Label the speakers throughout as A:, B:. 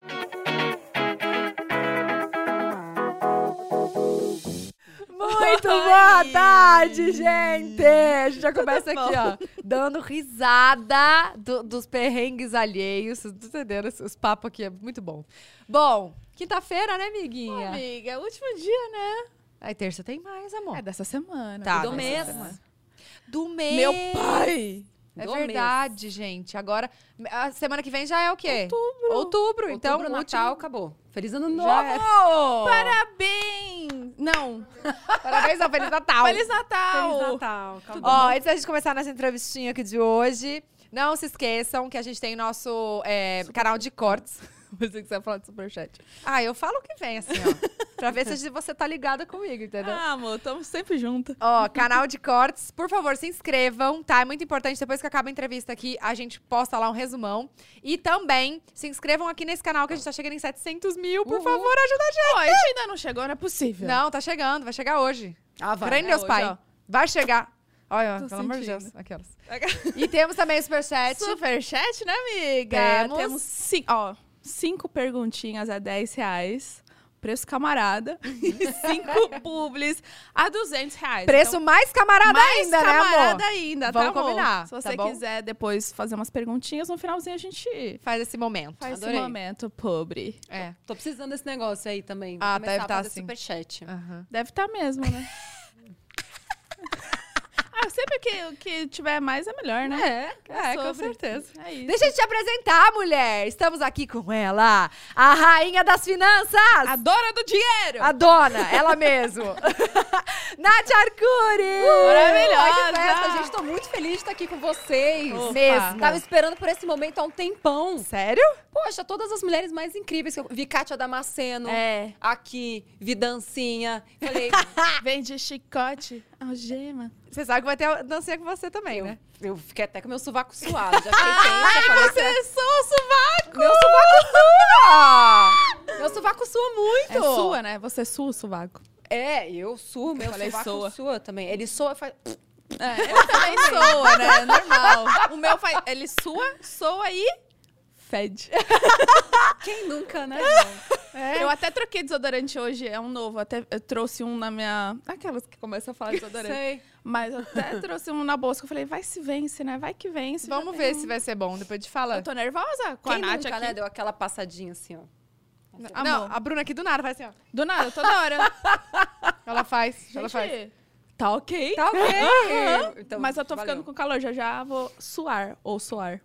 A: Muito boa tarde, gente! A gente já começa aqui, ó, dando risada do- dos perrengues alheios. Vocês entenderam? Esse- Os papos aqui é muito bom. Bom, quinta-feira, né, amiguinha?
B: Amiga, último dia, né?
A: Aí terça tem mais, amor.
B: É dessa semana.
A: Tá,
B: do
A: mas
B: mês.
A: essa semana. Do mês.
B: Meu pai!
A: É
C: do
A: verdade, gente. Agora, a semana que vem já é o quê?
B: Outubro.
A: Outubro, então,
C: Outubro, Natal, acabou. Feliz ano novo!
A: Já é.
B: Parabéns! Não.
A: Parabéns ao Feliz Natal.
B: Feliz Natal!
C: Feliz Natal! acabou.
A: Ó, antes da gente começar nossa entrevistinha aqui de hoje, não se esqueçam que a gente tem nosso é, canal de cortes. Você que você vai falar de superchat.
B: né?
A: Ah, eu falo o que vem, assim, ó. pra ver se você tá ligada comigo, entendeu?
B: Ah, amor, estamos sempre juntos.
A: Ó, canal de cortes, por favor, se inscrevam, tá? É muito importante. Depois que acaba a entrevista aqui, a gente posta lá um resumão. E também se inscrevam aqui nesse canal que a gente tá chegando em 700 mil. Por
C: Uhul.
A: favor, ajuda a gente.
B: Ó, a gente ainda não chegou, não é possível.
A: Não, tá chegando, vai chegar hoje.
C: Ah, vai.
A: Grande
B: é
A: Deus
B: hoje,
A: Pai.
B: ó.
A: Vai chegar. Olha, ó, pelo
B: Tô
A: amor de
B: sentindo.
A: Deus. Aquelas. E temos também o Superchat.
B: É Superchat, né, amiga?
A: Temos.
B: cinco, ó, cinco perguntinhas a 10 reais. Preço camarada. E cinco publis a 200 reais.
A: Preço mais camarada
B: mais
A: ainda, né,
B: É camarada
A: amor?
B: ainda,
A: Vamos
B: tá, amor?
A: combinar,
B: Se
A: tá
B: você
A: bom?
B: quiser depois fazer umas perguntinhas, no finalzinho a gente
A: Faz esse momento.
B: faz
A: Adorei.
B: esse momento pobre.
A: É.
C: Tô precisando desse negócio aí também. Vou
A: Ah,
C: começar
A: deve
C: a
A: tá
C: fazer
A: assim.
C: superchat.
A: Aham.
B: Deve estar mesmo, né? ah, sempre que, que tiver mais é melhor, né?
A: É, com
B: sobre.
A: certeza.
B: É isso.
A: Deixa eu te apresentar, mulher. Estamos aqui com ela, a rainha das finanças.
B: A dona do dinheiro!
A: A dona, ela mesmo. Nath Arcuri!
B: maravilhosa!
C: Ai, que festa, gente. Tô muito feliz de estar aqui com vocês.
A: Opa.
B: Tá
C: Tava esperando por esse momento há um tempão.
A: Sério?
C: Poxa, todas as mulheres mais incríveis. que eu- Vi Kátia Damasceno.
B: É.
C: Aqui, vi Dancinha. Falei,
B: Vende chicote, algema.
A: Você sabe que vai ter a dancinha com você também,
C: eu,
A: né?
C: eu fiquei até com meu sovaco suado. Já fiquei tensa. falei,
A: Você sou o sovaco!
C: Meu sovaco
A: é
C: sua! Meu sovaco sua muito!
B: É sua, né? Você sua o sovaco.
C: É, eu suo, meu
B: falei
C: sovaco
B: soa.
C: sua também. Ele soa e faz...
B: É, eu também soa, né? É normal. O meu faz... Ele sua, soa e... Fede.
C: Quem nunca, né?
B: Eu até troquei desodorante hoje, é um novo. Até eu trouxe um na minha. Aquelas que começam a falar desodorante.
C: Sei.
B: Mas eu até trouxe um na bolsa que eu falei, vai se vence, né? Vai que vence. já
A: Vamos
B: tem
A: ver
B: um.
A: se vai ser bom depois de falar.
B: Eu tô nervosa com
C: Quem
B: a Nath
C: nunca,
B: aqui.
C: né? Deu aquela passadinha assim, ó.
A: Não,
B: Amor.
A: a Bruna aqui do nada faz assim, ó.
B: Do nada, toda hora. né?
A: Ela faz, ela
B: Gente,
A: faz.
B: Tá ok.
C: Tá ok. Então,
B: Mas eu tô
C: valeu.
B: ficando com calor, já já vou suar ou suar.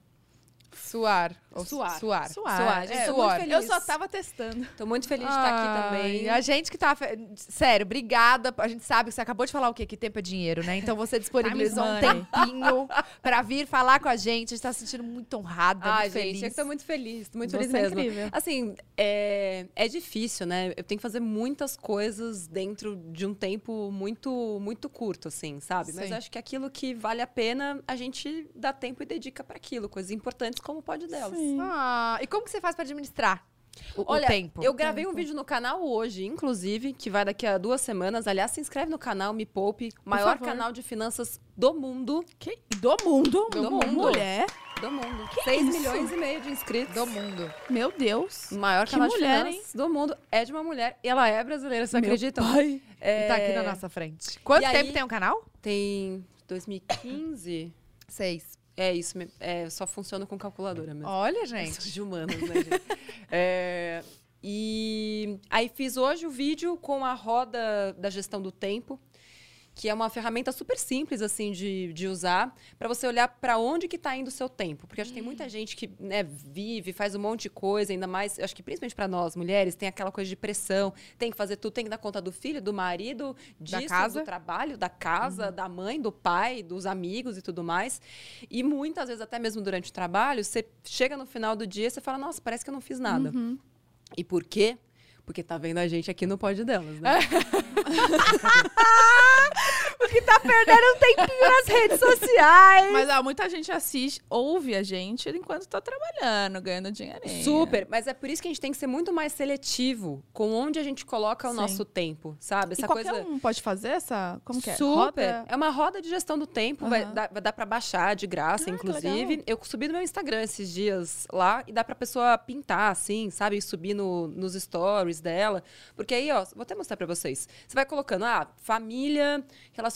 A: Suar. Ou
C: Suar.
A: Suar.
B: Suar.
A: Suar.
C: É, eu tô muito
A: suor.
C: feliz
B: Eu só tava testando.
C: Tô muito feliz de estar tá aqui também.
A: Ai, A gente que tá. fe- Sério, obrigada. A gente sabe que você acabou de falar o quê? Que tempo é dinheiro, né? Então você disponibilizou um
B: Time is
A: tempinho pra vir falar com a gente. A gente tá se sentindo muito honrada,
C: Ai,
A: muito
C: gente, eu
A: feliz.
C: que tô muito feliz. Tô muito
B: Você
C: feliz
B: é
C: mesmo.
B: incrível.
C: Assim, é, é difícil, né? Eu tenho que fazer muitas coisas dentro de um tempo muito muito curto, assim, sabe? Mas
A: Sim.
C: acho que aquilo que vale a pena, a gente dá tempo e dedica para aquilo. Coisas importantes como pode delas.
B: Sim.
A: Ah, e como que você faz pra administrar o, o
C: Olha,
A: tempo?
C: Eu gravei um vídeo no canal hoje, inclusive, que vai daqui a duas semanas. Aliás, se inscreve no canal Me Poupe, o maior
B: favor.
C: canal de finanças do mundo.
B: Que- Do mundo?
C: Do mundo.
B: Mulher.
C: Do mundo. 6
B: isso?
C: milhões e meio de inscritos.
A: do mundo.
B: Meu Deus.
C: O maior
B: Que
C: canal
B: mulher,
C: de finanças do mundo é de uma mulher. E ela é brasileira, você
B: Meu
C: acredita?
B: pai.
A: E tá aqui na nossa frente. Quanto
C: E
A: tempo
C: aí-
A: tem o canal?
C: Tem 2015.
A: Seis.
C: É isso, me- é, só funciona com calculadora mesmo.
A: Olha,
C: Eu
A: gente.
C: sou de humanas, né, gente? É, e aí fiz hoje o vídeo com a roda da gestão do tempo, que é uma ferramenta super simples assim de, de usar, para você olhar para onde que está indo o seu tempo, porque acho que tem
A: Uhum.
C: muita gente que né, vive, faz um monte de coisa, ainda mais, acho que principalmente para nós mulheres tem aquela coisa de pressão, tem que fazer tudo, tem que dar conta do filho, do marido,
A: Da
C: disso,
A: casa. Uhum.
C: do trabalho, da casa, da mãe, do pai, dos amigos e tudo mais. E muitas vezes, até mesmo durante o trabalho, você chega no final do dia e você fala, nossa, parece que eu não fiz nada.
A: Uhum.
C: E por quê? Porque tá vendo a gente aqui no pódio delas, né?
A: Porque tá perdendo um tempinho nas redes sociais.
B: Mas ó, muita gente assiste, ouve a gente enquanto tá trabalhando, ganhando dinheirinho.
C: Super, mas é por isso que a gente tem que ser muito mais seletivo com onde a gente coloca o
B: Sim.
C: nosso tempo,
B: E
C: sabe? Essa
B: qualquer
C: coisa
B: um pode fazer essa? Como que é?
C: super.
B: Roda?
C: É uma roda de gestão do tempo, vai,
B: Aham.
C: dá, vai dar pra baixar de
B: Ah,
C: graça,
B: que
C: inclusive. Eu subi no meu Instagram esses dias lá e dá pra pessoa pintar, assim, sabe? E subir no- nos stories dela. Porque aí, ó, vou até mostrar pra vocês. Você vai colocando, ah, família,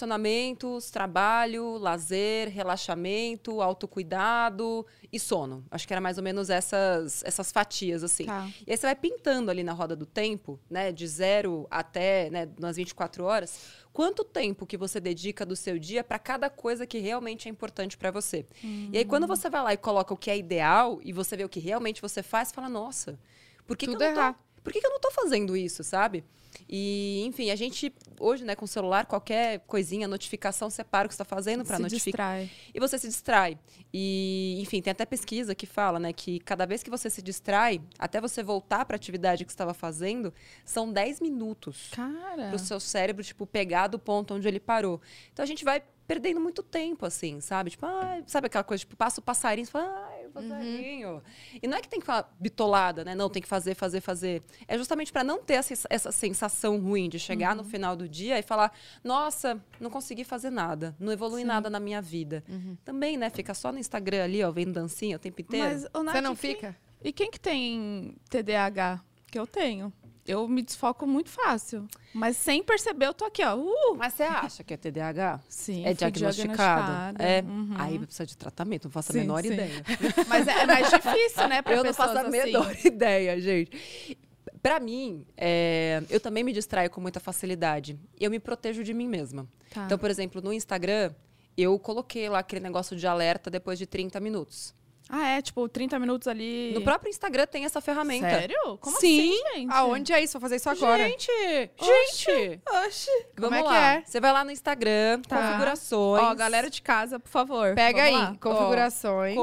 C: relacionamentos, trabalho, lazer, relaxamento, autocuidado e sono. Acho que era mais ou menos essas, essas fatias, assim.
B: Tá.
C: E aí você vai pintando ali na roda do tempo, né? De zero até né, nas 24 horas, quanto tempo que você dedica do seu dia para cada coisa que realmente é importante para você. E aí,
A: Uhum.
C: quando você vai lá e coloca o que é ideal e você vê o que realmente você faz, fala, nossa, por que, que eu
A: Tudo
C: não tô-
A: errado.
C: por que, que eu não tô fazendo isso, sabe? E, enfim, a gente hoje, né, com o celular, qualquer coisinha, notificação, separa o que você tá fazendo para
B: Se
C: notificar
B: distrai.
C: e você se distrai. E, enfim, tem até pesquisa que fala, né, que cada vez que você se distrai, até você voltar para a atividade que você estava fazendo, são 10 minutos
B: Cara.
C: para o seu cérebro, tipo, pegar do ponto onde ele parou. Então a gente vai perdendo muito tempo, assim, sabe? Tipo, ai, sabe aquela coisa, tipo, passa o passarinho, você fala, ai,
B: Uhum.
C: o passarinho. E não é que tem que falar bitolada, né? Não, tem que fazer, fazer, fazer. É justamente para não ter essa, essa sensação ruim de chegar
B: Uhum.
C: no final do dia e falar, nossa, não consegui fazer nada, não evolui nada na minha vida.
B: Uhum.
C: Também, né? Fica só no Instagram ali, ó, vendo dancinha o tempo inteiro.
B: Mas, ô, Nath,
A: Você não
B: e quem-
A: fica?
B: E quem que tem TDAH? Que eu tenho. Eu me desfoco muito fácil. Mas sem perceber, eu tô aqui, ó. Uh!
C: Mas você acha que é TDAH?
B: Sim,
C: É
B: fui
C: diagnosticado?
B: diagnosticada.
C: É.
B: Uhum.
C: Aí precisa de tratamento, não faço
B: Sim,
C: a menor
B: sim.
C: ideia.
B: Mas é, é mais difícil, né? Pra
C: Eu não
B: pessoas
C: faço a
B: assim.
C: menor ideia, gente. Pra mim, é, eu também me distraio com muita facilidade. Eu me protejo de mim mesma.
A: Ah.
B: Tá.
C: Então, por exemplo, no Instagram, eu coloquei lá aquele negócio de alerta depois de 30 minutos.
B: Ah, é? Tipo, 30 minutos ali.
C: No próprio Instagram tem essa ferramenta.
B: Sério? Como
A: Sim.
B: assim, gente?
A: Aonde é isso? Vou fazer isso agora.
C: Gente! Gente!
B: Oxi.
A: como
C: Vamos
A: é que
C: lá.
A: é?
C: Você vai lá no Instagram,
B: Tá.
C: configurações.
B: Ó, galera de casa, por favor.
A: Pega aí,
B: vamos lá.
A: configurações.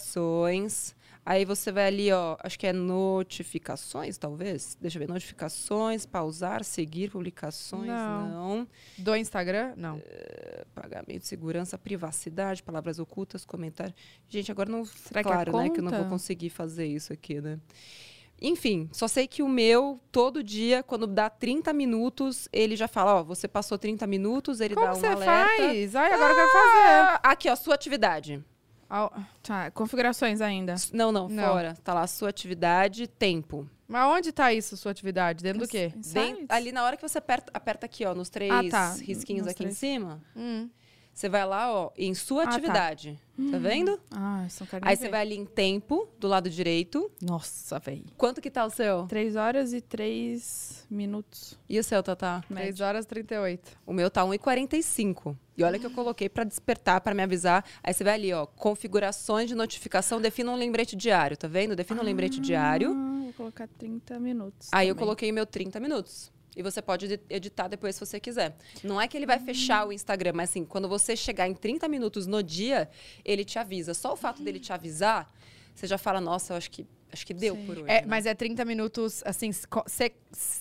C: Configurações. Aí você vai ali, ó, acho que é notificações, talvez. Deixa eu ver, notificações, pausar, seguir, publicações,
A: Não.
C: não.
A: Do Instagram? Não.
C: Pagamento, segurança, privacidade, palavras ocultas, comentário. Gente, agora não.
B: Será que é
C: claro, né? Que eu não vou
B: conta?
C: conseguir fazer isso aqui, né? Enfim, só sei que o meu, todo dia, quando dá 30 minutos, ele já fala, ó, você passou 30 minutos, ele
A: Como
C: dá um
A: que você
C: alerta.
A: faz? Ai, agora eu quero fazer.
C: Ah, Aqui, ó, sua atividade.
B: Ao- Tá, configurações ainda.
C: Não, não,
A: Não.
C: fora. Tá lá, sua atividade, tempo.
A: Mas onde tá isso, sua atividade? Dentro do quê?
B: Insights?
C: Bem, ali na hora que você aperta, aperta aqui, ó, nos três
B: Ah, tá.
C: risquinhos
B: Nos
C: aqui
B: três.
C: em cima,
A: Hum.
C: você vai lá, ó, em
B: Ah,
C: sua
B: tá.
C: atividade. Tá vendo?
B: Ah, isso não quero nem
C: Aí você
B: ver.
C: vai ali em tempo, do lado direito.
B: Nossa, velho.
C: Quanto que tá o seu?
B: 3 horas e 3 minutos.
C: E o seu, Tatá?
A: 3 horas e 38.
C: O meu tá 1,45. E olha que eu coloquei pra despertar, pra me avisar. Aí você vai ali, ó, configurações de notificação, defina um lembrete diário, tá vendo? Defina um lembrete diário.
B: Ah, vou colocar 30 minutos.
C: Aí eu
B: também.
C: coloquei o meu 30 minutos. E você pode edi- editar depois se você quiser. Não é que ele vai fechar o Instagram, mas assim, quando você chegar em 30 minutos no dia, ele te avisa. Só o fato dele te avisar, você já fala, nossa, eu acho que, acho que deu
B: Sim.
C: por hoje.
A: É,
C: né?
A: mas é 30 minutos, assim, co- se-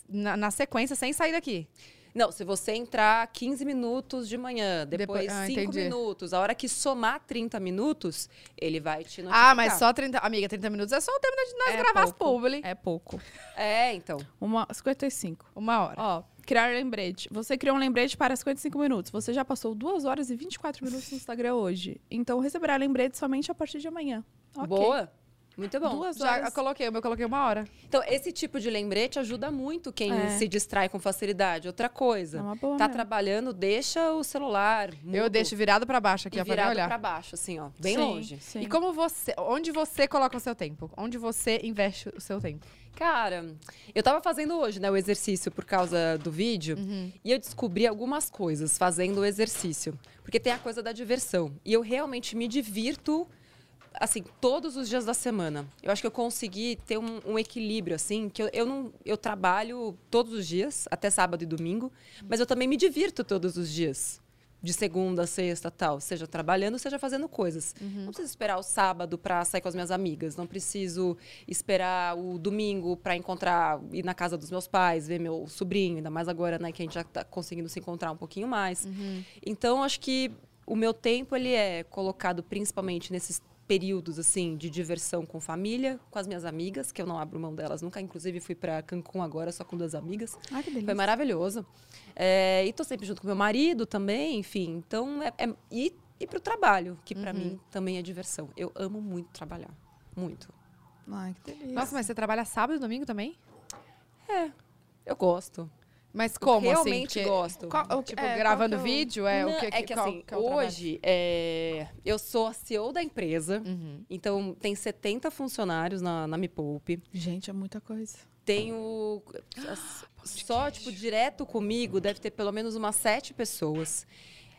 A: na, na sequência, sem sair daqui.
C: Não, se você entrar 15 minutos de manhã,
A: Depois-
C: depois
A: ah,
C: 5
A: entendi.
C: minutos, a hora que somar 30 minutos, ele vai te notificar.
A: Ah, mas só 30. Amiga, 30 minutos é só o tempo de nós
B: É
A: gravar as
B: pouco.
A: publi.
B: É pouco.
C: É, então.
B: Uma, 55.
A: Uma hora.
B: Ó, criar lembrete. Você criou um lembrete para 55 minutos. Você já passou 2 horas e 24 minutos no Instagram hoje. Então receberá lembrete somente a partir de amanhã. Ok.
C: Boa. Muito bom.
B: Duas
A: Já
B: horas.
A: coloquei, o meu coloquei uma hora.
C: Então, esse tipo de lembrete ajuda muito quem
B: É.
C: se distrai com facilidade. Outra
B: É
C: coisa,
B: uma boa.
C: tá
B: mesmo.
C: trabalhando, deixa o celular. mudo
A: Eu deixo virado pra baixo aqui,
C: e
A: ó, pra mim
C: virado
A: olhar.
C: pra baixo, assim, ó. Bem
B: Sim,
C: longe.
B: Sim.
A: E como você. Onde você coloca o seu tempo? Onde você investe o seu tempo?
C: Cara, eu tava fazendo hoje, né, o exercício por causa do vídeo. E eu descobri algumas coisas fazendo o exercício. Porque tem a coisa da diversão. E eu realmente me divirto, assim, todos os dias da semana. Eu acho que eu consegui ter um, um equilíbrio, assim, que eu, eu não. Eu trabalho todos os dias, até sábado e domingo, mas eu também me divirto todos os dias. de segunda a sexta, tal, seja trabalhando, seja fazendo coisas. Não preciso esperar o sábado para sair com as minhas amigas, não preciso esperar o domingo para encontrar ir na casa dos meus pais, ver meu sobrinho, ainda mais agora, né, que a gente já tá conseguindo se encontrar um pouquinho mais. Então, acho que o meu tempo ele é colocado principalmente nesses períodos assim de diversão com família, com as minhas amigas, que eu não abro mão delas nunca, inclusive fui para Cancún agora só com duas amigas.
B: Ai, que
C: Foi
B: delícia.
C: maravilhoso. É, e tô sempre junto com meu marido também, enfim. Então, é, é- e, e pro trabalho, que pra mim também é diversão. Eu amo muito trabalhar. Muito.
B: Ai, que delícia.
A: Nossa, mas você trabalha sábado e domingo também?
C: Eu gosto.
A: Mas como, assim?
C: Realmente
A: Porque-
C: gosto.
B: Qual- o-
A: Tipo,
B: é, qual
A: gravando
B: que é o-
A: vídeo? É,
C: Não,
A: o que,
C: é que
A: qual-
C: assim,
A: qual é o trabalho?
C: hoje é, eu sou a CEO da empresa,
A: Uhum.
C: então tem 70 funcionários na, na Me Poupe.
B: Gente, é muita coisa.
C: Tenho. as- Só, tipo, direto comigo, deve ter pelo menos umas sete pessoas.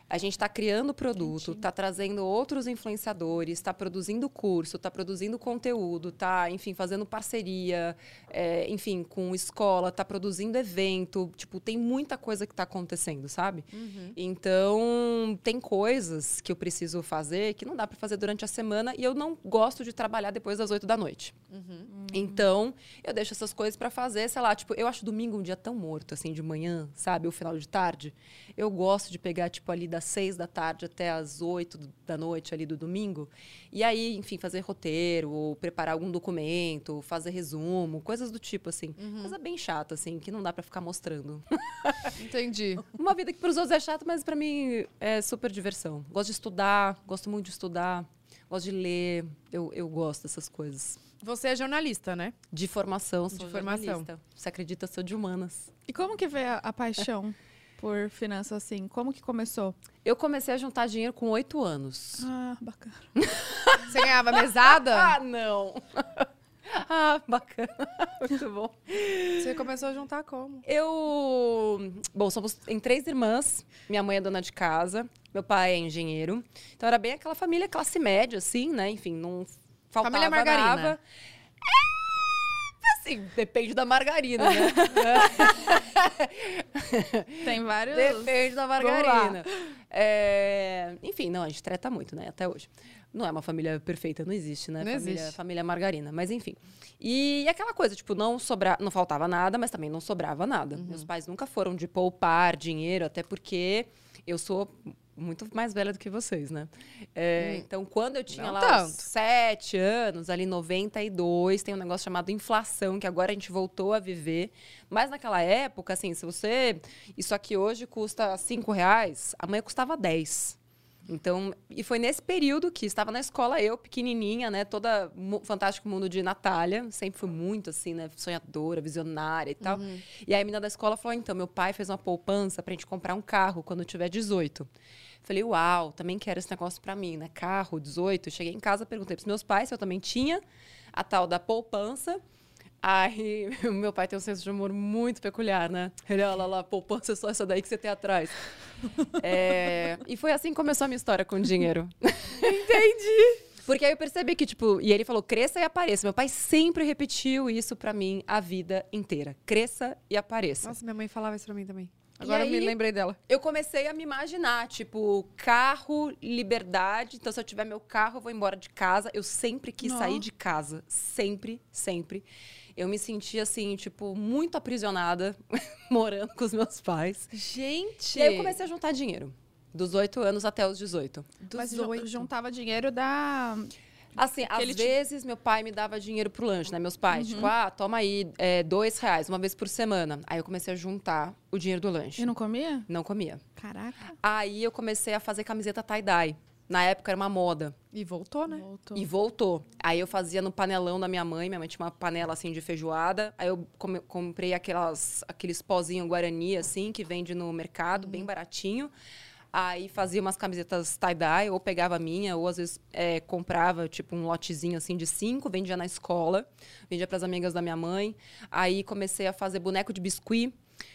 C: A gente está criando produto, está trazendo outros influenciadores, está produzindo curso, está produzindo conteúdo, está, enfim, fazendo parceria, é, enfim, com escola, está produzindo evento. Tipo, tem muita coisa que está acontecendo, sabe? Então, tem coisas que eu preciso fazer que não dá para fazer durante a semana e eu não gosto de trabalhar depois das oito da noite. Então, eu deixo essas coisas pra fazer, sei lá, tipo, eu acho domingo um dia tão morto, assim, de manhã, sabe? Ou final de tarde. Eu gosto de pegar, tipo, ali das seis da tarde até as oito do- da noite ali do domingo. E aí, enfim, fazer roteiro, ou preparar algum documento, ou fazer resumo, coisas do tipo, assim. Coisa bem chata, assim, que não dá pra ficar mostrando.
A: Entendi.
C: Uma vida que pros outros é chata, mas pra mim é super diversão. Gosto de estudar, gosto muito de estudar, gosto de ler. Eu, eu gosto dessas coisas.
A: Você é jornalista, né?
C: De formação,
A: De
C: sou
A: formação.
C: jornalista. Você acredita, sou de humanas.
B: E como que veio a, a paixão por finanças assim? Como que começou?
C: Eu comecei a juntar dinheiro com oito anos.
B: Ah, bacana.
A: Você ganhava mesada?
C: Ah, não! ah, bacana. Muito bom.
A: Você começou a juntar como?
C: Eu. Bom, somos em três irmãs. Minha mãe é dona de casa, meu pai é engenheiro. Então era bem aquela família classe média, assim, né? Enfim, não faltava
A: Família margarina.
C: nada. É, assim, depende da margarina, né?
B: Tem vários.
C: Depende da margarina. É, Enfim, não, a gente treta muito, né? Até hoje. Não é uma família perfeita, não existe, né?
A: Não
C: família,
A: existe.
C: família margarina, mas enfim. E aquela coisa, tipo, não sobra, não faltava nada, mas também não sobrava nada.
A: Uhum.
C: Meus pais nunca foram de poupar dinheiro, até porque eu sou muito mais velha do que vocês, né? É, Então, quando eu tinha
A: Uhum. Não
C: lá
A: tanto.
C: os sete anos, ali em 92, tem um negócio chamado inflação, que agora a gente voltou a viver. Mas naquela época, assim, se você. Isso aqui hoje custa cinco reais, amanhã custava 10. Então, e foi nesse período que estava na escola eu, pequenininha, né? Toda mu- fantástico mundo de Natália. Sempre fui muito, assim, né? Sonhadora, visionária e tal.
A: Uhum.
C: E aí a menina da escola falou, então, meu pai fez uma poupança pra gente comprar um carro quando eu tiver 18. Falei, uau, também quero esse negócio pra mim, né? Carro, 18. Cheguei em casa, perguntei pros meus pais se eu também tinha a tal da poupança. Aí, o meu pai tem um senso de humor muito peculiar, né? Ele, olha lá, poupança é só essa daí que você tem atrás. É, e foi assim que começou a minha história com o dinheiro. Porque aí eu percebi que, tipo, e ele falou, cresça e apareça. Meu pai sempre repetiu isso pra mim a vida inteira. Cresça e apareça.
A: Nossa, minha mãe falava isso pra mim também.
C: E
A: Agora eu me
C: aí-
A: lembrei dela.
C: Eu comecei a me imaginar, tipo, carro, liberdade. Então, se eu tiver meu carro, eu vou embora de casa. Eu sempre quis
B: Nó.
C: sair de casa. Sempre, sempre. Eu me senti, assim, tipo, muito aprisionada morando com os meus pais.
A: Gente!
C: E aí eu comecei a juntar dinheiro. Dos 8 anos até os 18.
B: Mas ju-
A: 18.
B: juntava dinheiro da.
C: Assim, às
B: ele te-
C: vezes meu pai me dava dinheiro pro lanche, né? Meus pais, tipo, ah, toma aí é, dois reais, uma vez por semana. Aí eu comecei a juntar o dinheiro do lanche.
B: E não comia?
C: Não comia.
B: Caraca.
C: Aí eu comecei a fazer camiseta tie-dye. Na época era uma moda.
A: E voltou, né?
B: Voltou.
C: E voltou. Aí eu fazia no panelão da minha mãe. Minha mãe tinha uma panela, assim, de feijoada. Aí eu come- comprei aquelas, aqueles pozinhos Guarani, assim, que vende no mercado, bem
A: Uhum.
C: baratinho. Aí fazia umas camisetas tie-dye, ou pegava a minha, ou às vezes é, comprava, tipo, um lotezinho, assim, de cinco. Vendia na escola, vendia pras amigas da minha mãe. Aí comecei a fazer boneco de biscuit.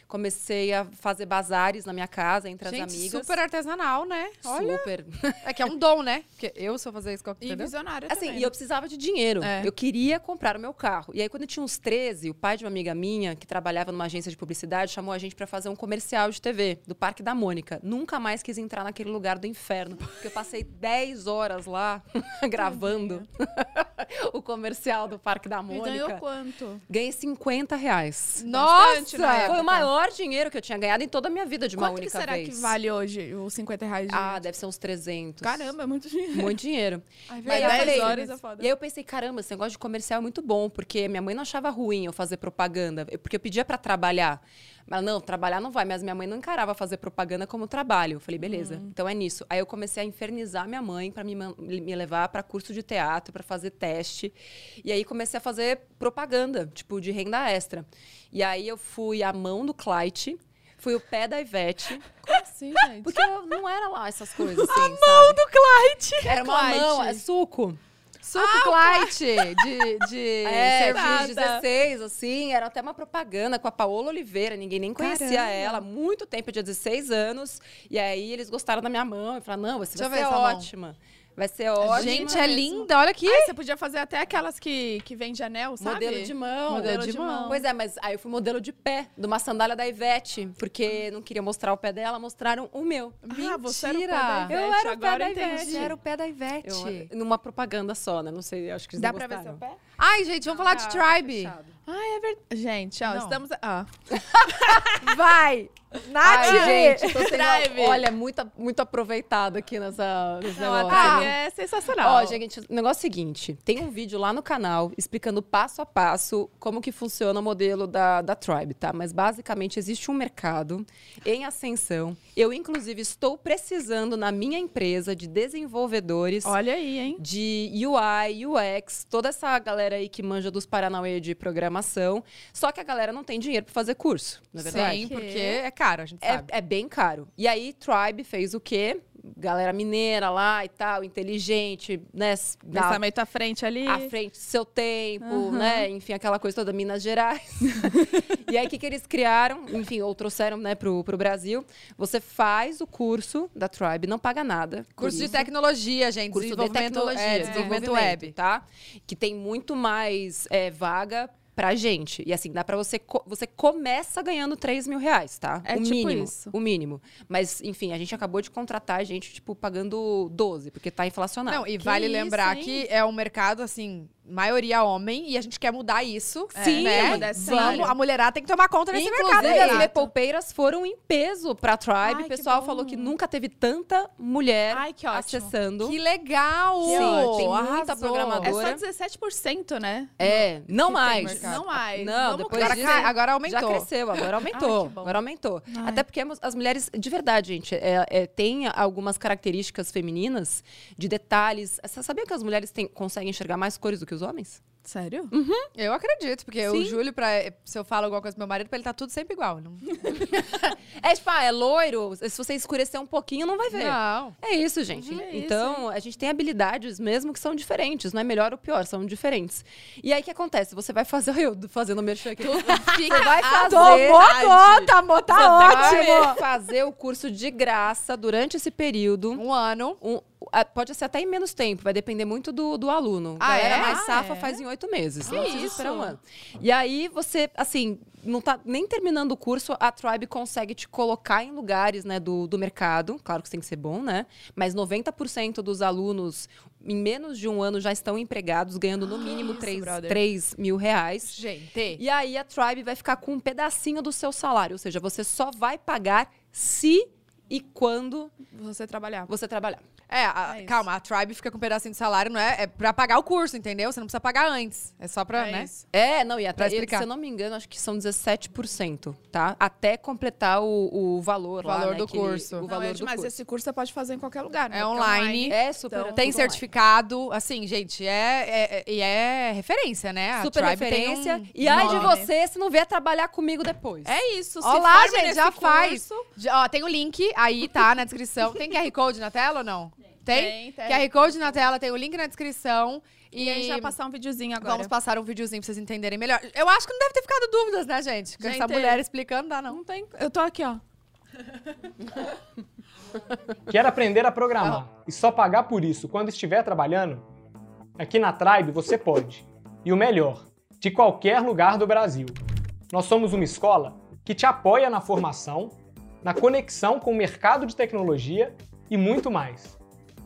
C: Comecei a fazer bazares na minha casa, entre
A: Gente,
C: as amigas.
A: super artesanal, né? Olha.
C: Super.
A: É que é um dom, né? Porque eu sou fazer isso,
B: E
A: entendeu?
B: visionária
C: Assim,
B: também. né?
C: e eu precisava de dinheiro.
A: É.
C: Eu queria comprar o meu carro. E aí, quando eu tinha uns 13, o pai de uma amiga minha, que trabalhava numa agência de publicidade, chamou a gente pra fazer um comercial de TV do Parque da Mônica. Nunca mais quis entrar naquele lugar do inferno. Porque eu passei 10 horas lá gravando o comercial do Parque da
B: É. E ganhou
C: Mônica.
B: quanto?
C: Ganhei 50 reais.
A: Nossa!
B: Bastante na época.
C: né? Foi o maior dinheiro que eu tinha ganhado em toda a minha vida de uma
B: quanto que
C: única
B: será
C: vez.
B: que vale hoje os 50 reais de...
C: Ah, deve ser uns 300.
B: Caramba, é muito dinheiro.
C: Muito dinheiro.
B: Ai,
C: Mas
B: velho,
C: eu
B: 10
C: falei-
B: horas é foda.
C: E aí eu pensei, caramba, esse negócio de comercial é muito bom, porque minha mãe não achava ruim eu fazer propaganda, eu- porque eu pedia pra trabalhar. Mas não, trabalhar não vai, mas minha mãe não encarava fazer propaganda como trabalho. Eu falei, beleza, então é nisso. Aí eu comecei a infernizar minha mãe pra me, man- me levar pra curso de teatro, pra fazer teste. E aí comecei a fazer propaganda, tipo, de renda extra. E aí eu fui a mão do Clyde, fui o pé da Ivete.
B: Como assim, gente?
C: Porque eu não era lá essas coisas, assim, A mão do Clyde! um- Era uma
B: Clyde.
C: mão, é suco.
A: Suco Clyde de, de
C: É,
A: serviço
C: tinha
A: de
C: uns
B: tá.
C: 16, assim, era até uma propaganda com a Paola Oliveira, ninguém nem conhecia
B: Caramba.
C: ela, há muito tempo, eu tinha 16 anos, e aí eles gostaram da minha mão, e falaram, não, você
A: Deixa eu
C: vai
A: ver
C: ser
A: essa mão.
C: ótima, vai ser ótima.
A: Gente,
B: mesmo.
A: é linda, olha aqui.
B: Ai, você podia fazer até aquelas que, que vende anel, sabe?
C: Modelo de mão.
B: Modelo de mão.
C: Pois é, mas aí eu fui modelo de pé, de uma sandália da Ivete, porque não queria mostrar o pé dela, mostraram o meu.
B: Ah, você era o pé
A: Mentira.
B: da Ivete,
C: Eu era o pé
B: agora
C: da
B: entendi.
C: Ivete.
A: o pé da Ivete.
C: Eu- numa propaganda só, né? Não sei, acho que eles
B: Dá
C: não
B: pra ver
C: gostaram.
B: seu pé? Tá,
A: Ai, gente, vamos falar de Tribe.
B: Ah, é verdade. Gente, ó,
A: Não.
B: estamos... Ah.
A: Vai! Nath!
C: Ai, gente, tô
B: Drive.
C: sendo, olha, é muito, muito aproveitado aqui nessa, nesse
B: Não, a
C: negócio.
B: Thalia é sensacional.
C: Ó, gente, o negócio é o seguinte: tem um vídeo lá no canal explicando passo a passo como que funciona o modelo da, da Tribe, tá? Mas basicamente existe um mercado em ascensão. Eu, inclusive, estou precisando na minha empresa de desenvolvedores.
B: Olha aí, hein?
C: De UI, UX, toda essa galera aí que manja dos Paranauê de programação. Só que a galera não tem dinheiro pra fazer curso, na verdade.
A: Sim, porque é caro, a gente
C: É,
A: sabe.
C: é bem caro. E aí, Tribe fez o quê? Galera mineira lá e tal, inteligente, né? s- da-
B: Pensamento à frente ali.
C: à frente do seu tempo, né? Enfim, aquela coisa toda Minas Gerais. e aí, o que, que eles criaram? Enfim, ou trouxeram, né, pro, pro Brasil. Você faz o curso da Tribe, não paga nada. por
A: Curso de
C: isso.
A: tecnologia, gente.
C: Curso de
A: desenvolvimento,
C: tecnologia,
A: é,
C: desenvolvimento,
A: desenvolvimento web.
C: tá? Que tem muito mais é, vaga pra gente. E assim, dá pra você... co- você começa ganhando 3 mil reais, tá?
B: É
C: o
B: tipo
C: mínimo,
B: isso.
C: O mínimo. Mas, enfim, a gente acabou de contratar a gente, tipo, pagando 12, porque tá inflacionado.
A: Não, e
B: Que
A: vale
B: isso,
A: lembrar
B: hein?
A: que é um mercado, assim, maioria homem, e a gente quer mudar isso.
C: Sim,
A: né?
B: mudar esse
A: Vamos,
B: cenário.
A: a mulherada tem que tomar conta desse então mercado
C: Inclusive,
A: aí.
C: as
B: Exato.
C: Lepoupeiras foram em peso pra
B: Ai,
C: Tribe.
B: que
C: o pessoal
B: bom.
C: falou que nunca teve tanta mulher
B: Ai, que ótimo.
C: acessando.
A: Que legal!
C: Sim, tem muita
A: Arrasou.
B: É
C: programadora.
B: só
C: Agora-
B: 17%, né?
C: É, não
A: tem
C: mais.
A: mercado.
B: Não mais.
C: Não,
B: Vamos
C: depois
A: Agora,
B: crescer.
C: disso-
A: cai- agora aumentou.
C: Já cresceu, agora aumentou.
B: Ai, que bom.
C: agora aumentou.
B: Ai.
C: Até porque é as mulheres, de verdade, gente, é, é, tem algumas características femininas de detalhes. É, Você sabia que as mulheres têm- conseguem enxergar mais cores do que os homens?
B: Sério?
A: Eu acredito, porque o
C: Sim.
A: Júlio, pra, se eu falo alguma coisa pro meu marido, pra ele tá tudo sempre igual. Não,
C: É tipo, ah, é loiro, se você escurecer um pouquinho, não vai ver.
A: não.
C: É isso, gente.
B: Uhum, é
C: então, a gente tem habilidades mesmo que são diferentes. Não é melhor ou pior, são diferentes. E aí, o que acontece? Você vai fazer... Olha Eu fazendo merchan aqui. Você vai fazer...
A: amor, tá.
C: Você
B: tá
C: vai fazer o curso de graça durante esse período.
A: Um ano.
C: Um- ah, pode ser até em menos tempo, vai depender muito do, do aluno.
A: Ah,
C: A galera
A: é?
C: mais
B: Ah,
C: safa
B: é?
C: faz em oito meses.
B: Que
C: não precisa
B: isso?
C: esperar um ano. E aí, você, assim, não tá nem terminando o curso, a Tribe consegue te colocar em lugares né, do, do mercado. Claro que isso tem que ser bom, né? Mas 90% dos alunos em menos de um ano já estão empregados, ganhando no mínimo
B: Ah, isso,
C: três
B: brother.
C: 3 mil reais.
A: Gente.
C: E aí a Tribe vai ficar com um pedacinho do seu salário, ou seja, você só vai pagar se e quando
B: Você trabalhar.
C: você trabalhar.
A: É, a-
B: É isso.
A: calma, a Tribe fica com um pedacinho de salário, não é? É pra pagar o curso, entendeu? Você não precisa pagar antes. É só pra,
B: É
A: né?
B: isso.
C: É, não, e até,
A: Pra
C: se
A: explicar.
C: eu não me engano, acho que são 17%, tá? Até completar o, o valor
A: O
C: lá,
A: valor
C: né,
A: do
C: que ele-
A: curso.
C: O
B: Não,
C: valor
B: é
C: do
B: demais.
C: curso.
B: Esse curso você pode fazer em qualquer lugar, né?
A: É
B: Porque
A: online.
C: É super
B: Então,
A: Tem
C: tudo
A: certificado, assim, gente, é, é- é- e é referência, né? A
C: online. Super
A: Tribe tem
C: referência.
A: um
C: E ai de
A: nome.
C: você se não vier trabalhar comigo depois.
B: É isso. se
A: Olá,
B: forme
A: gente,
B: nesse
A: já faz.
B: curso,
A: Já- Ó, tem o link aí, tá, na descrição. Tem QR Code na tela ou não? Tem? QR Code na tela, tem o link na descrição. E,
B: E a gente vai passar um videozinho agora.
A: vamos passar um videozinho pra vocês entenderem melhor. Eu acho que não deve ter ficado dúvidas, né, gente? Com essa
B: Gente,
A: mulher explicando, dá não.
B: Não tem. Eu tô aqui, ó.
D: Quer aprender a programar e só pagar por isso quando estiver trabalhando? Aqui na Tribe você pode. E o melhor, de qualquer lugar do Brasil. Nós somos uma escola que te apoia na formação, na conexão com o mercado de tecnologia e muito mais.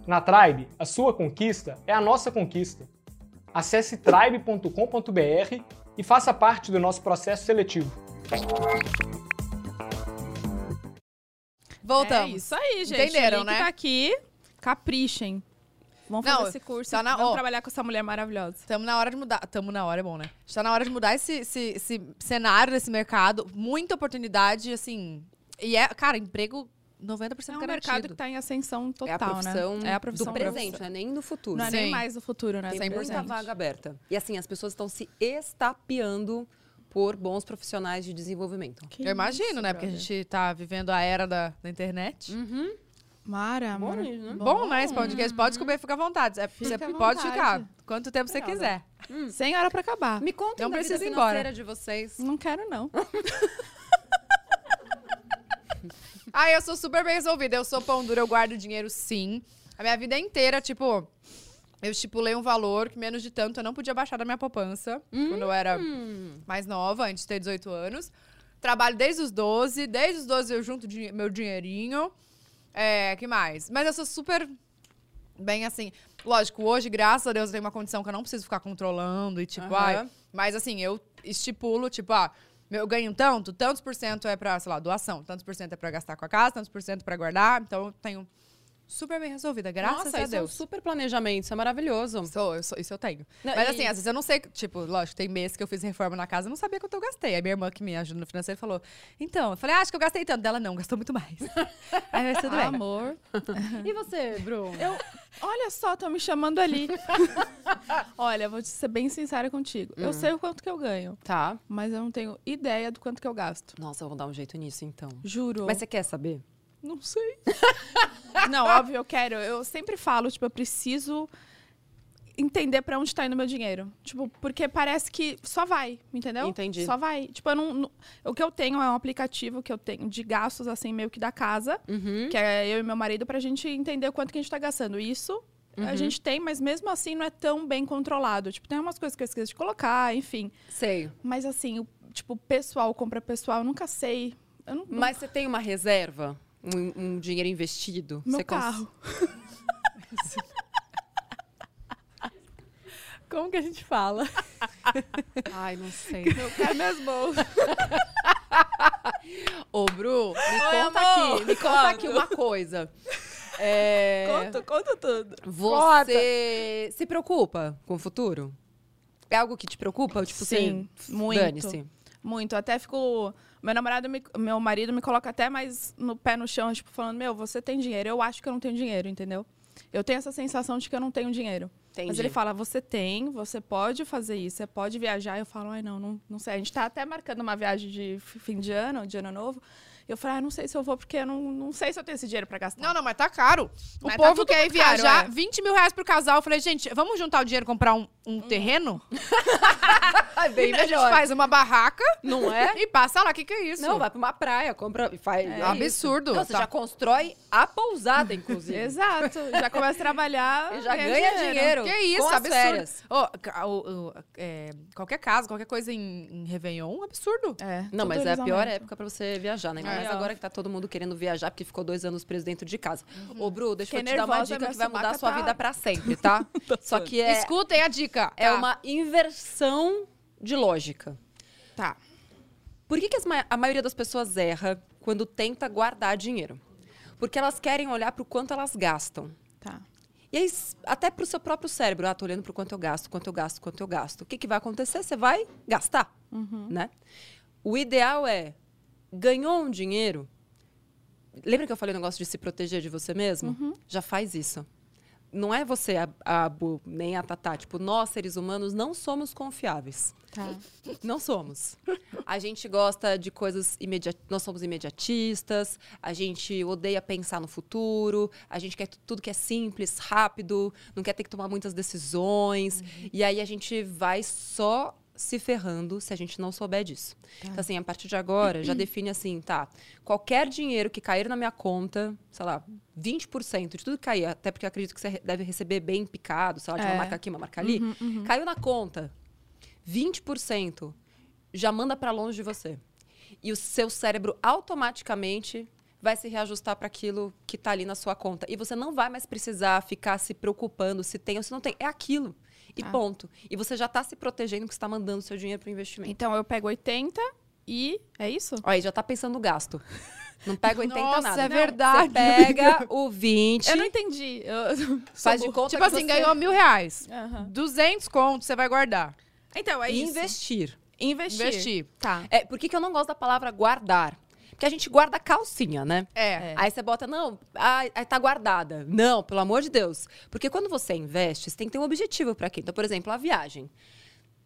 D: Na Tribe, a sua conquista é a nossa conquista. Acesse tribe.com.br e faça parte do nosso processo seletivo.
A: Voltamos.
B: É isso aí, gente.
A: Entenderam,
B: O link
A: né?
B: Tá aqui. Caprichem. Vamos
A: Não,
B: fazer esse curso.
A: tá na-
B: Vamos
A: ó.
B: trabalhar com essa mulher maravilhosa.
A: Tamo na hora de mudar. Tamo na hora, é bom, né? Está na hora de mudar esse, esse, esse cenário desse mercado. Muita oportunidade, assim. E é, cara, emprego 90%
B: É um mercado
A: garantido.
B: que tá em ascensão total,
C: é a profissão,
B: né? É a profissão
C: do presente,
B: profissão.
C: né? Nem do futuro.
B: Não é nem
A: Sim.
B: mais o futuro, né?
C: Tem
A: Sempre
C: muita
A: presente.
C: vaga aberta. E assim, as pessoas estão se estapeando por bons profissionais de desenvolvimento.
B: Que
A: Eu imagino,
B: isso,
A: né? Porque a
B: brother.
A: gente tá vivendo a era da, da internet.
B: Mara,
C: Bom,
B: mara.
C: né?
A: Bom, né? Esse podcast pode comer, fica à vontade. É, você
B: à
A: pode
B: vontade.
A: ficar quanto tempo você
C: Brava.
A: quiser.
B: Sem hora pra acabar.
C: Me contem
A: Não
C: da vida
A: precisa ir
C: financeira
A: embora.
C: de vocês.
B: Não quero, não.
A: Ah, eu sou super bem resolvida. Eu sou pão duro, eu guardo dinheiro sim. A minha vida inteira, tipo, eu estipulei um valor que menos de tanto eu não podia baixar da minha poupança quando eu era
C: Hum.
A: mais nova, antes de ter 18 anos. Trabalho desde os 12, desde os 12 eu junto dinhe- meu dinheirinho. É, que mais? Mas eu sou super bem assim. Lógico, hoje, graças a Deus, eu tenho uma condição que eu não preciso ficar controlando e tipo,
C: Aham.
A: ai. Mas assim, eu estipulo, tipo, ah, eu ganho tanto, tantos por cento é pra, sei lá, doação, tantos por cento é pra gastar com a casa, tantos por cento pra guardar. Então eu tenho super bem resolvida, graças
C: Nossa,
A: a
C: isso é um
A: Deus.
C: super planejamento, isso é maravilhoso.
A: Sou, eu sou- isso eu tenho.
C: Não,
A: Mas
C: e-
A: assim, às vezes eu não sei, tipo, lógico, tem meses que eu fiz reforma na casa, eu não sabia quanto eu gastei. Aí minha irmã que me ajuda no financeiro falou: "Então, eu falei: ah, "Acho que eu gastei tanto dela não, gastou muito mais". Aí mas tudo bem.
B: Amor.
A: E você, Bruno?
B: Eu, olha só, tô me chamando ali. olha, vou te ser bem sincera contigo.
A: Hum.
B: Eu sei o quanto que eu ganho,
C: Tá.
B: mas eu não tenho ideia do quanto que eu gasto.
C: Nossa, eu vou dar um jeito nisso então.
B: Juro.
C: Mas você quer saber?
B: Não sei. não, óbvio, eu quero. Eu sempre falo, tipo, eu preciso entender pra onde tá indo meu dinheiro. Tipo, porque parece que só vai, entendeu?
C: Entendi.
B: Só vai. Tipo, eu não, não- o que eu tenho é um aplicativo que eu tenho de gastos assim meio que da casa,
C: Uhum.
B: que é eu e meu marido pra gente entender o quanto que a gente tá gastando. Isso
C: Uhum.
B: a gente tem, mas mesmo assim não é tão bem controlado. Tipo, tem umas coisas que eu esqueço de colocar, enfim.
C: Sei.
B: Mas assim, o, tipo, pessoal, compra pessoal, eu nunca sei. Eu não,
C: Mas você tem uma reserva? Um, um dinheiro investido?
B: meu
C: Você cons-
B: carro.
A: Como que a gente fala?
C: Ai, não sei.
B: Meu carro é mesmo.
C: Ô, Bru, me
B: Oi,
C: conta
B: amor.
C: aqui, me conta aqui uma coisa. É,
B: Conta, conta tudo.
C: Você se preocupa com o futuro? É algo que te preocupa? Tipo,
B: Sim,
C: você...
B: muito.
C: Dane-se.
B: Muito. Até fico. Meu namorado, me- meu marido me coloca até mais no pé no chão, tipo, falando: Meu, você tem dinheiro. Eu acho que eu não tenho dinheiro, entendeu? Eu tenho essa sensação de que eu não tenho dinheiro. Mas ele fala: Você tem, você pode fazer isso, você pode viajar. Eu falo: Ai, não, não, não sei. A gente tá até marcando uma viagem de f- fim de ano, de ano novo. Eu falo: Ah, não sei se eu vou, porque eu não, não sei se eu tenho esse dinheiro pra gastar.
A: Não, não, mas tá caro. O
B: Mas tá
A: povo
B: tudo
A: quer ir
B: muito caro,
A: viajar,
B: é.
A: 20 mil reais pro casal. Eu falei, gente, vamos juntar o dinheiro e comprar um, um terreno?
C: é bem
A: A gente faz uma barraca
C: Não é?
A: e passa lá. O que, que é isso?
C: Não, vai pra uma praia, compra e faz.
A: É absurdo.
C: Não, você
A: Tá.
C: já constrói a pousada, inclusive.
B: Exato. Já começa a trabalhar.
C: E já ganha dinheiro.
A: Que isso,
C: com as
A: absurdo.
C: férias.
A: Ô, ca- o- o- é, qualquer casa, qualquer coisa em, em Réveillon, um absurdo.
B: É,
C: Não,
B: tudo
C: mas é
B: eles
C: a pior
B: aumentam.
C: época pra você viajar, né? Ainda
B: É.
C: mais agora que tá todo mundo querendo viajar, porque ficou dois anos preso dentro de casa. Ô, Bru, deixa
B: Uhum. Fiquei
C: eu te dar uma
B: nervosa,
C: dica
B: minha
C: que vai mudar a
B: subaca
C: sua
B: tá-
C: vida pra sempre, tá? Só que é,
A: Escutem a dica.
C: é
A: tá?
C: uma inversão de lógica.
B: Tá.
C: Por que, que as ma- a maioria das pessoas erra quando tenta guardar dinheiro? Porque elas querem olhar pro quanto elas gastam.
B: Tá.
C: E aí, s- até pro seu próprio cérebro, ah, tô olhando pro quanto eu gasto, quanto eu gasto, quanto eu gasto. O que, que vai acontecer? Você vai gastar, né? O ideal é, ganhou um dinheiro... Lembra que eu falei o negócio de se proteger de você mesmo? Já faz isso. não é você, a, a Bu, nem a Tatá. Tipo, nós, seres humanos, não somos confiáveis.
B: Tá.
C: Não somos. A gente gosta de coisas imediatas. Nós somos imediatistas, a gente odeia pensar no futuro, a gente quer tu- tudo que é simples, rápido, não quer ter que tomar muitas decisões. E aí a gente vai só se ferrando se a gente não souber disso. Então, assim, a partir de agora, já define assim, tá? Qualquer dinheiro que cair na minha conta, sei lá, 20% de tudo que cair, até porque eu acredito que você re- deve receber bem picado, sei lá, de uma
B: É.
C: marca aqui, uma marca ali. Caiu na conta, 20% já manda para longe de você. E o seu cérebro automaticamente vai se reajustar para aquilo que tá ali na sua conta. E você não vai mais precisar ficar se preocupando se tem ou se não tem. É aquilo. E
B: Tá.
C: ponto. E você já tá se protegendo porque você está mandando seu dinheiro pro investimento.
B: Então eu pego 80 e. É isso?
C: Olha, aí já tá pensando no gasto. Não pega 80
A: Nossa,
C: nada. né?
A: é verdade.
C: Você pega o 20.
B: Eu não entendi. Eu...
C: Faz de
B: Sou burra.
C: conta
A: Tipo
C: que
A: assim,
C: você...
A: ganhou mil reais.
B: Aham.
A: 200 contos você vai guardar.
B: Então, é
C: E
B: isso.
C: investir.
B: Investir.
A: Investir.
B: Tá.
C: É, por que, que eu não gosto da palavra guardar? Porque a gente guarda calcinha, né?
A: É.
C: Aí você bota, não, ai, ai, tá guardada. Não, pelo amor de Deus. Porque quando você investe, você tem que ter um objetivo para aquilo. Então, por exemplo, a viagem.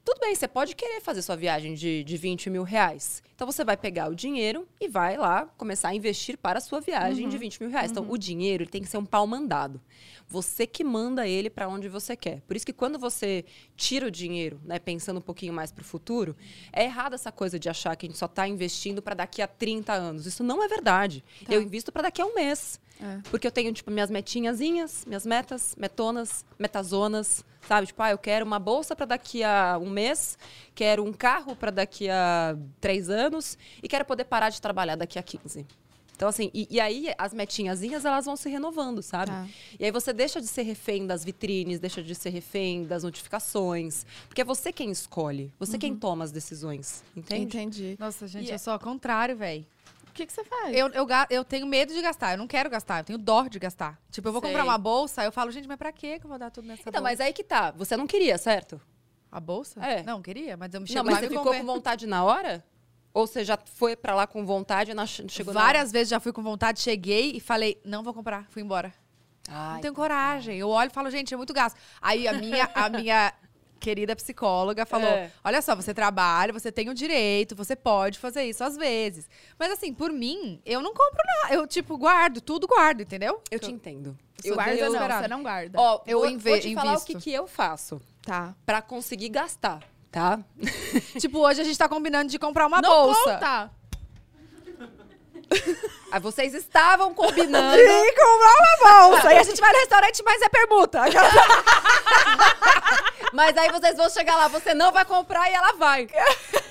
C: Tudo bem, você pode querer fazer sua viagem de, de 20 mil reais. Então, você vai pegar o dinheiro e vai lá começar a investir para a sua viagem de 20 mil reais. Então, o dinheiro ele tem que ser um pau mandado. Você que manda ele para onde você quer. Por isso que quando você tira o dinheiro, né, pensando um pouquinho mais para o futuro, é errada essa coisa de achar que a gente só está investindo para daqui a 30 anos. Isso não é verdade. Eu invisto para daqui a um mês.
B: É.
C: Porque eu tenho, tipo, minhas metinhazinhas, minhas metas, metonas, metazonas, sabe? Tipo, ah, eu quero uma bolsa para daqui a um mês, quero um carro para daqui a três anos e quero poder parar de trabalhar daqui a 15. Então, assim, e, e aí as metinhazinhas, elas vão se renovando, sabe?
B: Tá.
C: E aí você deixa de ser refém das vitrines, deixa de ser refém das notificações. Porque é você quem escolhe, você quem toma as decisões, entende?
B: Uhum. Entendi.
A: Nossa, gente,
B: E
A: eu
B: é-
A: sou ao contrário, velho.
B: O que, que você
C: É.
B: faz?
A: Eu, eu, ga- eu tenho medo de gastar, eu não quero gastar, eu tenho dó de gastar. Tipo, eu vou
C: Sei.
A: comprar uma bolsa, eu falo, gente, mas pra quê que eu vou dar tudo nessa
C: Então,
A: bolsa?
C: mas aí que tá. Você não queria, certo?
A: A bolsa?
C: É.
A: Não, queria, mas eu me
C: não,
A: chego
C: mas
A: lá
C: você
A: e me
C: ficou
A: conven-
C: com vontade na hora? Ou você já foi pra lá com vontade e não ach- chegou na hora?
A: Várias vezes já fui com vontade, cheguei e falei, não vou comprar, fui embora. não
C: Ai,
B: Então,
A: tenho coragem. Eu olho e falo, gente, é muito gasto. Aí a minha, a minha querida psicóloga falou:
C: É.
A: olha só, você trabalha, você tem o direito, você pode fazer isso às vezes. Mas assim, por mim, eu não compro nada. Eu, tipo, guardo, tudo guardo, entendeu?
C: eu te entendo.
A: Eu
B: guarda,
A: dei- eu-
B: não.
A: esperava.
B: Você não guarda.
C: Ó,
A: eu
C: vou, vou
A: inve-
C: te falar o que,
A: invisto.
C: que eu faço
B: Tá.
C: pra conseguir gastar, tá?
A: tipo, hoje a gente tá combinando de comprar uma
B: não
A: bolsa.
B: conta!
C: Aí Ah, vocês estavam combinando.
A: E comprar uma bolsa. e a gente vai no restaurante, mas é permuta.
C: Mas aí vocês vão chegar lá, você não vai comprar e ela vai.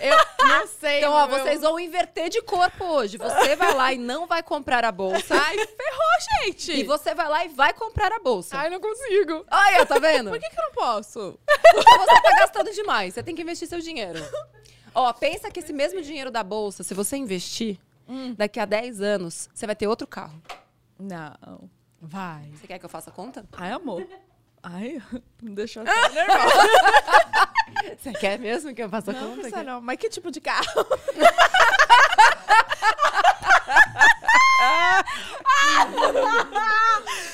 C: Eu-
B: Não sei.
C: então, ó,
B: meu.
C: vocês vão inverter de corpo hoje. Você vai lá e não vai comprar a bolsa.
B: Ai, ferrou, gente!
C: E você vai lá e vai comprar a bolsa.
B: Ai, não consigo.
C: Olha, tá vendo?
B: Por que, que eu não posso?
C: Você tá gastando demais. Você tem que investir seu dinheiro. Ó, pensa que esse mesmo dinheiro da bolsa, se você investir, daqui a 10 anos, você vai ter outro carro.
B: Não.
A: Vai.
C: Você quer que eu faça a conta?
B: Ai, amor. Ai, me deixou até nervosa.
C: Você quer mesmo que eu faça a
B: Não,
C: conta?
B: não, não. Mas que tipo de carro?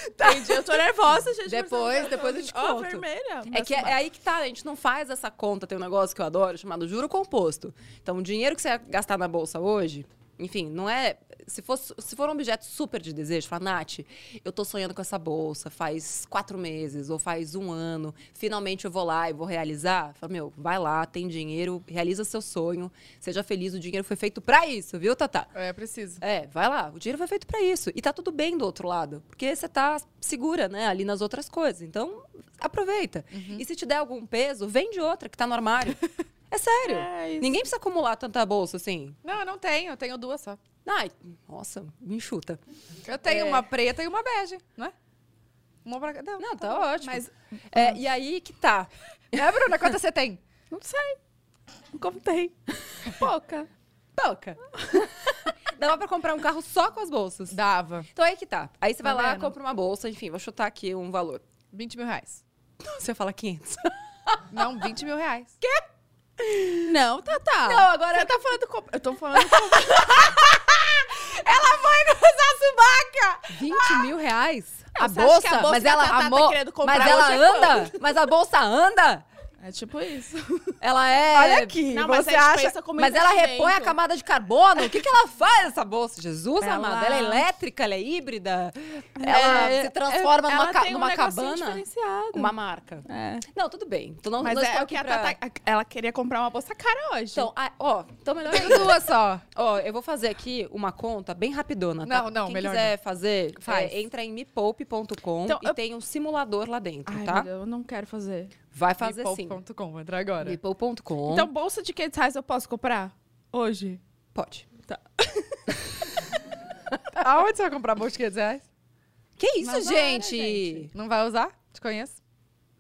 B: Entendi, eu tô nervosa, gente.
C: Depois, depois eu te
B: Ó,
C: conto.
B: vermelha.
C: É que é, é aí que tá, a gente não faz essa conta. Tem um negócio que eu adoro chamado juro composto. Então, o dinheiro que você ia gastar na bolsa hoje, enfim, não é. Se, fosse, se for um objeto super de desejo, fala, Nath, eu tô sonhando com essa bolsa faz quatro meses ou faz um ano, finalmente eu vou lá e vou realizar. Fala, meu, vai lá, tem dinheiro, realiza seu sonho, seja feliz, o dinheiro foi feito pra isso, viu, Tatá?
A: É, preciso.
C: É, vai lá, o dinheiro foi feito pra isso. E tá tudo bem do outro lado, porque você tá segura, né, ali nas outras coisas. Então, aproveita.
B: Uhum.
C: E se te der algum peso, vende outra que tá no armário. é sério.
B: É isso.
C: Ninguém precisa acumular tanta bolsa assim.
A: Não, eu não tenho, eu tenho duas só.
C: Ai, nossa, me enxuta.
A: Eu tenho
B: É.
A: uma preta e uma bege, não é? Uma pra cada. um.
C: Não, tá ótimo.
B: Mas-
C: É, e aí que tá.
A: Né, Bruna? Quantas você tem?
B: Não sei. Não contei. Pouca.
C: Toca. Dava pra comprar um carro só com as bolsas.
A: Dava.
C: Então aí que tá. Aí você
B: Tá
C: vai lá,
B: vendo?
C: compra uma bolsa, enfim, vou chutar aqui um valor. Então,
A: 20 mil reais.
C: Você fala 500.
A: Não, 20 mil reais.
B: Não, tá, tá.
C: Não, agora-
B: Você tá falando. Com... Eu tô falando. Com...
C: 20 mil reais?
A: A
B: Ah! você acha que
A: bolsa,
B: a bolsa
A: mas
B: que a
A: ela
B: Tatá tá
A: amor,
B: querendo comprar
A: mas ela
B: hoje é
A: anda, mas a bolsa anda.
B: É tipo isso.
A: Ela é
E: Olha aqui,
B: Não, mas
E: você
B: a gente
E: acha...
B: pensa como
A: Mas ela
B: investimento.
A: repõe a camada de carbono? O que, que ela faz essa bolsa? Jesus
B: Ela-
A: amado, ela é elétrica, ela é híbrida, ela
B: É,
A: se transforma
B: é,
A: numa,
B: ela
A: ca-
B: tem um
A: numa
B: negocinho
A: cabana,
B: diferenciado.
A: uma marca.
B: É.
C: Não, tudo bem.
A: Então
C: Tu não,
B: Mas
C: não
B: é,
C: estou
B: o que
C: aqui
B: a
C: pra-
B: Tata... Ela queria comprar uma bolsa cara hoje.
C: Então, ah, ó, então melhor
A: Tem duas só.
C: Ó, eu vou fazer aqui uma conta bem rapidona, tá?
A: Não, não,
C: Quem
A: melhor
C: quiser fazer,
A: Faz.
C: é, entra em mepoupe.com
B: Então,
C: e
B: eu-
C: tem um simulador lá dentro,
B: Ai,
C: tá?
B: meu Deus, eu não quero fazer.
C: Vai fazer sim.
A: Mepoupe.com, vou entrar agora.
C: Mepoupe.com.
B: Então, bolsa de 500 reais eu posso comprar? Hoje?
C: pode.
A: Aonde você vai comprar bolsa de 500 reais?
C: Que isso,
B: Mas não era,
C: gente?
B: gente.
A: Não vai usar? Te conheço.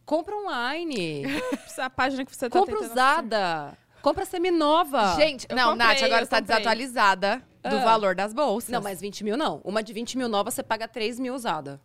C: Compra online.
B: A página que você tá
C: compra
B: tentando-
C: usada. Compra seminova.
A: Ah. Gente,
B: eu
A: não,
B: comprei,
A: Nath, agora
B: eu
A: você tá
B: comprei.
A: desatualizada do
C: Ah.
A: valor das bolsas.
C: Não, mas 20 mil não. Uma de 20 mil nova, você paga 3 mil usada.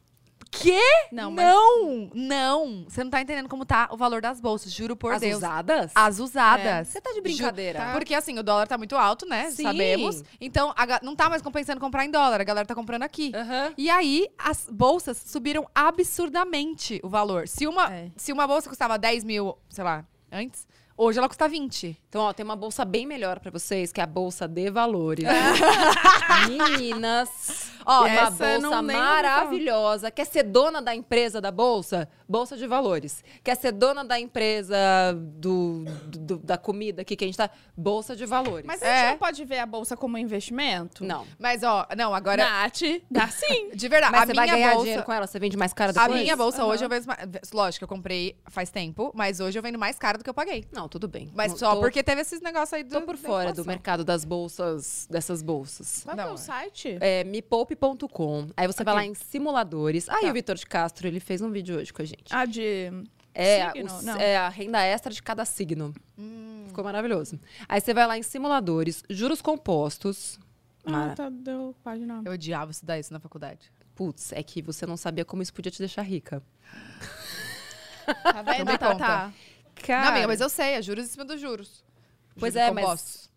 A: Quê?
B: Não,
A: Não,
B: mas-
A: não, Você não tá entendendo como tá o valor das bolsas, juro por
C: As
A: Deus.
C: usadas?
A: As usadas.
C: Você tá de brincadeira.
B: Ah, Ju- tá.
A: Porque assim, o dólar tá muito alto, né?
C: Sim.
A: Sabemos. Então, a ga- não tá mais compensando comprar em dólar, a galera tá comprando aqui.
C: Aham.
A: E aí, as bolsas subiram absurdamente o valor. Se uma,
B: É.
A: se uma bolsa custava 10 mil, sei lá, antes, hoje ela custa 20.
C: Então, ó, tem uma bolsa bem melhor pra vocês, que é a bolsa de valores. Meninas, ó, uma
B: Essa eu não-
C: bolsa
B: nem ouvi falar.
C: maravilhosa. Quer ser dona da empresa da bolsa? Bolsa de valores. Quer ser dona da empresa do, do- da comida aqui que a gente tá? Bolsa de valores.
B: Mas a gente
A: É.
B: não pode ver a bolsa como um investimento?
C: não.
A: Mas, ó, não, agora.
B: Nath, dá sim.
A: De verdade,
C: Mas
A: a
C: você
A: minha
C: vai ganhar
A: bolsa.
C: dinheiro com ela? Você vende mais cara
A: A
C: depois?
A: minha bolsa
B: Aham.
A: hoje eu vejo mais. Lógico, eu comprei faz tempo, mas hoje eu vendo mais caro do que eu paguei.
C: Não, tudo bem.
A: Mas
C: Não,
A: só
C: tô-
A: porque teve esses negócios aí do.
C: Tô por
A: da
C: fora do
A: inflação.
C: mercado das bolsas, dessas bolsas.
B: Qual
A: Não,
B: que é
A: é.
B: o site?
C: É mepoupe.com. Aí você vai
B: Ok.
C: lá em simuladores. Aí
A: Tá.
C: o Vitor de Castro, ele fez um vídeo hoje com a gente.
B: Ah, de...
C: É,
B: signo?
C: os-
B: Não. Hum.
C: é a renda extra de cada signo. Ficou maravilhoso. Aí você vai lá em simuladores, juros compostos.
B: Ah,
C: Mara-
B: tá, deu página.
A: Eu odiava estudar isso na faculdade.
C: Putz, é que você não sabia como isso podia te deixar rica.
B: Tá vendo,
A: Então me
B: Tatá?
A: conta.
C: Cara,
A: Não, amiga, mas eu sei, é juros em cima do juros.
C: Pois
A: Juros
C: é, mas-
A: compostos.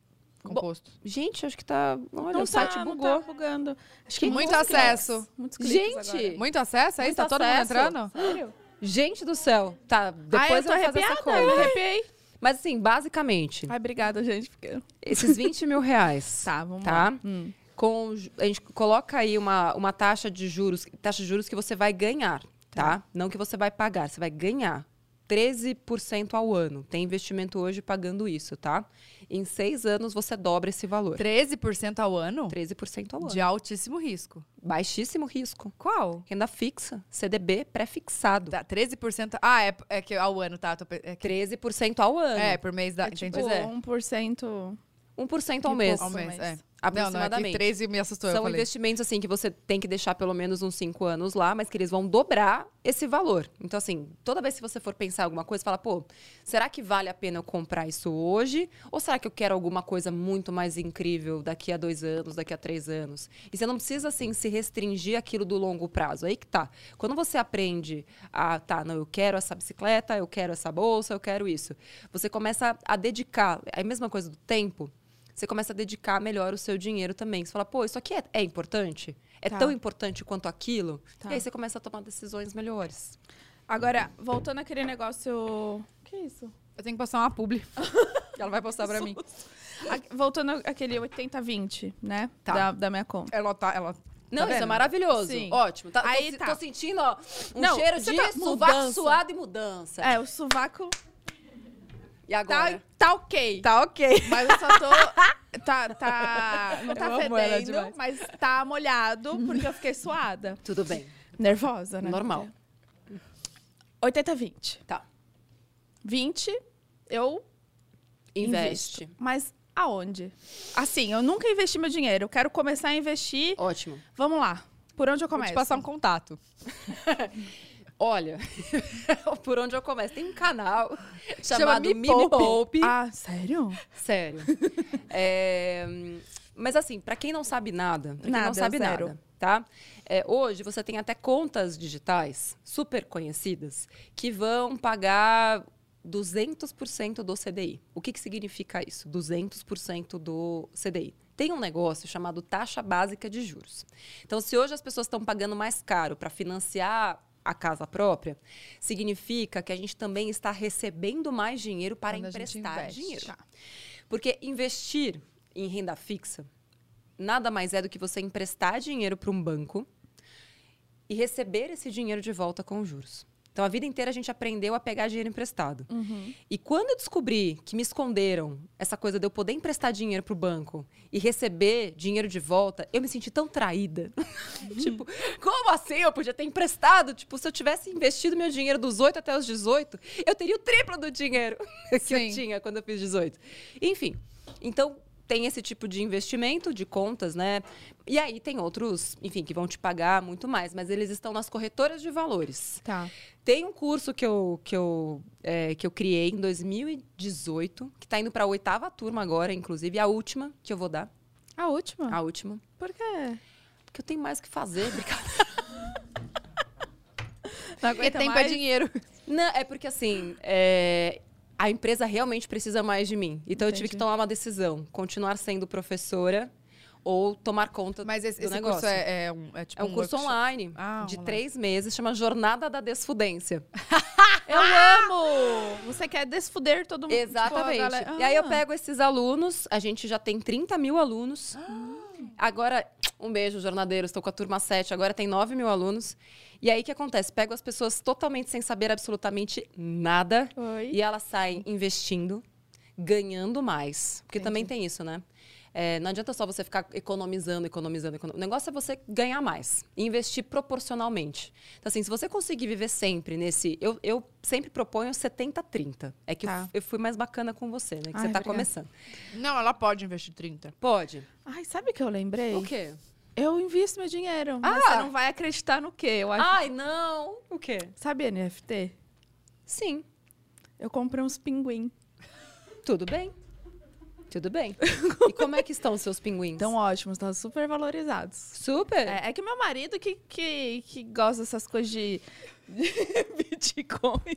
A: Composto.
C: gente, acho que tá. Olha,
B: Não
C: o site
B: tá, não
C: bugou.
B: tá bugando. Acho
A: Que muito
B: muitos
A: acesso.
B: cliques, Muitos cliques
C: gente,
B: agora.
A: Muito acesso aí?
C: Muito
A: tá todo
C: acesso.
A: mundo entrando?
B: Sério?
C: gente do céu. Tá, depois
B: tá. Ai, eu tô
C: vou fazer essa
B: arrepiada. Eu
C: conta.
B: arrepiei.
C: Mas assim, basicamente,
B: Ai, obrigada, gente. Porque...
C: esses 20 mil reais.
B: Tá, vamos
C: Tá?
B: lá. Hum.
C: com ju- a gente coloca aí uma, uma taxa de juros, taxa de juros que você vai ganhar, tá? Não que você vai pagar, você vai ganhar 13% ao ano. Tem investimento hoje pagando isso, tá? Em seis anos você dobra esse valor.
A: 13% ao ano?
C: 13% ao ano.
A: De altíssimo risco.
C: Baixíssimo risco.
A: Qual?
C: Renda fixa, CDB pré-fixado.
A: Tá, 13%. Ah, é, é que ao ano, tá? tô pe- é, que-
C: 13% ao ano.
A: é, por mês da.
B: É tipo
A: entendi.
B: 1%.
C: 1%
B: E
C: ao mês.
A: Ao
B: pouco.
A: mês, é. Não, não, é que
C: Aproximadamente.
A: 13 me assustou, eu
C: São
A: falei.
C: investimentos assim que você tem que deixar pelo menos uns 5 anos lá, mas que eles vão dobrar esse valor. Então assim, toda vez que você for pensar em alguma coisa, fala, pô, será que vale a pena eu comprar isso hoje? Ou será que eu quero alguma coisa muito mais incrível daqui a dois anos, daqui a três anos? E você não precisa assim se restringir aquilo do longo prazo. Aí que tá. Quando você aprende a, tá, não, eu quero essa bicicleta, eu quero essa bolsa, eu quero isso. Você começa a dedicar. É a mesma coisa do tempo você começa a dedicar melhor o seu dinheiro também. Você fala, pô, isso aqui é, é importante? É
B: Tá.
C: tão importante quanto aquilo?
B: Tá.
C: E aí você começa a tomar decisões melhores.
B: Agora, voltando àquele negócio... Que isso?
A: Eu tenho que postar uma publi. Ela vai postar pra mim.
B: A- Voltando àquele 80-20, né?
A: Tá.
B: Da, da minha conta.
A: Ela tá. Ela...
C: Não, isso é
A: vendo?
C: maravilhoso.
B: Sim.
C: Ótimo. Tá,
B: Aí
C: tô, se-
B: tá.
C: tô sentindo ó, um
B: Não,
C: cheiro
B: você
C: de
B: tá-
C: sovaco
B: mudança.
C: suado e mudança.
B: É, o sovaco
C: E agora?
B: tá, tá ok.
A: Tá ok.
B: Mas eu só tô. Tá, tá. Não tá
A: Eu amo ela
B: fedendo,
A: demais.
B: mas tá molhado porque eu fiquei suada.
C: Tudo bem.
B: Nervosa, né?
C: Normal.
B: 80-20.
C: Tá.
B: 20, eu
C: Investe.
B: invisto. Mas aonde? Assim, eu nunca investi meu dinheiro. Eu quero começar a investir.
C: Ótimo.
B: Vamos lá. Por onde eu
A: Vou
B: começo?
A: te passar um contato.
C: Olha, por onde eu começo? Tem um canal
A: Chama
C: chamado
A: Me
C: Me
A: Poupe.
C: Poupe.
B: Ah, sério?
C: Sério. É, mas assim, pra quem não sabe nada, pra quem
B: Nada,
C: não sabe
B: zero.
C: nada, tá? É, hoje você tem até contas digitais super conhecidas que vão pagar 200% do CDI. O que, que significa isso? 200% do CDI. Tem um negócio chamado taxa básica de juros. Então, se hoje as pessoas estão pagando mais caro para financiar a casa própria, significa que a gente também está recebendo mais dinheiro para
A: Quando a gente
C: emprestar
A: investe. Tá.
C: dinheiro. Porque investir em renda fixa nada mais é do que você emprestar dinheiro para um banco e receber esse dinheiro de volta com juros. Então, a vida inteira a gente aprendeu a pegar dinheiro emprestado. E quando eu descobri que me esconderam essa coisa de eu poder emprestar dinheiro pro banco e receber dinheiro de volta, eu me senti tão traída. tipo, como assim eu podia ter emprestado? Tipo, se eu tivesse investido meu dinheiro dos 8 até os 18, eu teria o triplo do dinheiro que
A: Sim.
C: eu tinha quando eu fiz 18. Enfim, então tem esse tipo de investimento, de contas, né? E aí tem outros, enfim, que vão te pagar muito mais, mas eles estão nas corretoras de valores.
B: Tá.
C: Tem um curso que eu, que eu, é, que eu criei em 2018, que está indo para a oitava turma agora, inclusive, a última que eu vou dar.
B: A última?
C: A última.
B: Por quê?
C: Porque eu tenho mais o que fazer, brincadeira.
B: Não
A: Porque
B: aguenta
A: tempo é
B: mais?
A: dinheiro.
C: Não, é porque assim, é, a empresa realmente precisa mais de mim. Então eu tive que
B: Entendi.
C: tomar uma decisão: continuar sendo professora ou tomar conta.
A: Mas esse,
C: do
A: esse
C: negócio.
A: curso é, é um, é tipo
C: É um curso
A: workshop.
C: online
B: Ah,
C: de
B: online.
C: três meses, chama Jornada da Desfudência.
B: Eu amo! Você quer desfuder todo mundo. tipo, a
C: Ah! Exatamente.
B: galera-
C: E aí eu
B: Ah.
C: pego esses alunos, a gente já tem 30 mil alunos.
B: Ah.
C: Agora, um beijo, jornadeiros, estou com a turma 7, agora tem 9 mil alunos. E aí o que acontece? Pego as pessoas totalmente sem saber absolutamente nada
B: Oi.
C: e elas saem investindo, ganhando mais. Porque também tem isso, né? É, não adianta só você ficar economizando, economizando, economizando. O negócio é você ganhar mais e investir proporcionalmente. Então, assim, se você conseguir viver sempre nesse. Eu, eu sempre proponho 70-30. É que eu
B: Tá.
C: f- eu, fui mais bacana com você, né? Que você
B: Ai,
C: tá
B: obrigada.
C: começando.
A: Não, ela pode investir 30.
C: Pode.
B: Ai, sabe o que eu lembrei?
C: O quê?
B: Eu invisto meu dinheiro. Mas
C: Ah!
B: você não vai acreditar no quê? Eu acho.
C: Ai, não! O quê?
B: Sabe NFT?
C: Sim,
B: Eu comprei uns pinguim.
C: tudo bem. Tudo bem. E como é que estão os seus pinguins?
B: Então, ótimos, tá super valorizados.
C: Super!
B: É, é que meu marido que, que, que gosta dessas coisas de de Bitcoin.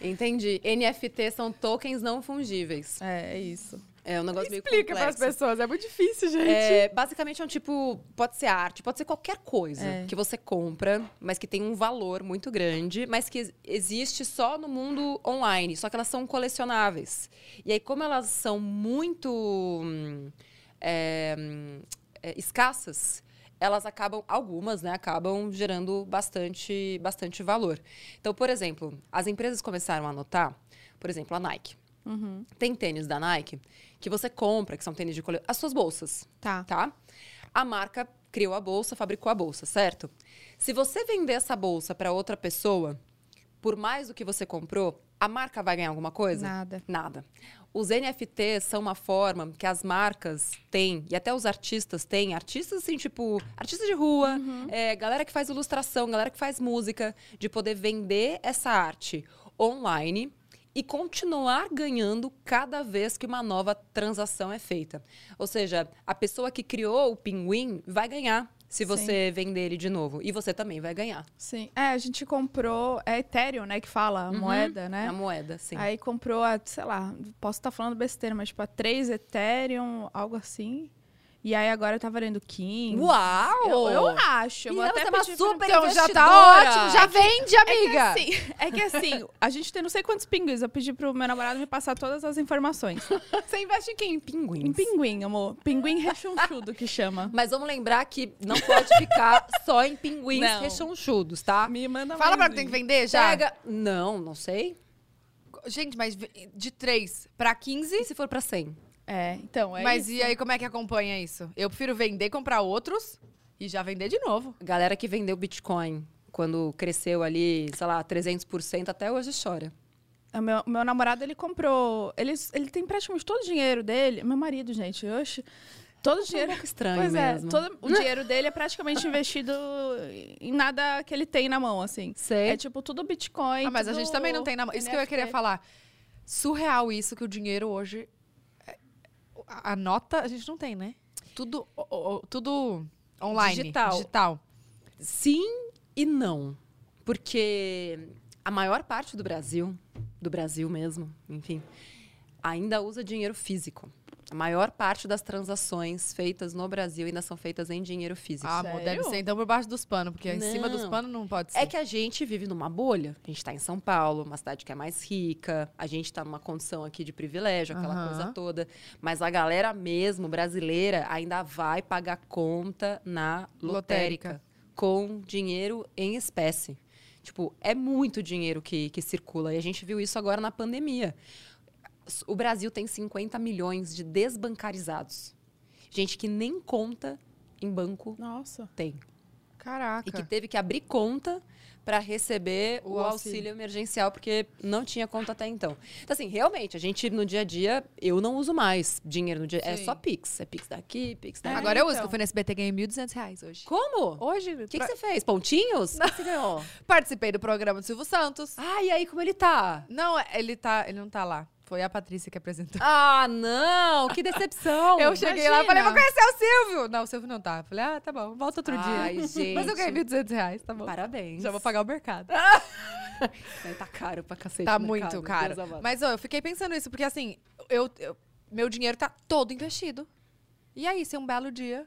C: Entendi. NFT são tokens não fungíveis.
B: É, é isso.
C: É um negócio meio
A: Explica para as
C: complexo. né?
A: pessoas, é muito difícil, gente.
C: É, basicamente é um tipo, pode ser arte, pode ser qualquer coisa
B: É.
C: que você compra, mas que tem um valor muito grande, mas que ex- existe só no mundo online, só que elas são colecionáveis. E aí, como elas são muito hum, é, hum, é, escassas, elas acabam, algumas, né, acabam gerando bastante, bastante valor. Então, por exemplo, as empresas começaram a notar, por exemplo, a Nike. Tem tênis da Nike que você compra, que são tênis de coleção, as suas bolsas
B: Tá.
C: tá? A marca criou a bolsa, fabricou a bolsa, certo? Se você vender essa bolsa para outra pessoa, por mais do que você comprou, a marca vai ganhar alguma coisa?
B: Nada.
C: Nada. Os NFTs são uma forma que as marcas têm, e até os artistas têm, artistas assim, tipo, artistas de rua,
B: Uhum.
C: é, galera que faz ilustração, galera que faz música, de poder vender essa arte online e continuar ganhando cada vez que uma nova transação é feita. Ou seja, a pessoa que criou o pinguim vai ganhar
B: Sim.
C: se você vender ele de novo. E você também vai ganhar.
B: Sim. É, a gente comprou. É Ethereum, né? Que fala, a
C: Uhum.
B: moeda, né?
C: A moeda, sim.
B: Aí comprou, a, sei lá, posso estar falando besteira, mas tipo, a 3 Ethereum, algo assim. E aí agora tá valendo 15.
C: Uau!
B: Eu, eu acho. Eu vou
C: Menina,
B: até
C: você é uma
B: pedir pra-
C: super
A: Então já tá
C: investidora.
A: ótimo, já vende, amiga.
B: Sim, é que assim, a gente tem não sei quantos pinguins. Eu pedi pro meu namorado me passar todas as informações.
C: Você investe em quem? Em
B: Em
C: pinguins.
B: pinguim, amor. Pinguim rechonchudo que chama.
C: Mas vamos lembrar que não pode ficar só em pinguins
B: Não.
C: rechonchudos, tá?
B: Me manda
A: Fala pra
B: mais
A: que
B: um.
A: tem que vender já.
C: Pega. Não, não sei.
A: Gente, mas ve- de 3 pra 15.
C: E se for pra 100?
B: É, então, é
A: mas
B: isso.
A: e aí, como é que acompanha isso? Eu prefiro vender, comprar outros e já vender de novo.
C: Galera que vendeu Bitcoin quando cresceu ali, sei lá, 300%, até hoje chora.
B: O meu, meu namorado, ele comprou... Ele, ele tem praticamente todo o dinheiro dele... Meu marido, gente, oxe. Todo o
C: É um
B: dinheiro...
C: pouco estranho
B: Pois
C: mesmo.
B: é, todo o dinheiro dele é praticamente investido em nada que ele tem na mão, assim.
C: Sei.
B: É tipo tudo Bitcoin.
A: Ah, mas a
B: tudo
A: gente também não tem na mão. Isso que eu ia querer
B: NFT.
A: falar. Surreal isso que o dinheiro hoje. é- A a nota a gente não tem, né? Tudo, o- o- o- tudo online.
C: Digital.
A: Digital.
C: Sim e não. Porque a maior parte do Brasil, do Brasil mesmo, enfim, ainda usa dinheiro físico. A maior parte das transações feitas no Brasil ainda são feitas em dinheiro físico.
A: Ah, amor, deve
B: Sério?
A: ser então por baixo dos panos, porque em cima dos
C: é Não.
A: panos não pode ser.
C: É que a gente vive numa bolha. A gente tá em São Paulo, uma cidade que é mais rica. A gente tá numa condição aqui de privilégio, aquela
A: Aham.
C: coisa toda. Mas a galera mesmo, brasileira, ainda vai pagar conta na lotérica.
A: Lotérica.
C: Com dinheiro em espécie. Tipo, é muito dinheiro que, que circula. E a gente viu isso agora na pandemia. S- O Brasil tem 50 milhões de desbancarizados. Gente que nem conta em banco
B: Nossa.
C: tem
A: Caraca.
C: e que teve que abrir conta para receber
A: O
C: o,
A: auxílio.
C: auxílio. emergencial, porque não tinha conta até então. Então, assim, realmente, a gente no dia a dia, eu não uso mais dinheiro no dia. É
A: Sim.
C: só Pix. É Pix daqui, Pix daqui.
A: Agora eu uso,
B: então.
A: que eu fui nesse BT ganhei 1.200 reais hoje.
C: Como?
A: Hoje,
C: O que, que você fez? Pontinhos? O que você ganhou?
A: participei do programa do Silvio Santos.
C: Ah, e aí, como ele tá?
A: Não, ele tá, ele não tá lá. Foi a Patrícia que apresentou.
C: Ah, não! Que decepção!
A: eu cheguei lá e falei,
B: imagina.
A: vou conhecer o Silvio. Não, o Silvio não tá. Falei, ah, tá bom, volta outro
C: Ai,
A: dia.
C: gente.
A: Mas eu ganhei 1.200 reais, tá bom.
C: Parabéns.
A: Já vou pagar o mercado.
C: Tá caro pra cacete.
A: Ah, Tá
C: o
A: muito
C: mercado,
A: caro.
C: Deus amado.
A: Mas ó, eu fiquei pensando isso, porque assim, eu, eu- meu dinheiro tá todo investido. E aí, se um belo dia.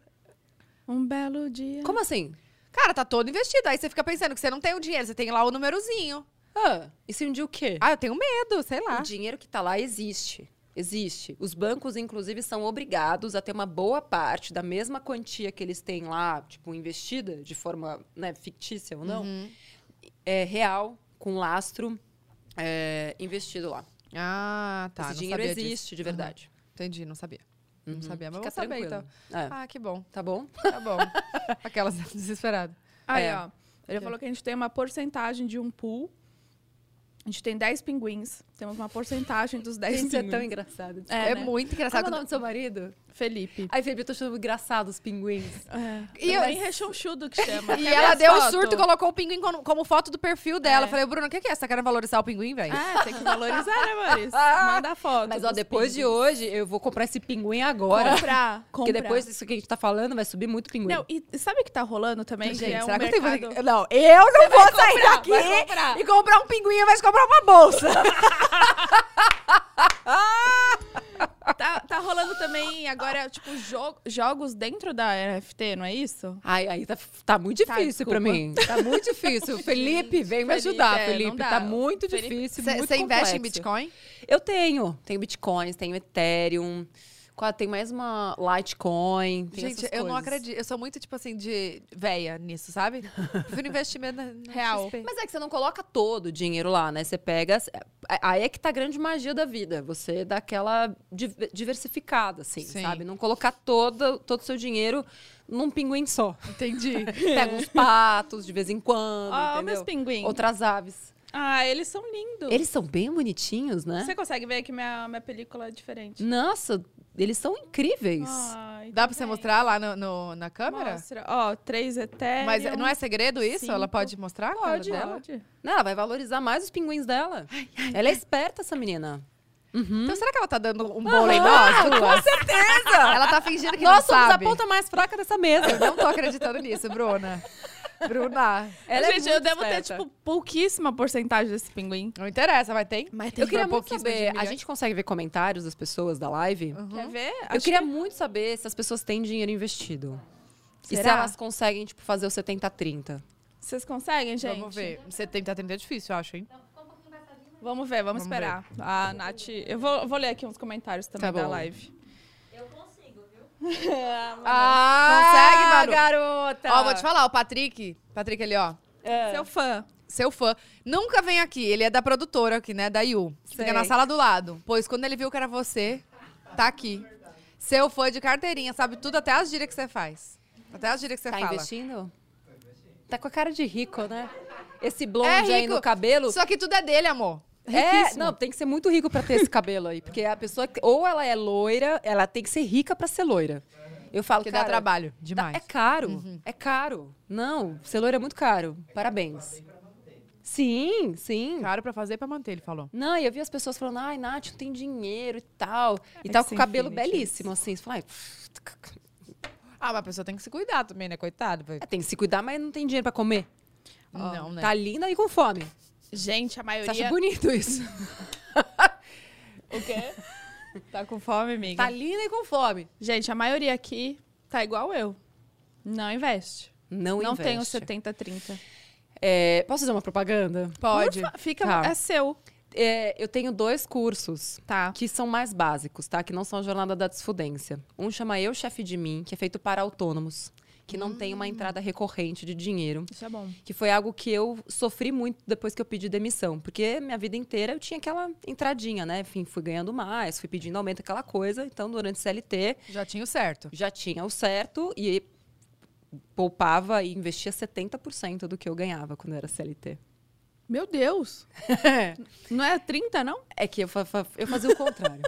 B: Um belo dia.
C: Como assim?
A: Cara, tá todo investido. Aí você fica pensando que você não tem o dinheiro, você tem lá o númerozinho.
C: Ah, e se um dia o quê?
A: Ah, eu tenho medo, sei lá.
C: O dinheiro que está lá existe. Existe. Os bancos, inclusive, são obrigados a ter uma boa parte da mesma quantia que eles têm lá, tipo, investida de forma né, fictícia ou não,
A: Uhum.
C: é real, com lastro é, investido lá.
A: Ah, tá.
C: Esse
A: não
C: dinheiro
A: sabia disso.
C: existe, de verdade.
A: Entendi, não sabia. Não sabia, mas
C: Fica
A: vou saber
C: tranquilo.
A: então.
C: É,
A: Uhum. Ah, que bom.
C: tá bom?
A: Tá bom. Aquelas desesperadas.
B: Aí,
C: É.
B: ó. Ele falou que a gente tem uma porcentagem de um pool. A gente tem 10 pinguins. Temos uma porcentagem dos 10
C: Gente, é
B: pinguins.
C: tão engraçado.
A: É,
B: É, né?
A: muito
C: Sabe
A: engraçado.
C: o
A: quando-
C: nome do seu marido?
B: Felipe.
C: Ai, Felipe, É. eu tô achando engraçado os pinguins.
B: É. E
A: E
B: eu...
A: eu-
B: Também rechonchudo que chama.
A: E
B: Quer
A: ela
B: ver
A: deu
B: as
A: um surto e
B: fotos?
A: colocou o pinguim como, como foto do perfil dela.
B: É.
A: Falei, Bruno, o que, que é? Você tá querendo valorizar o pinguim, velho?
B: É, tem que valorizar, né, Maris? Manda a foto.
C: Mas, ó,
B: dos
C: depois de
B: pinguins.
C: hoje, eu vou comprar esse pinguim agora.
B: Comprar, comprar.
C: Porque depois disso que a gente tá falando, vai subir muito pinguim.
B: Não, e sabe o que tá rolando também? que
A: Gente,
B: é um
A: será que eu
B: mercado...
A: tenho que... Não, eu não vou sair daqui
B: vai comprar.
A: e comprar um pinguim ao invés de comprar uma bolsa.
B: Tá, tá rolando também agora, tipo, jo- jogos dentro da NFT, não é isso?
C: Ai, aí tá, tá muito
B: Tá,
C: difícil
B: desculpa.
C: pra mim. Tá muito difícil. Felipe, vem
B: Felipe,
C: me ajudar,
B: é, não
C: Felipe.
B: dá.
C: Tá muito
B: Felipe,
C: difícil, muito
A: Você investe em
C: complexo.
A: Bitcoin?
C: Eu tenho. Tenho Bitcoins, tenho Ethereum. Qual- Tem mais uma Litecoin. tem
A: Gente,
C: essas
A: eu não
C: coisas.
A: acredito. Eu sou muito, tipo assim, de véia nisso, sabe? Prefiro investimento na, na
B: Real.
A: XP.
C: Mas é que você não coloca todo o dinheiro lá, né? Você pega... Aí é que tá a grande magia da vida. Você dá aquela di- diversificada, assim,
A: Sim.
C: sabe? Não colocar todo todo o seu dinheiro num pinguim só.
A: Entendi.
C: Pega uns patos de vez em quando,
B: Ó, meus
C: entendeu?
B: pinguins.
C: Outras aves.
B: Ah, eles são lindos.
C: Eles são bem bonitinhos, né?
B: Você consegue ver que minha, minha película é diferente?
C: Nossa, eles são incríveis.
B: Ai,
A: Dá
B: tá
A: pra você
B: bem.
A: mostrar lá no- no- na câmera?
B: Mostra. Ó, três Ethereum.
A: Mas não é né? segredo isso? Ela
B: cinco.
A: pode mostrar a câmera
B: Pode,
A: dela?
B: pode.
C: Não, ela vai valorizar mais os pinguins dela. ela é esperta, essa menina.
A: Então será que ela tá dando um bolo em nós duas? Com certeza! Ela tá fingindo que
C: Nós
A: não
C: somos
A: sabe.
C: a ponta mais fraca dessa mesa.
A: Eu não tô acreditando nisso, Bruna. Bruna,
C: Ela é
B: Gente, eu
C: muito
B: devo ter,
C: esperta.
B: tipo, pouquíssima porcentagem desse pinguim.
A: não interessa, mas tem. um
B: Mas
C: Eu queria
A: Foi
C: muito
A: pouquíssimo de Uhum.
C: saber. A
A: milhões.
C: gente consegue ver comentários das pessoas da live?
B: Quer ver?
C: Eu queria muito saber se as pessoas têm dinheiro investido. E se
B: Será?
C: elas conseguem, tipo, fazer o 70-30.
B: Vocês conseguem, gente?
A: Vamos ver. 70 a 30 é difícil, eu acho, hein?
B: Vamos ver,
A: Vamos
B: vamos, esperar. A Nath... Eu vou, vou ler aqui uns comentários também
C: Tá
B: da
C: bom.
B: live.
A: Ah,
B: Ah,
A: Consegue, Manu?
C: garota!
A: Ó, vou te falar, o Patrick, Patrick ali, ó,
B: Seu fã.
A: seu fã, nunca vem aqui, ele é da produtora aqui, né, da Yu. Fica
B: Sei.
A: na sala do lado. Pois quando ele viu que era você, tá aqui. Seu fã de carteirinha, sabe tudo, até as gírias que você faz. Até as gírias que você
C: Tá
A: fala.
C: investindo? Tá com a cara de rico, né? Esse blonde
A: É
C: aí no
A: rico.
C: cabelo.
A: Só que tudo é dele, amor.
C: É, não, tem que ser muito rico pra ter esse cabelo aí. Porque a pessoa, que- ou ela é loira, ela tem que ser rica pra ser loira. Eu falo,
A: Porque dá
C: cara,
A: trabalho Tá,
C: dá-
A: demais.
C: É caro, é caro. Não, ser loira é muito caro. Parabéns. Sim, sim.
A: é Caro pra fazer e pra manter, ele falou.
C: Não, e eu vi as pessoas falando, ai, Nath, não tem dinheiro e tal. E
B: É que
C: tal, com o
B: sem
C: cabelo
B: fim, né,
C: belíssimo, assim. Você fala, ai, pff,
A: Ah, mas a pessoa tem que se cuidar também, né, coitado?
C: é, tem que se cuidar, mas não tem dinheiro pra comer.
A: Não, né?
C: Tá linda e com fome.
B: Gente, a
A: Você acha
B: maioria.
A: bonito isso?
B: O quê? Tá com fome, amiga?
A: Tá linda e com fome.
B: Gente, a maioria aqui tá igual eu. Não investe.
C: Não,
B: não tem o
C: investe.
B: 70-30.
C: É, posso fazer uma propaganda?
A: Pode.
B: Por fa- Fica,
C: Tá.
B: é seu.
C: É, eu tenho dois cursos
B: Tá.
C: que são mais básicos, tá? Que não são a jornada da desfudência. Um chama Eu Chefe de Mim, que é feito para autônomos, que não tem uma entrada recorrente de dinheiro.
B: Isso é bom.
C: Que foi algo que eu sofri muito depois que eu pedi demissão. Porque minha vida inteira eu tinha aquela entradinha, né? Enfim, fui ganhando mais, fui pedindo aumento, aquela coisa. Então, durante CLT,
A: Já tinha o certo.
C: já tinha o certo e poupava e investia 70% do que eu ganhava quando eu era CLT.
B: Meu Deus. Não é 30, não?
C: É que eu, fa- fa- eu fazia o contrário.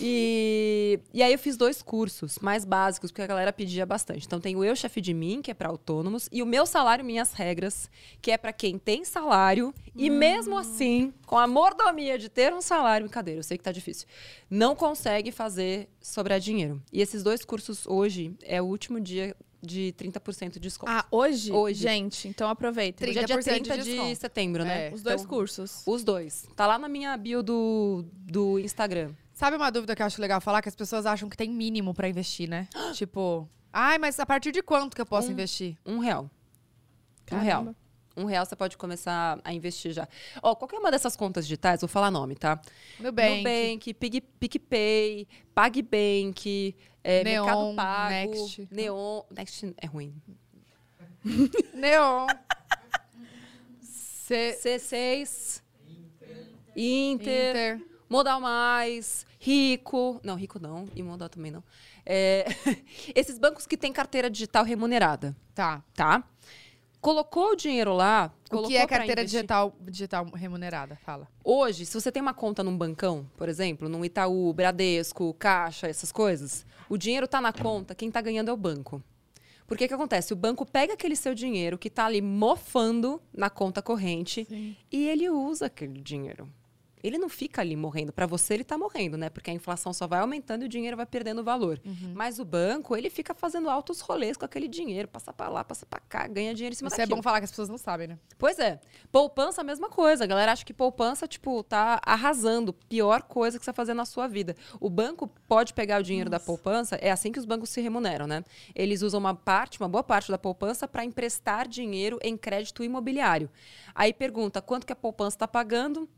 C: E, e aí eu fiz dois cursos mais básicos, porque a galera pedia bastante. Então tem o Eu Chefe de Mim, que é para autônomos, e o Meu Salário Minhas Regras, que é para quem tem salário e mesmo assim, com a mordomia de ter um salário, brincadeira, eu sei que tá difícil, não consegue fazer sobrar dinheiro. E esses dois cursos hoje é o último dia de 30% de desconto.
B: Ah, hoje?
C: Hoje.
B: Gente, então aproveita.
C: Hoje é
A: 30% de
C: de
A: desconto.
C: setembro, né?
A: É.
B: Os dois
C: Então,
B: cursos.
C: Os dois. Tá lá na minha bio do, do Instagram.
A: Sabe uma dúvida que eu acho legal falar? Que as pessoas acham que tem mínimo pra investir, né? tipo, ai, mas a partir de quanto que eu posso investir?
C: Um real. Um
B: Caramba.
C: real. Um real você pode começar a investir já. Ó, qualquer uma dessas contas digitais, vou falar nome, tá?
A: Meu bem.
C: Nubank, Pig, PicPay, PagBank, é,
A: Neon,
C: Mercado Pago,
A: Next.
C: Neon. Next é ruim.
A: Neon. C
C: C6, Inter,
A: Inter.
C: Modal Mais, Rico. Não, Rico não, e Modal também não. É, esses bancos que têm carteira digital remunerada,
A: Tá.
C: tá? Colocou o dinheiro lá.
A: O
C: colocou
A: que é
C: pra
A: carteira
C: investir-
A: digital, digital remunerada? Fala.
C: Hoje, se você tem uma conta num bancão, por exemplo, num Itaú, Bradesco, Caixa, essas coisas, o dinheiro tá na conta, quem tá ganhando é o banco. Porque que acontece? O banco pega aquele seu dinheiro que tá ali mofando na conta corrente e ele usa aquele dinheiro. Ele não fica ali morrendo. Para você, ele tá morrendo, né? Porque a inflação só vai aumentando e o dinheiro vai perdendo valor.
A: Uhum.
C: Mas o banco, ele fica fazendo altos rolês com aquele dinheiro. Passa para lá, passa para cá, ganha dinheiro em cima
A: Isso é
C: daquilo.
A: bom falar que as pessoas não sabem, né?
C: Pois é. Poupança, a mesma coisa. A galera acha que poupança, tipo, tá arrasando. Pior coisa que você vai fazer na sua vida. O banco pode pegar o dinheiro da poupança, é assim que os bancos se remuneram, né? Eles usam uma parte, uma boa parte da poupança para emprestar dinheiro em crédito imobiliário. Aí pergunta, quanto que a poupança está pagando?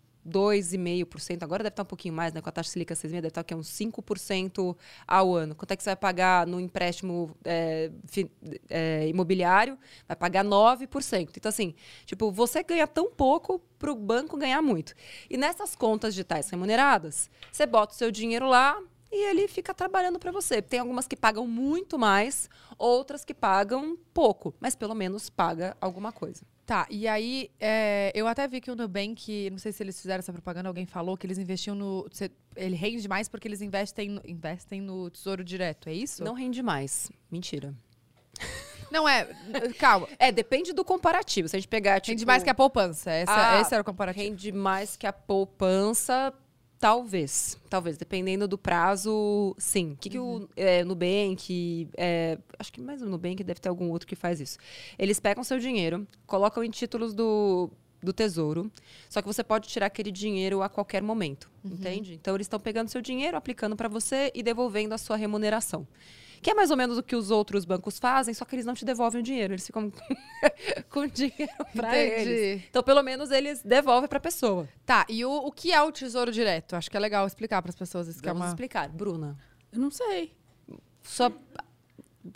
C: 2,5%, agora deve estar um pouquinho mais, né? Com a taxa Selic a 6,5%, deve estar aqui uns 5% ao ano. Quanto é que você vai pagar no empréstimo é, fi- é, imobiliário? Vai pagar 9%. Então, assim, tipo, você ganha tão pouco para o banco ganhar muito. E nessas contas digitais remuneradas, você bota o seu dinheiro lá e ele fica trabalhando para você. Tem algumas que pagam muito mais, outras que pagam pouco, mas pelo menos paga alguma coisa.
A: Tá, e aí é, eu até vi que o Nubank, não sei se eles fizeram essa propaganda, alguém falou que eles investiam no. cê- ele rende mais porque eles investem no, investem no tesouro direto, é isso?
C: Não rende mais. Mentira.
A: Não é. Calma.
C: É, depende do comparativo. Se a gente pegar, tipo,
A: Rende mais que a poupança. Essa,
C: Ah,
A: esse era o comparativo.
C: rende mais que a poupança, talvez. Talvez, dependendo do prazo, sim. O que, que o é, Nubank, é, acho que mais o Nubank deve ter algum outro que faz isso. Eles pegam seu dinheiro, colocam em títulos do, do tesouro, só que você pode tirar aquele dinheiro a qualquer momento, entende? Então, eles estão pegando seu dinheiro, aplicando para você e devolvendo a sua remuneração. Que é mais ou menos o que os outros bancos fazem, só que eles não te devolvem o dinheiro, eles ficam com o dinheiro para eles. Então, pelo menos eles devolvem para a pessoa.
A: Tá, e o, o que é o tesouro direto? Acho que é legal explicar para as pessoas isso que é
C: Vamos
A: uma.
C: explicar. Bruna,
B: Eu não sei.
C: só... o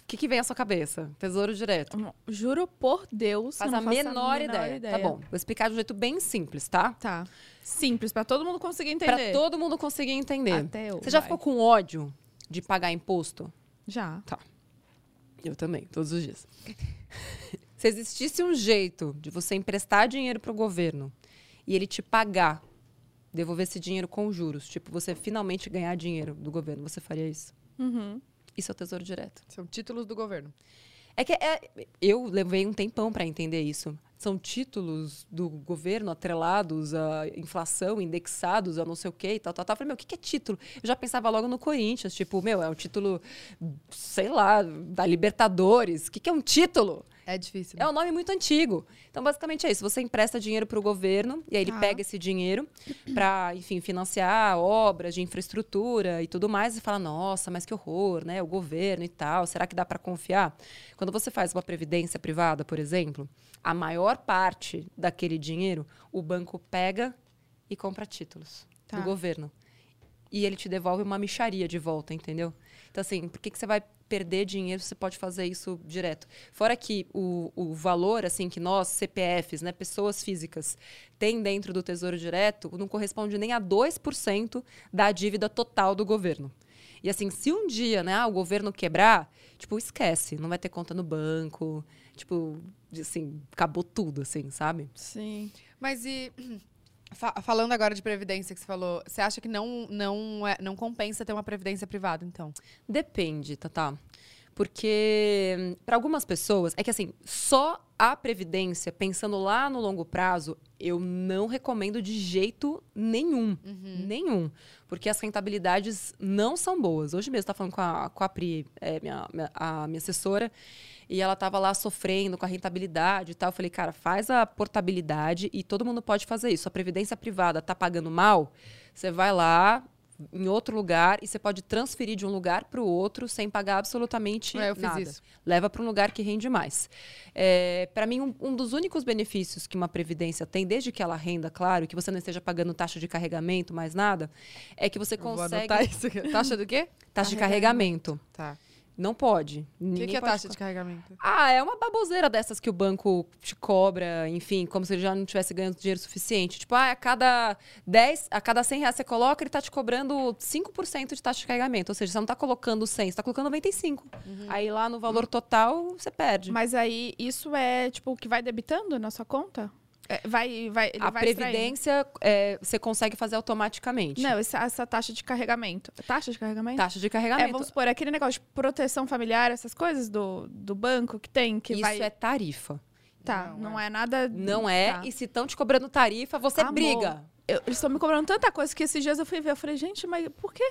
C: que, que vem à sua cabeça? Tesouro direto.
B: Juro por Deus.
C: Faz
B: eu
C: a
B: não faço
C: menor, ideia. Tá bom, vou explicar de um jeito bem simples, tá?
B: Tá. Simples, pra todo mundo conseguir
C: Para
B: entender.
C: todo mundo conseguir entender.
B: Até eu,
C: Você já
B: vai.
C: ficou com ódio de pagar imposto? Tá.
B: Já.
C: Eu também, todos os dias. Se existisse um jeito de você emprestar dinheiro para o governo e ele te pagar, devolver esse dinheiro com juros, tipo, você finalmente ganhar dinheiro do governo, você faria isso?
B: Uhum.
C: Isso é o Tesouro Direto.
A: São títulos do governo.
C: É que é- eu levei um tempão para entender isso. São títulos do governo atrelados à inflação, indexados a não sei o quê e tal, tal, tal. Eu falei, meu, o que que é título? Eu já pensava logo no Corinthians, tipo, meu, é um título, sei lá, da Libertadores. O que, que é um título?
A: É difícil.
B: né?
C: É um nome muito antigo. Então, basicamente é isso. Você empresta dinheiro para o governo e aí ele
B: Tá.
C: pega esse dinheiro para, enfim, financiar obras de infraestrutura e tudo mais e fala: nossa, mas que horror, né? O governo e tal. Será que dá para confiar? Quando você faz uma previdência privada, por exemplo, a maior parte daquele dinheiro o banco pega e compra títulos
B: Tá.
C: do governo. E ele te devolve uma micharia de volta, entendeu? Então, assim, por que, que você vai perder dinheiro se você pode fazer isso direto? Fora que o, o valor, assim, que nós, CPFs, né, pessoas físicas, tem dentro do Tesouro Direto, não corresponde nem a 2% da dívida total do governo. E assim, se um dia, né, ah, o governo quebrar, tipo, esquece, não vai ter conta no banco, tipo, assim, acabou tudo, assim, sabe?
B: Sim.
A: Mas e. fa- falando agora de previdência que você falou, você acha que não, não, é- não compensa ter uma previdência privada, então?
C: Depende, Tatá. Porque para algumas pessoas, é que assim, só a previdência, pensando lá no longo prazo, eu não recomendo de jeito nenhum. Nenhum. Porque as rentabilidades não são boas. Hoje mesmo, eu tava falando com a, com a Pri, é, minha, minha- a minha assessora, e ela tava lá sofrendo com a rentabilidade e tal. Eu falei, cara, faz a portabilidade e todo mundo pode fazer isso. A previdência privada tá pagando mal, você vai lá em outro lugar e você pode transferir de um lugar para o outro sem pagar absolutamente
A: É, eu fiz
C: nada.
A: isso.
C: Leva para um lugar que rende mais. É, para mim, um, um dos únicos benefícios que uma previdência tem, desde que ela renda, claro, e que você não esteja pagando taxa de carregamento, mais nada, é que você
A: Vou
C: consegue
A: anotar isso aqui. Taxa do quê?
C: taxa de carregamento.
A: Tá.
C: Não pode.
A: O
C: Ninguém
A: que, que é
C: pode
A: taxa de carregamento?
C: ah, é uma baboseira dessas que o banco te cobra, enfim, como se ele já não tivesse ganhando dinheiro suficiente. Tipo, ah, a cada 10, a cada 100 reais que você coloca, ele tá te cobrando 5% de taxa de carregamento. Ou seja, você não tá colocando 100, você tá colocando 95. Aí lá no valor total, você perde.
B: Mas aí, isso é, tipo, o que vai debitando na sua conta? É, vai, vai, ele
C: a
B: vai extraindo.
C: previdência, é, você consegue fazer automaticamente.
B: Não, essa, essa taxa de carregamento. Taxa de carregamento?
C: Taxa de
B: É,
C: carregamento.
B: vamos supor, aquele negócio de proteção familiar, essas coisas do, do banco que tem, que
C: Isso
B: vai...
C: é tarifa.
B: Tá,
A: Não,
B: não, é. nada...
C: Não é?
B: Tá.
C: E se estão te cobrando tarifa, você
B: Amor.
C: briga.
B: Eu- eles estão me cobrando tanta coisa que esses dias eu fui ver. Eu falei, gente, mas por quê?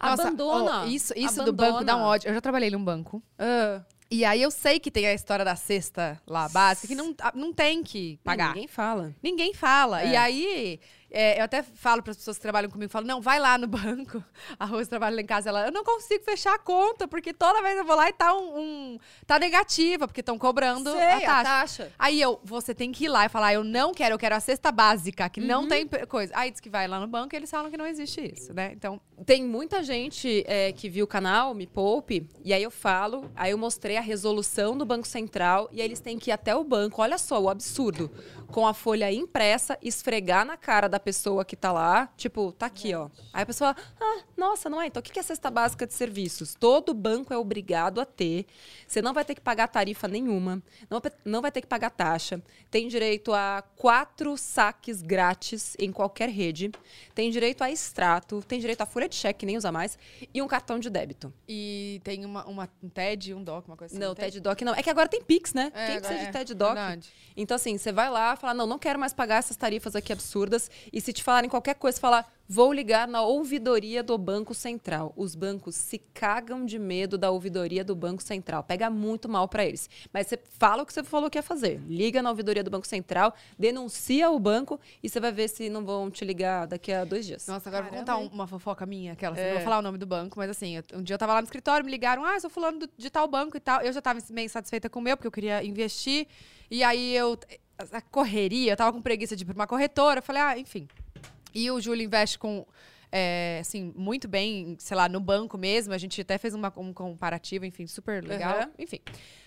A: Nossa,
C: abandona.
A: ó, isso isso do banco dá um
C: Abandona.
A: ódio. Eu já trabalhei num banco.
C: Ah,
A: E aí eu sei que tem a história da cesta lá básica, que não, a- não tem que pagar.
C: Ninguém fala.
A: Ninguém fala.
C: É.
A: E aí, é, eu até falo para as pessoas que trabalham comigo, falo, não, vai lá no banco. A Rose trabalha lá em casa, ela, eu não consigo fechar a conta, porque toda vez eu vou lá e tá um... um- tá negativa, porque estão cobrando
C: Sei,
A: a taxa.
C: taxa.
A: Aí eu, você tem que ir lá e falar, eu não quero, eu quero a cesta básica, que
C: Uhum.
A: não tem pe- coisa. Aí diz que vai lá no banco e eles falam que não existe isso, né? Então,
C: Tem muita gente é, que viu o canal, me poupe, e aí eu falo, aí eu mostrei a resolução do Banco Central, e aí eles têm que ir até o banco, olha só o absurdo, com a folha impressa, esfregar na cara da pessoa que tá lá, tipo, tá aqui, ó. Aí a pessoa, ah, nossa, não é? Então o que que é cesta básica de serviços? Todo banco é obrigado a ter, você não vai ter que pagar tarifa nenhuma, não, vai- não vai ter que pagar taxa, tem direito a quatro saques grátis em qualquer rede, tem direito a extrato, tem direito a folha de cheque, nem usa mais, e um cartão de débito.
A: e tem uma, uma- um TED, um DOC, uma coisa assim.
C: não, TED Doc não. É que agora tem Pix, né? Quem precisa de TED Doc?
A: Verdade.
C: Então, assim, você vai lá, fala, não, não quero mais pagar essas tarifas aqui absurdas. E se te falarem qualquer coisa, você fala, vou ligar na ouvidoria do Banco Central. Os bancos se cagam de medo da ouvidoria do Banco Central. Pega muito mal pra eles. Mas você fala o que você falou que ia fazer. Liga na ouvidoria do Banco Central, denuncia o banco e você vai ver se não vão te ligar daqui a dois dias.
A: Nossa, agora eu vou
B: Caramba,
A: contar um- uma fofoca minha, aquela. assim, Não vou falar o nome do banco, mas assim, eu- um dia eu tava lá no escritório, me ligaram, ah, eu sou fulano do- de tal banco e tal. Eu já tava meio satisfeita com o meu, porque eu queria investir. E aí eu. A correria, eu tava com preguiça de ir pra uma corretora. Eu falei, ah, enfim. E o Júlio investe com. é, assim, muito bem, sei lá, no banco mesmo. A gente até fez uma, um comparativo, enfim, super legal.
C: Aham.
A: Enfim.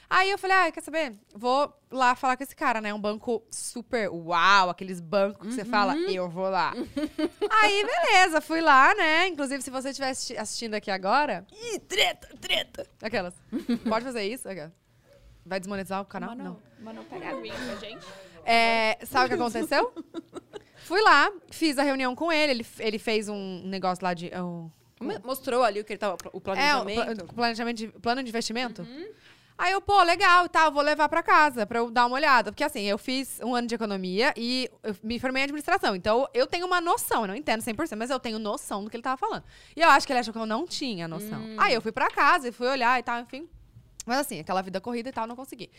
A: Aí eu falei, ah, quer saber? Vou lá falar com esse cara, né? Um banco super uau, aqueles bancos que você fala, eu vou lá. Aí, beleza, fui lá, né? Inclusive, se você estiver assisti- assistindo aqui agora. Ih, treta, treta! Aquelas. Pode fazer isso? Aquelas. Vai desmonetizar o canal? Não.
B: Mano, pega a aguinha pra né, gente.
A: É, sabe o que aconteceu? Fui lá, fiz a reunião com ele, ele, ele fez um negócio lá de. um-
C: Me- Mostrou ali o que ele tava,
A: é,
C: o
A: um pla-
C: planejamento.
A: planejamento de, plano de investimento? Aí eu, pô, legal e tal, vou levar pra casa pra eu dar uma olhada. Porque assim, eu fiz um ano de economia e eu me formei em administração. Então eu tenho uma noção, eu não entendo 100%, mas eu tenho noção do que ele tava falando. E eu acho que ele achou que eu não tinha noção. Aí eu fui pra casa e fui olhar e tal, enfim. Mas assim, aquela vida corrida e tal, não consegui.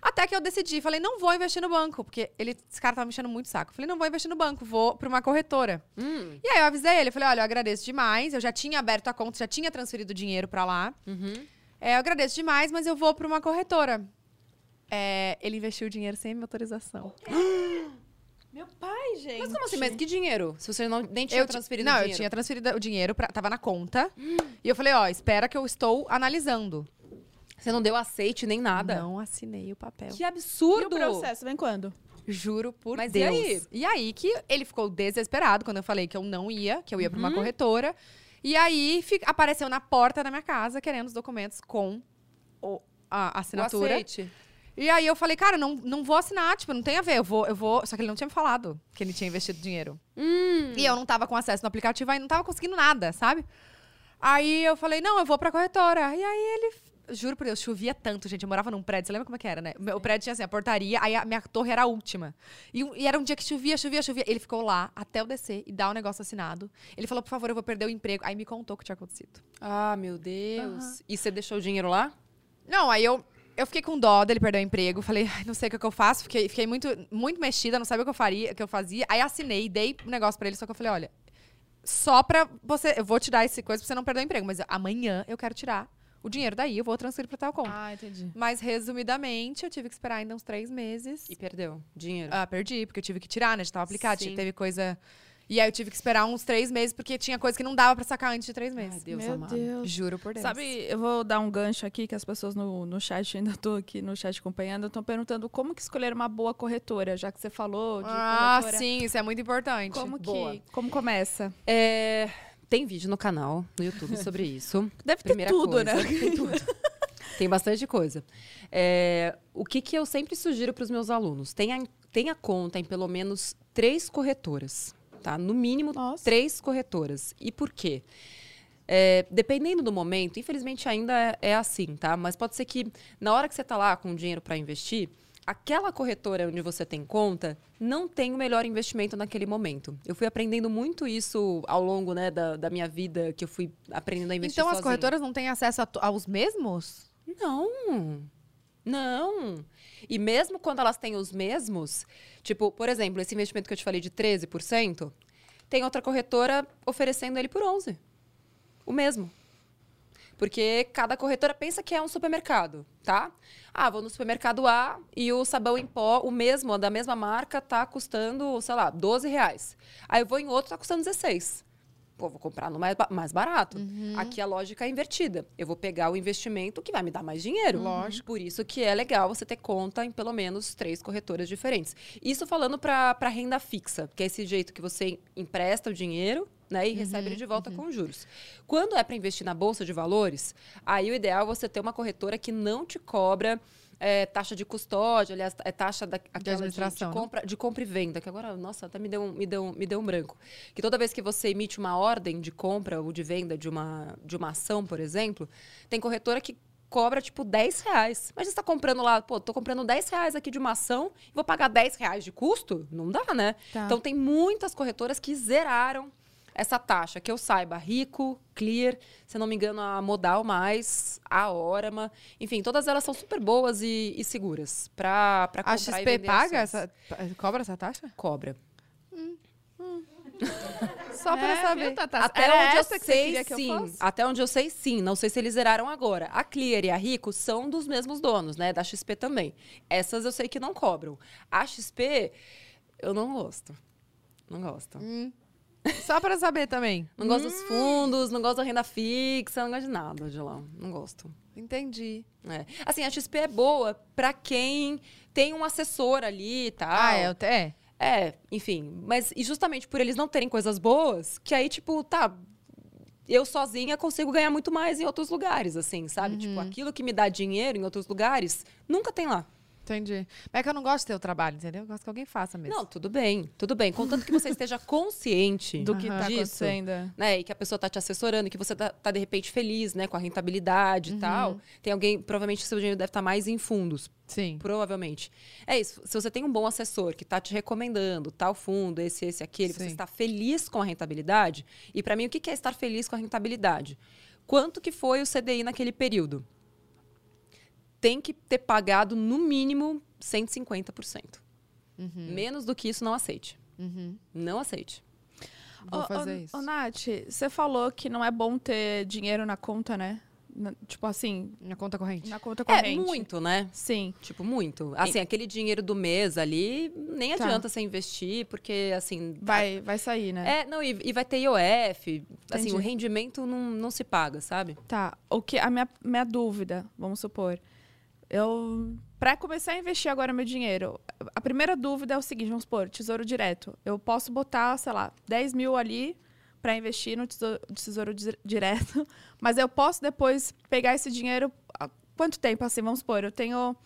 A: Até que eu decidi, falei, não vou investir no banco, porque ele, esse cara tava me enchendo muito o saco. Falei, não vou investir no banco, vou pra uma corretora.
C: Hum,
A: E aí eu avisei ele, falei, olha, eu agradeço demais, eu já tinha aberto a conta, já tinha transferido dinheiro pra lá.
C: uhum.
A: É, eu agradeço demais, mas eu vou pra uma corretora. É, ele investiu o dinheiro sem minha autorização.
B: Meu pai, gente.
C: Mas como assim? Mas que dinheiro? Se você não, nem tinha
A: Eu ti-
C: transferido
A: Não,
C: dinheiro. Hum.
A: eu tinha transferido o dinheiro, pra, tava na conta. E eu falei, ó, espera que eu estou analisando.
C: Você não deu aceite nem nada.
A: Não assinei o papel.
C: Que
B: E o
C: absurdo!
B: processo vem quando?
A: Juro por
C: Mas e
A: Deus.
C: aí?
A: E aí que ele ficou desesperado quando eu falei que eu não ia, que eu ia pra
C: Uhum.
A: uma corretora. E aí fi- apareceu na porta da minha casa querendo os documentos com o- a
C: O
A: assinatura.
C: aceite.
A: E aí eu falei, cara, não, não vou assinar, tipo, não tem a ver, eu vou, eu vou. Só que ele não tinha me falado que ele tinha investido dinheiro. E eu não tava com acesso no aplicativo, aí não tava conseguindo nada, sabe? Aí eu falei, não, eu vou pra corretora. E aí ele, juro por Deus, chovia tanto, gente. Eu morava num prédio, você lembra como é que era, né? O meu prédio tinha assim, a portaria, aí a minha torre era a última. E, um- e era um dia que chovia, chovia, chovia. Ele ficou lá até eu descer e dar o negócio assinado. Ele falou, por favor, eu vou perder o emprego. Aí me contou o que tinha acontecido.
C: Ah, meu Deus. E você deixou o dinheiro lá?
A: Não, aí eu, eu fiquei com dó dele perder o emprego. Falei, "Ai, não sei o que, que eu faço. Fiquei, fiquei muito, muito mexida, não sabia o que eu faria, o que eu fazia. Aí assinei, dei o negócio pra ele, só que eu falei, olha, só pra você. Eu vou tirar esse coisa pra você não perder o emprego, mas amanhã eu quero tirar o dinheiro daí, eu vou transferir pra tal conta.
B: Ah, entendi.
A: Mas, resumidamente, eu tive que esperar ainda uns três meses.
C: E perdeu dinheiro.
A: Ah, perdi, porque eu tive que tirar, né? Já tava aplicado, tinha-
C: Sim.
A: teve coisa. E aí eu tive que esperar uns três meses, porque tinha coisa que não dava pra sacar antes de três
C: Ai,
A: meses.
C: Deus
B: Meu
C: amado.
B: Deus.
A: Juro por Deus.
B: Sabe, eu vou dar um gancho aqui que as pessoas no, no chat, ainda tô aqui no chat acompanhando, estão perguntando como que escolher uma boa corretora, já que você falou de
A: Ah,
B: corretora.
A: sim, isso é muito importante.
B: Como que,
C: Boa.
B: como começa?
C: É, tem vídeo no canal, no YouTube, sobre isso.
B: Deve ter
C: Primeira
B: tudo,
C: coisa.
B: né?
C: Tem tudo. Tem bastante coisa. É, o que, que eu sempre sugiro para os meus alunos? Tenha, tenha conta em pelo menos três corretoras, tá? No mínimo,
B: Nossa.
C: três corretoras. E por quê? É, dependendo do momento, infelizmente ainda é, é assim, tá? Mas pode ser que na hora que você tá lá com dinheiro para investir, aquela corretora onde você tem conta não tem o melhor investimento naquele momento. Eu fui aprendendo muito isso ao longo né, da, da minha vida, que eu fui aprendendo a investir
A: Então as
C: sozinha.
A: corretoras não têm acesso a to- aos mesmos?
C: Não. Não. E mesmo quando elas têm os mesmos, tipo, por exemplo, esse investimento que eu te falei de 13%, tem outra corretora oferecendo ele por 11. O mesmo. Porque cada corretora pensa que é um supermercado, tá? Ah, vou no supermercado A e o sabão em pó, o mesmo, da mesma marca, tá custando, sei lá, 12 reais. Aí eu vou em outro, tá custando 16. Pô, vou comprar no mais, ba- mais barato. Aqui a lógica é invertida. Eu vou pegar o investimento que vai me dar mais dinheiro. Lógico. Por isso que é legal você ter conta em pelo menos três corretoras diferentes. Isso falando para renda fixa, que é esse jeito que você empresta o dinheiro né, e
A: Uhum,
C: recebe ele de volta com juros. Quando é para investir na bolsa de valores, aí o ideal é você ter uma corretora que não te cobra é, taxa de custódia, aliás, é taxa da, aquela de-
A: administração,
C: de,
A: né?
C: compra, de compra e venda, que agora, nossa, até me deu, um, me, deu, um- me deu um branco. Que toda vez que você emite uma ordem de compra ou de venda de uma, de uma ação, por exemplo, tem corretora que cobra, tipo, 10 reais. Mas você está comprando lá, pô, tô comprando 10 reais aqui de uma ação e vou pagar 10 reais de custo? Não dá, né?
A: Ah.
B: Tá.
C: Então tem muitas corretoras que zeraram essa taxa, que eu saiba, Rico, Clear, se eu não me engano, a Modal Mais, a Orama, enfim, todas elas são super boas e, e seguras para comprar
A: A
C: e
A: XP
C: vender
A: paga
C: ações.
A: essa. Cobra essa taxa?
C: cobra.
A: Só pra
B: É,
A: saber.
B: viu, Tatá?
C: Até
B: Era
C: onde eu
B: essa que você
C: sei,
B: queria que eu
C: sim.
B: fosse?
C: Até onde eu sei, sim. Não sei se eles zeraram agora. A Clear e a Rico são dos mesmos donos, né? Da XP também. Essas eu sei que não cobram. A XP, eu não gosto. Não gosto.
A: Só pra saber também.
C: Não gosto
A: Hum.
C: dos fundos, não gosto da renda fixa, não gosto de nada de lá. Não gosto.
A: Entendi.
C: É. Assim, a XP é boa pra quem tem um assessor ali e tal.
A: Ah, é. até- é.
C: É, enfim. Mas e justamente por eles não terem coisas boas, que aí, tipo, tá. Eu sozinha consigo ganhar muito mais em outros lugares, assim, sabe?
A: Uhum.
C: Tipo, aquilo que me dá dinheiro em outros lugares, nunca tem lá.
A: Entendi. Mas é que eu não gosto de ter o trabalho, entendeu? Eu gosto que alguém faça mesmo.
C: Não, tudo bem, tudo bem. Contanto que você esteja consciente
B: Do que tá
C: disso,
B: acontecendo.
C: né? E que a pessoa tá te assessorando, que você tá, tá, de repente feliz, né? Com a rentabilidade
A: Uhum.
C: e tal. Tem alguém, provavelmente seu dinheiro deve estar mais em fundos,
A: Sim.
C: Provavelmente. É isso. Se você tem um bom assessor que está te recomendando tal fundo, esse, esse, aquele, você
A: Sim.
C: está feliz com a rentabilidade. E para mim, o que que é estar feliz com a rentabilidade? Quanto que foi o CDI naquele período? tem que ter pagado no mínimo 150%. Menos do que isso, não aceite.
A: Uhum.
C: Não aceite.
A: Vou
B: Ô, ô,
A: fazer isso.
B: Ô, Nath, você falou que não é bom ter dinheiro na conta, né? Na- tipo assim,
A: Minha conta corrente.
B: na conta corrente.
C: É muito, né?
B: Sim.
C: Tipo, muito. Assim, aquele dinheiro do mês ali, nem
B: Tá.
C: adianta você investir, porque, assim...
B: Vai, vai sair, né?
C: É, não, e, e vai ter IOF. Assim,
B: Entendi.
C: o rendimento não, não se paga, sabe?
B: Tá. O que, a minha, minha dúvida, vamos supor. Eu. Pra começar a investir agora meu dinheiro, a primeira dúvida é o seguinte: vamos supor, tesouro direto. Eu posso botar, sei lá, 10 mil ali pra investir no tesouro, tesouro Di- direto, mas eu posso depois pegar esse dinheiro. há Quanto tempo assim? Vamos supor, eu tenho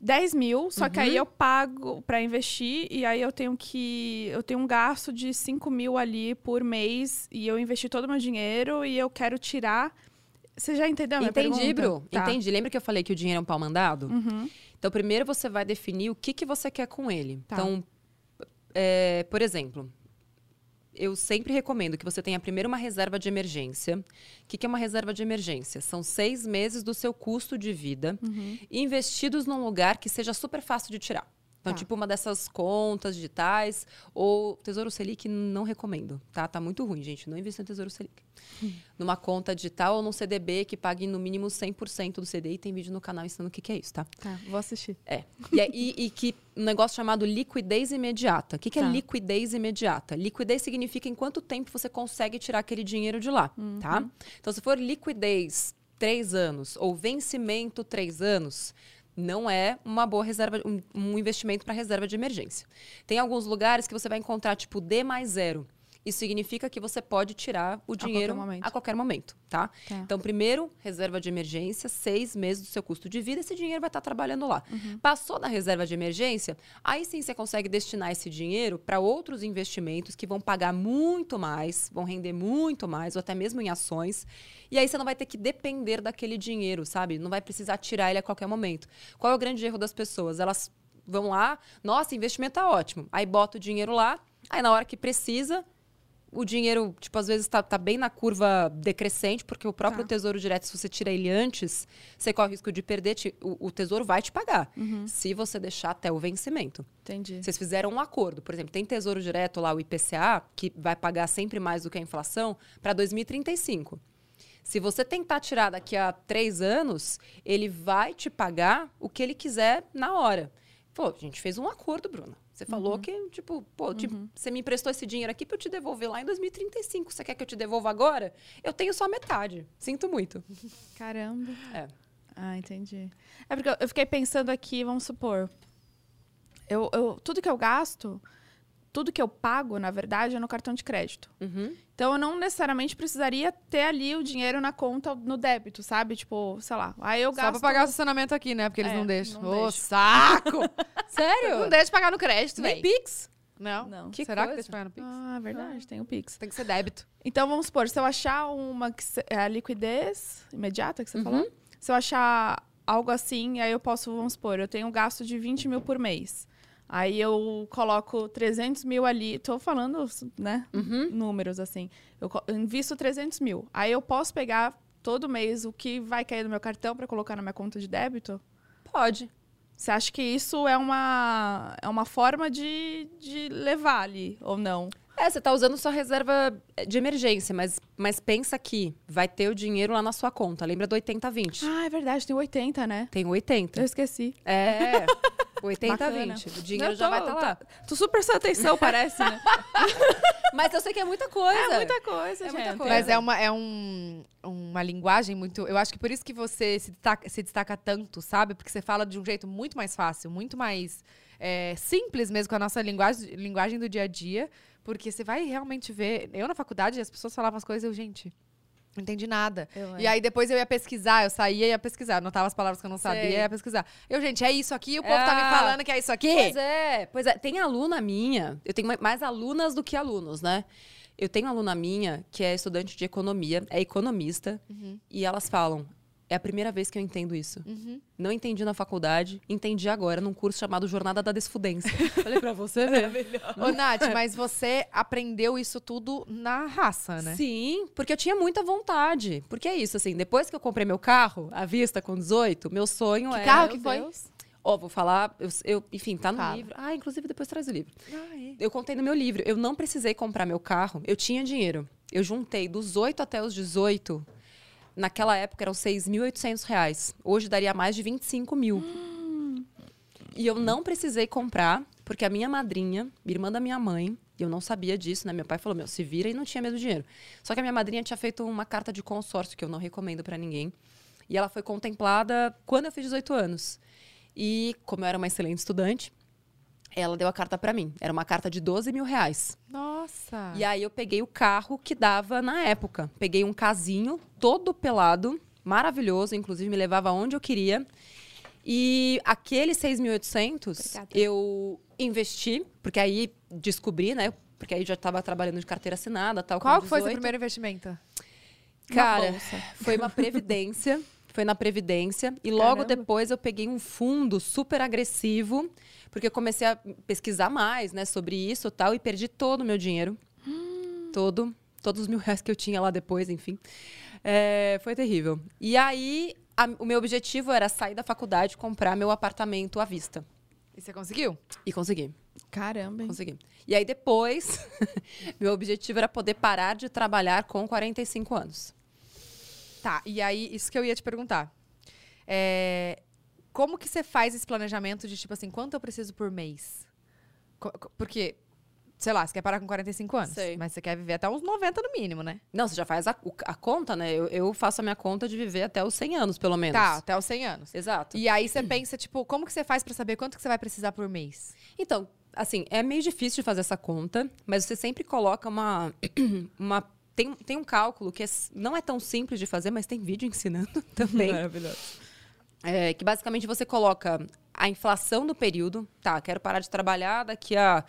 B: 10 mil, só que
C: Uhum.
B: aí eu pago pra investir e aí eu tenho que. Eu tenho um gasto de 5 mil ali por mês e eu investi todo o meu dinheiro e eu quero tirar. Você já entendeu? a minha
C: Entendi,
B: pergunta?
C: Bru.
B: Tá.
C: Entendi. Lembra que eu falei que o dinheiro é um pau mandado?
B: Uhum.
C: Então, primeiro você vai definir o que, que você quer com ele.
B: Tá.
C: Então, é, por exemplo, eu sempre recomendo que você tenha primeiro uma reserva de emergência. O que, que é uma reserva de emergência? São seis meses do seu custo de vida
B: Uhum.
C: investidos num lugar que seja super fácil de tirar. Então,
B: Tá.
C: tipo uma dessas contas digitais ou Tesouro Selic, não recomendo, tá? Tá muito ruim, gente. Não invista no Tesouro Selic.
B: Hum.
C: Numa conta digital ou num CDB que pague no mínimo 100% do CDI. Tem vídeo no canal ensinando o que, que é isso, tá?
B: Tá, vou assistir.
C: E, aí- e, e que um negócio chamado liquidez imediata. O que, que
B: Tá.
C: é liquidez imediata? Liquidez significa em quanto tempo você consegue tirar aquele dinheiro de lá,
B: Uhum.
C: tá? Então, se for liquidez três anos ou vencimento três anos, não é uma boa reserva, um, um investimento para reserva de emergência. Tem alguns lugares que você vai encontrar tipo D mais zero. Isso significa que você pode tirar o
B: qualquer
C: dinheiro
B: momento.
C: a qualquer momento, tá?
B: Tá.
C: Então, primeiro, reserva de emergência, seis meses do seu custo de vida, esse dinheiro vai estar trabalhando lá. Passou da reserva de emergência, aí sim você consegue destinar esse dinheiro para outros investimentos que vão pagar muito mais, vão render muito mais, ou até mesmo em ações. E aí você não vai ter que depender daquele dinheiro, sabe? Não vai precisar tirar ele a qualquer momento. Qual é o grande erro das pessoas? Elas vão lá, nossa, investimento tá ótimo. Aí bota o dinheiro lá, aí na hora que precisa, o dinheiro, tipo, às vezes tá, tá bem na curva decrescente, porque o próprio
B: Tá.
C: tesouro direto, se você tira ele antes, você corre o risco de perder, te- o, o tesouro vai te pagar. Se você deixar até o vencimento.
B: Entendi.
C: Vocês fizeram um acordo, por exemplo, tem tesouro direto lá, o IPCA, que vai pagar sempre mais do que a inflação, para 2035. Se você tentar tirar daqui a três anos, ele vai te pagar o que ele quiser na hora. Pô, a gente fez um acordo, Bruna. Você
A: Uhum.
C: falou que, tipo, pô, te- você me emprestou esse dinheiro aqui pra eu te devolver lá em 2035. Você quer que eu te devolva agora? Eu tenho só metade. Sinto muito.
B: Caramba.
C: É.
B: Ah, entendi. É porque eu- eu fiquei pensando aqui, vamos supor. Eu, eu- tudo que eu gasto, tudo que eu pago, na verdade, é no cartão de crédito.
C: Uhum.
B: Então eu não necessariamente precisaria ter ali o dinheiro na conta, no débito, sabe? Tipo, sei lá. Aí eu
A: Só
B: gasto.
A: pra pagar o estacionamento aqui, né? Porque eles
B: É,
A: não deixam.
B: não
A: Ô,
B: deixam.
A: saco!
C: Sério?
B: um
A: não deixa pagar no crédito,
C: Nem
A: velho.
C: Pix?
A: Não.
B: Não.
C: Que
A: Será que
C: coisa.
A: deixa pagar no Pix?
B: Ah, verdade, tem o Pix.
A: Tem que ser débito.
B: Então vamos supor, se eu achar uma que se- é a liquidez imediata que você
C: Uhum.
B: falou, se eu achar algo assim, aí eu posso, vamos supor, eu tenho um gasto de 20 mil por mês. Aí eu coloco 300 mil ali, tô falando, né,
C: Uhum.
B: números assim. Eu co- eu invisto 300 mil. Aí eu posso pegar todo mês o que vai cair do meu cartão para colocar na minha conta de débito?
C: Pode.
B: Você acha que isso é uma, é uma forma de, de levar ali, ou não?
C: É, você tá usando sua reserva eh, de emergência, mas, mas pensa que vai ter o dinheiro lá na sua conta. Lembra do 80-20?
B: Ah, é verdade, tem 80, né?
C: Tem o
B: Eu
C: 80.
B: esqueci.
C: É.
B: Bacana.
C: 80-20. O dinheiro
B: Eu
C: já
B: tô-
C: vai estar lá.
B: Tô super sem atenção, parece, né?
C: Mas eu sei que é muita coisa.
B: É muita coisa,
C: É
B: gente.
C: muita coisa.
A: Mas é uma, é um, uma linguagem muito. Eu acho que por isso que você se destaca, se destaca tanto, sabe? Porque você fala de um jeito muito mais fácil, muito mais é, simples mesmo com a nossa linguagem, linguagem do dia a dia. Porque você vai realmente ver. Eu na faculdade, as pessoas falavam as coisas e eu, gente, não entendi nada.
B: é.
A: E aí depois eu ia pesquisar, eu saía e ia pesquisar. Anotava as palavras que eu não sabia
C: Sei.
A: e ia pesquisar. Eu, gente, é isso aqui, o povo tá me
C: Ah.
A: falando que é isso aqui.
C: Pois é, pois é. Tem aluna minha, eu tenho ma- mais alunas do que alunos, né?
A: Uhum.
C: Eu tenho aluna minha que é estudante de economia, é economista, e elas falam: É a primeira vez que eu entendo isso.
A: Uhum.
C: Não entendi na faculdade, entendi agora num curso chamado Jornada da Desfudência. Falei pra você ver.
A: Ô, Nath, mas você aprendeu isso tudo na raça, né?
C: Sim, porque eu tinha muita vontade. Porque é isso, assim, depois que eu comprei meu carro, à vista, com 18, meu sonho
A: Que
C: era.
A: carro
B: Meu
A: que foi?
B: Deus.
C: Ó, vou falar, eu, eu- enfim, tá no
A: Fala.
C: livro. Ah, inclusive depois traz o livro.
A: Ah, é.
C: Eu contei no meu livro, eu não precisei comprar meu carro, eu tinha dinheiro. Eu juntei dos 8 até os 18. Naquela época eram 6.800 reais. Hoje daria mais de 25 mil. E eu não precisei comprar, porque a minha madrinha, irmã da minha mãe, eu não sabia disso, né? Meu pai falou: meu, se vira e não tinha mesmo dinheiro. Só que a minha madrinha tinha feito uma carta de consórcio, que eu não recomendo pra ninguém. E ela foi contemplada quando eu fiz 18 anos. E, como eu era uma excelente estudante, ela deu a carta pra mim. Era uma carta de 12 mil reais.
A: Nossa.
C: E aí eu peguei o carro que dava na época. Peguei um casinho todo pelado, maravilhoso, inclusive me levava onde eu queria. E aquele 6.800
B: Obrigada.
C: eu investi, porque aí descobri, né? Porque aí já estava trabalhando de carteira assinada, tal. com
A: Qual que foi seu
C: 18.
A: primeiro investimento?
C: Cara,
B: Uma bolsa.
C: foi uma previdência. Foi na Previdência. E logo
B: Caramba.
C: depois eu peguei um fundo super agressivo, porque eu comecei a pesquisar mais, né, sobre isso e tal, e perdi todo o meu dinheiro. Todo. Todos os mil reais que eu tinha lá depois, enfim. É, foi terrível. E aí, a- o meu objetivo era sair da faculdade e comprar meu apartamento à vista.
A: E você conseguiu?
C: E consegui,
B: Caramba, hein?
C: consegui. E aí depois, meu objetivo era poder parar de trabalhar com 45 anos.
A: Tá, e aí, isso que eu ia te perguntar. É, como que você faz esse planejamento de, tipo assim, quanto eu preciso por mês? Co- co- Porque, sei lá, você quer parar com 45 anos.
C: Sei.
A: Mas você quer viver até uns 90 no mínimo, né?
C: Não, você já faz a, o- a conta, né? Eu, eu faço a minha conta de viver até os 100 anos, pelo menos.
A: Tá, até os 100 anos.
C: Exato.
A: E aí você pensa, tipo, como que você faz pra saber quanto que você vai precisar por mês?
C: Então, assim, é meio difícil de fazer essa conta, mas você sempre coloca uma. uma tem, tem um cálculo que é s- não é tão simples de fazer, mas tem vídeo ensinando também.
B: Maravilhoso.
C: É, que basicamente você coloca a inflação do período, tá, quero parar de trabalhar daqui a,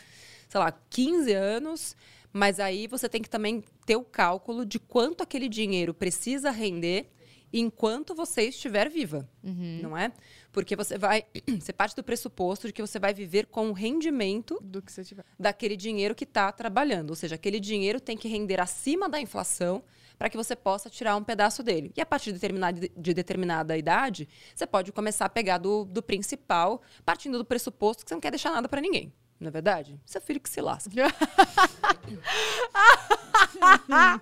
C: sei lá, 15 anos, mas aí você tem que também ter o cálculo de quanto aquele dinheiro precisa render enquanto você estiver viva, não é? Porque você vai, você parte do pressuposto de que você vai viver com o rendimento
B: Do que você tiver.
C: daquele dinheiro que está trabalhando. Ou seja, aquele dinheiro tem que render acima da inflação para que você possa tirar um pedaço dele. E a partir de determinada, de determinada idade, você pode começar a pegar do, do principal, partindo do pressuposto que você não quer deixar nada para ninguém. Não é verdade? Seu filho que se lasca.
A: Ah!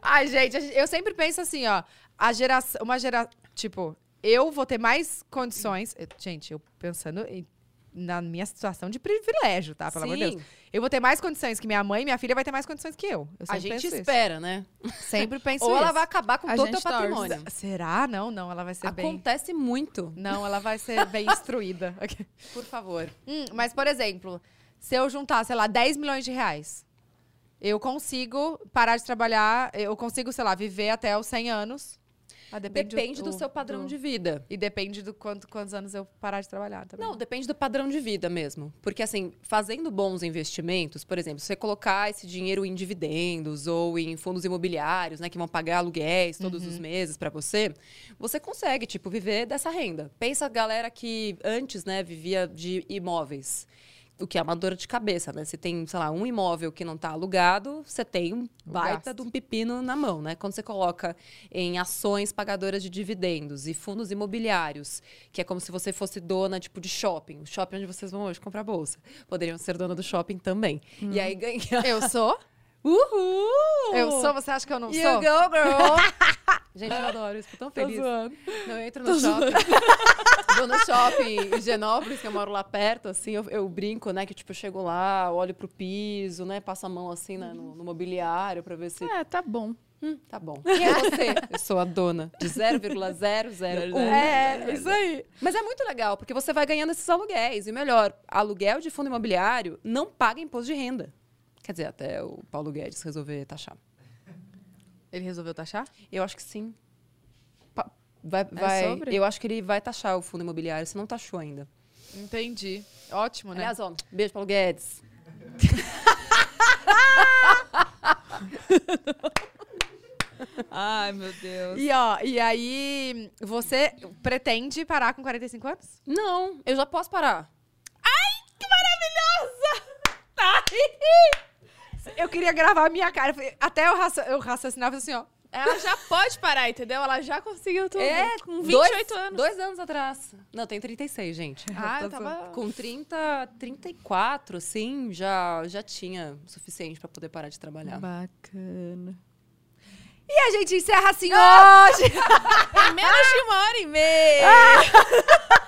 A: Ai, gente, a gen- eu sempre penso assim, ó. A geração. Uma geração. Tipo, eu vou ter mais condições. eu- gente, eu pensando em- na minha situação de privilégio,
C: Ah,
A: tá? Pelo amor de Deus.
C: Sim,
A: Eu vou ter mais condições que minha mãe, minha filha vai ter mais condições que eu. Eu
C: a
A: sempre
C: gente
A: penso isso.
C: espera, né?
A: Sempre penso
C: Ou ela
A: isso.
C: vai acabar com
B: A
C: todo o
B: gente
C: teu
B: torce.
C: patrimônio.
A: Será? Não, não, ela vai ser bem.
C: Acontece muito,
A: Não, ela vai ser bem instruída. Ok.
C: por favor.
A: Hum, mas, por exemplo, se eu juntar, sei lá, 10 milhões de reais, eu consigo parar de trabalhar, eu consigo, sei lá, viver até os 100 anos. Ah,
C: Depende, do, seu padrão
A: do-
C: de vida.
A: E depende do quanto, quantos anos eu parar de trabalhar também.
C: Não, depende do padrão de vida mesmo. Porque, assim, fazendo bons investimentos, por exemplo, se você colocar esse dinheiro em dividendos ou em fundos imobiliários, né, que vão pagar aluguéis todos os meses pra você, você consegue, tipo, viver dessa renda. Pensa a galera que antes, né, vivia de imóveis. O que é uma dor de cabeça, né? Você tem, sei lá, um imóvel que não tá alugado, você tem um
A: O
C: baita
A: gasto.
C: de um pepino na mão, né? Quando você coloca em ações pagadoras de dividendos e fundos imobiliários, que é como se você fosse dona, tipo, de shopping. O shopping onde vocês vão hoje comprar bolsa. Poderiam ser dona do shopping também. E aí ganhar...
A: Eu sou?
C: Uhul!
A: Eu sou? Você acha que eu não
C: You
A: sou?
C: go, girl! Gente, eu adoro isso. Tô tão feliz. Não, eu entro no shopping. Vou no shopping em Genópolis, que eu moro lá perto, assim, eu, eu brinco, né? Que tipo, eu chego lá, olho pro piso, né? Passo a mão assim né, no, no mobiliário pra ver se.
B: É, tá bom.
C: Hum, tá bom. Quem é você? eu sou a dona de 0,001.
B: Né?
A: É, isso aí.
C: Mas é muito legal, porque você vai ganhando esses aluguéis. E melhor, aluguel de fundo imobiliário não paga imposto de renda. Quer dizer, até o Paulo Guedes resolver taxar.
A: Ele resolveu taxar?
C: Eu acho que sim. Pa- Vai, vai-
B: sobre?
C: Eu acho que ele vai taxar o fundo imobiliário, se não taxou ainda.
A: Entendi. Ótimo, né?
C: Aliás, ó, beijo, Paulo Guedes.
B: Ai, meu Deus.
A: E ó, e aí, você pretende parar com 45 anos?
C: Não, eu já posso parar.
A: Eu queria gravar a minha cara. Até eu, raci- eu raciocinava assim, ó.
B: Ela já pode parar, entendeu? Ela já conseguiu tudo.
C: É,
B: com 28
C: dois-
B: anos.
C: Dois anos atrás. Não, tem 36, gente.
B: Ah, eu
A: Tá
B: tava...
C: Com 30, 34, assim, já, já tinha o suficiente pra poder parar de trabalhar.
B: Bacana.
A: E a gente encerra assim hoje.
B: Em menos de uma hora e meia.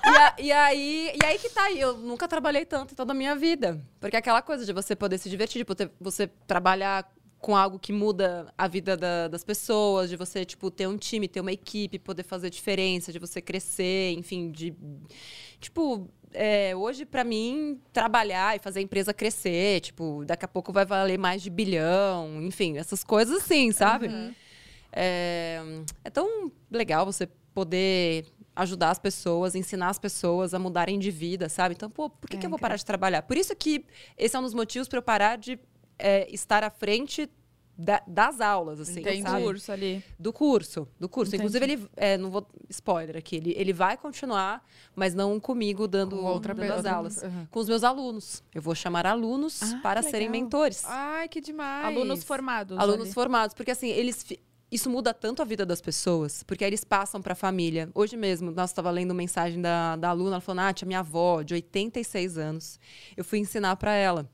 C: E, a- e aí, e aí que tá aí. Eu nunca trabalhei tanto em toda a minha vida. Porque é aquela coisa de você poder se divertir, de poder- você trabalhar com algo que muda a vida da- das pessoas, de você, tipo, ter um time, ter uma equipe, poder fazer diferença, de você crescer, enfim, de... Tipo, é, hoje, pra mim, trabalhar e fazer a empresa crescer, tipo, daqui a pouco vai valer mais de bilhão, enfim, essas coisas assim, sabe? É, é tão legal você poder ajudar as pessoas, ensinar as pessoas a mudarem de vida, sabe? Então, pô,
B: É
C: por que, que eu
B: incrível.
C: vou parar de trabalhar? Por isso que esse é um dos motivos para eu parar de é, estar à frente da- das aulas, assim,
B: Tem
C: sabe?
B: curso ali.
C: Do curso, do curso.
B: Entendi.
C: Inclusive, ele, é, não vou, spoiler aqui, ele, ele vai continuar, mas não comigo dando, dando as aulas. Com os meus alunos. Eu vou chamar alunos
B: Ah,
C: para
B: que
C: serem
B: legal. Ah,
C: mentores.
A: Ai, que demais.
B: Alunos formados.
C: Alunos
B: ali.
C: formados, porque assim, eles fi- isso muda tanto a vida das pessoas, porque aí eles passam para a família. Hoje mesmo, nós estava lendo mensagem da, da aluna, ela falou: Nath, a minha avó, de 86 anos, eu fui ensinar para ela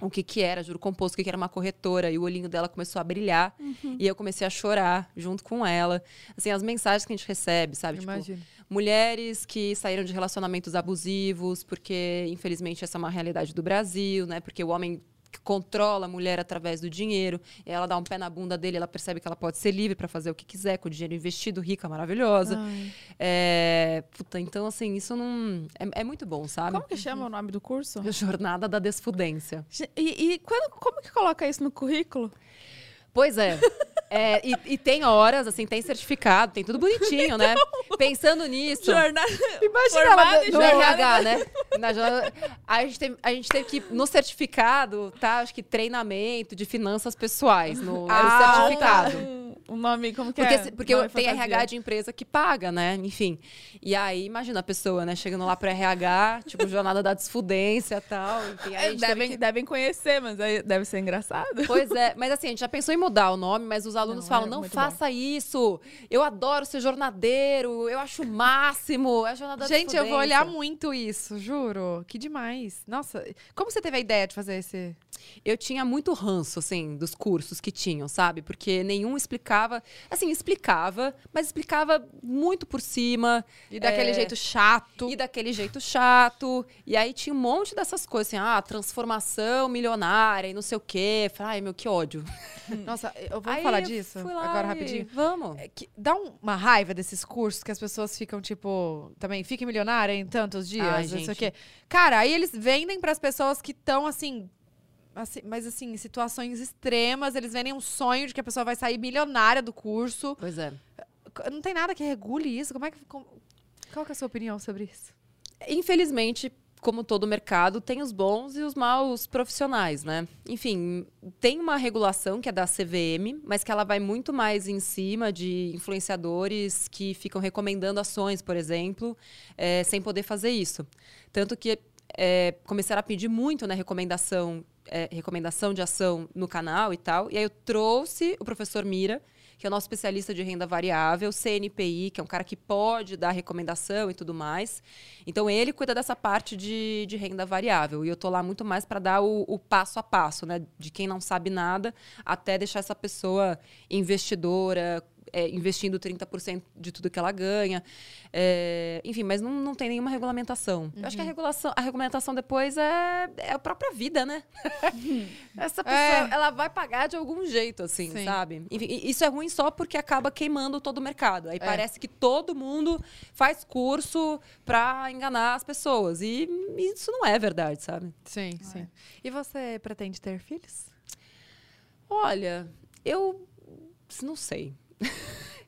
C: o que que era juro composto, o que que era uma corretora, e o olhinho dela começou a brilhar,
B: Uhum.
C: e eu comecei a chorar junto com ela. Assim, as mensagens que a gente recebe, sabe? Tipo,
A: Imagina.
C: mulheres que saíram de relacionamentos abusivos, porque infelizmente essa é uma realidade do Brasil, né? Porque o homem que controla a mulher através do dinheiro, e ela dá um pé na bunda dele, ela percebe que ela pode ser livre para fazer o que quiser com o dinheiro investido, rica, maravilhosa.
B: Ai.
C: É, puta, então assim, isso não é, é muito bom, sabe?
B: Como que chama o nome do curso?
C: Jornada da desfudência.
B: E, e quando- como que coloca isso no currículo?
C: Pois é. É, e, e tem horas, assim, tem certificado, tem tudo bonitinho, né? Pensando nisso.
B: Jornada.
A: Imagina
B: Formada
A: ela
B: em
A: no- no-
C: No RH, né? Na jornada- a, gente teve, a gente teve que, no certificado, tá? Acho que treinamento de finanças pessoais, no, era É o
B: tá.
A: Ah,
C: certificado.
B: Um, um nome, como que
C: Porque,
B: é?
C: se- porque
B: Nome
C: tem
B: fantasia.
C: RH de empresa que paga, né? Enfim. E aí, imagina a pessoa, né? Chegando lá pro RH, tipo, jornada da desfudência e tal. Enfim, aí a
B: É,
C: gente teve
B: devem,
C: que-
B: devem conhecer, mas aí deve ser engraçado.
C: Pois é, mas assim, a gente já pensou em mudar o nome, mas os alunos
B: Não,
C: falam:
B: é
C: não
B: muito
C: faça isso, eu adoro ser jornadeiro, eu acho o máximo, é a jornada da
A: Gente, eu vou olhar
C: desfudência."
A: muito isso, juro. Que demais. Nossa, como você teve a ideia de fazer esse...
C: eu tinha muito ranço, assim, dos cursos que tinham, sabe? Porque nenhum explicava. Assim, explicava, mas explicava muito por cima.
A: E daquele
C: É.
A: jeito chato.
C: E daquele jeito chato. E aí tinha um monte dessas coisas, assim, ah, transformação milionária e não sei o quê. Falei, ai, meu, que ódio.
A: Nossa, eu vou
C: Aí
A: falar
C: eu
A: disso
C: fui lá
A: agora
C: e-
A: rapidinho.
C: Vamos.
A: É que dá um- uma raiva desses cursos que as pessoas ficam, tipo, também fique milionária em tantos dias,
C: Ai,
A: não sei o
C: gente.
A: quê. Cara, aí eles vendem pras pessoas que estão assim, assim, mas assim, em situações extremas, eles vendem um sonho de que a pessoa vai sair milionária do curso.
C: Pois é.
A: C- Não tem nada que regule isso. Como é que. como- Qual que é a sua opinião sobre isso?
C: Infelizmente, como todo mercado, tem os bons e os maus profissionais, né? Enfim, tem uma regulação que é da CVM, mas que ela vai muito mais em cima de influenciadores que ficam recomendando ações, por exemplo, eh, sem poder fazer isso. Tanto que eh, começaram a pedir muito, né, recomendação, eh, recomendação de ação no canal e tal. E aí eu trouxe o professor Mira, que é o nosso especialista de renda variável, CNPI, que é um cara que pode dar recomendação e tudo mais. Então, ele cuida dessa parte de, de renda variável. E eu tô lá muito mais para dar o, o passo a passo, né? De quem não sabe nada, até deixar essa pessoa investidora, é, investindo 30% de tudo que ela ganha. É, enfim, mas não, não tem nenhuma regulamentação. Eu acho que a, regulação, a regulamentação depois é, é a própria vida, né? Essa pessoa,
A: É.
C: ela vai pagar de algum jeito, assim,
A: Sim.
C: sabe? Enfim, e isso é ruim só porque acaba queimando todo o mercado. Aí parece que todo mundo faz curso pra enganar as pessoas. E isso não é verdade, sabe?
A: Sim, sim. é. E você pretende ter filhos?
C: Olha, eu não sei.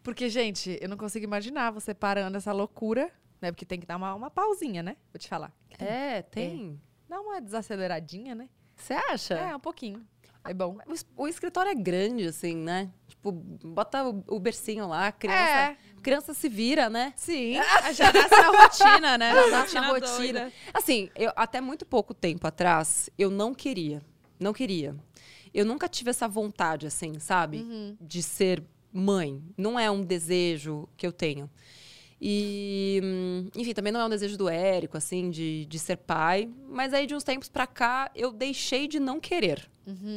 A: Porque, gente, eu não consigo imaginar você parando essa loucura, né? Porque tem que dar uma, uma pausinha, né? Vou te falar.
C: É, tem.
A: Dá uma desaceleradinha, né?
C: Você acha?
A: É, um pouquinho. É bom.
C: O es- O escritório é grande, assim, né? Tipo, bota o, o bercinho lá, a criança, criança se vira, né?
A: Sim.
B: Ah, Já tá nasce na rotina, né?
C: Já nasce Tá na
B: doida.
C: rotina. Assim, eu, até muito pouco tempo atrás, eu não queria. Não queria. Eu nunca tive essa vontade, assim, sabe? De ser mãe. Não é um desejo que eu tenho. E, hum, enfim, também não é um desejo do Érico, assim, de, de ser pai. Mas aí, de uns tempos pra cá, eu deixei de não querer,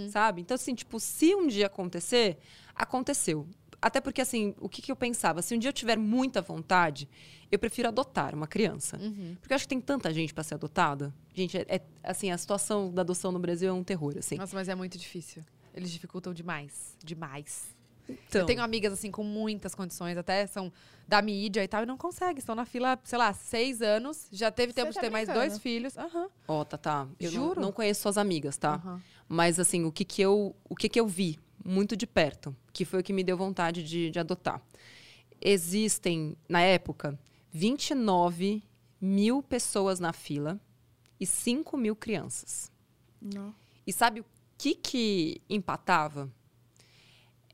C: sabe? Então, assim, tipo, se um dia acontecer, aconteceu. Até porque, assim, o que, que eu pensava? Se um dia eu tiver muita vontade, eu prefiro adotar uma criança. Porque eu acho que tem tanta gente pra ser adotada. Gente, é, é- assim, a situação da adoção no Brasil é um terror, assim.
A: Nossa, mas é muito difícil. Eles dificultam demais. Demais.
C: Então,
A: Eu tenho amigas, assim, com muitas condições, até são da mídia e tal, e não conseguem. Estão na fila, sei lá, seis anos. Já teve tempo
B: Você
A: de
B: tá
A: ter mais
B: brincando?
A: dois filhos. Aham.
C: ó, tá, tá. Eu não-
A: Juro?
C: Não, conheço suas amigas, tá?
A: aham.
C: Mas assim, o que que eu, o que que eu vi muito de perto, que foi o que me deu vontade de, de adotar. Existem, na época, 29 mil pessoas na fila e 5 mil crianças.
B: Não.
C: E sabe o que que empatava?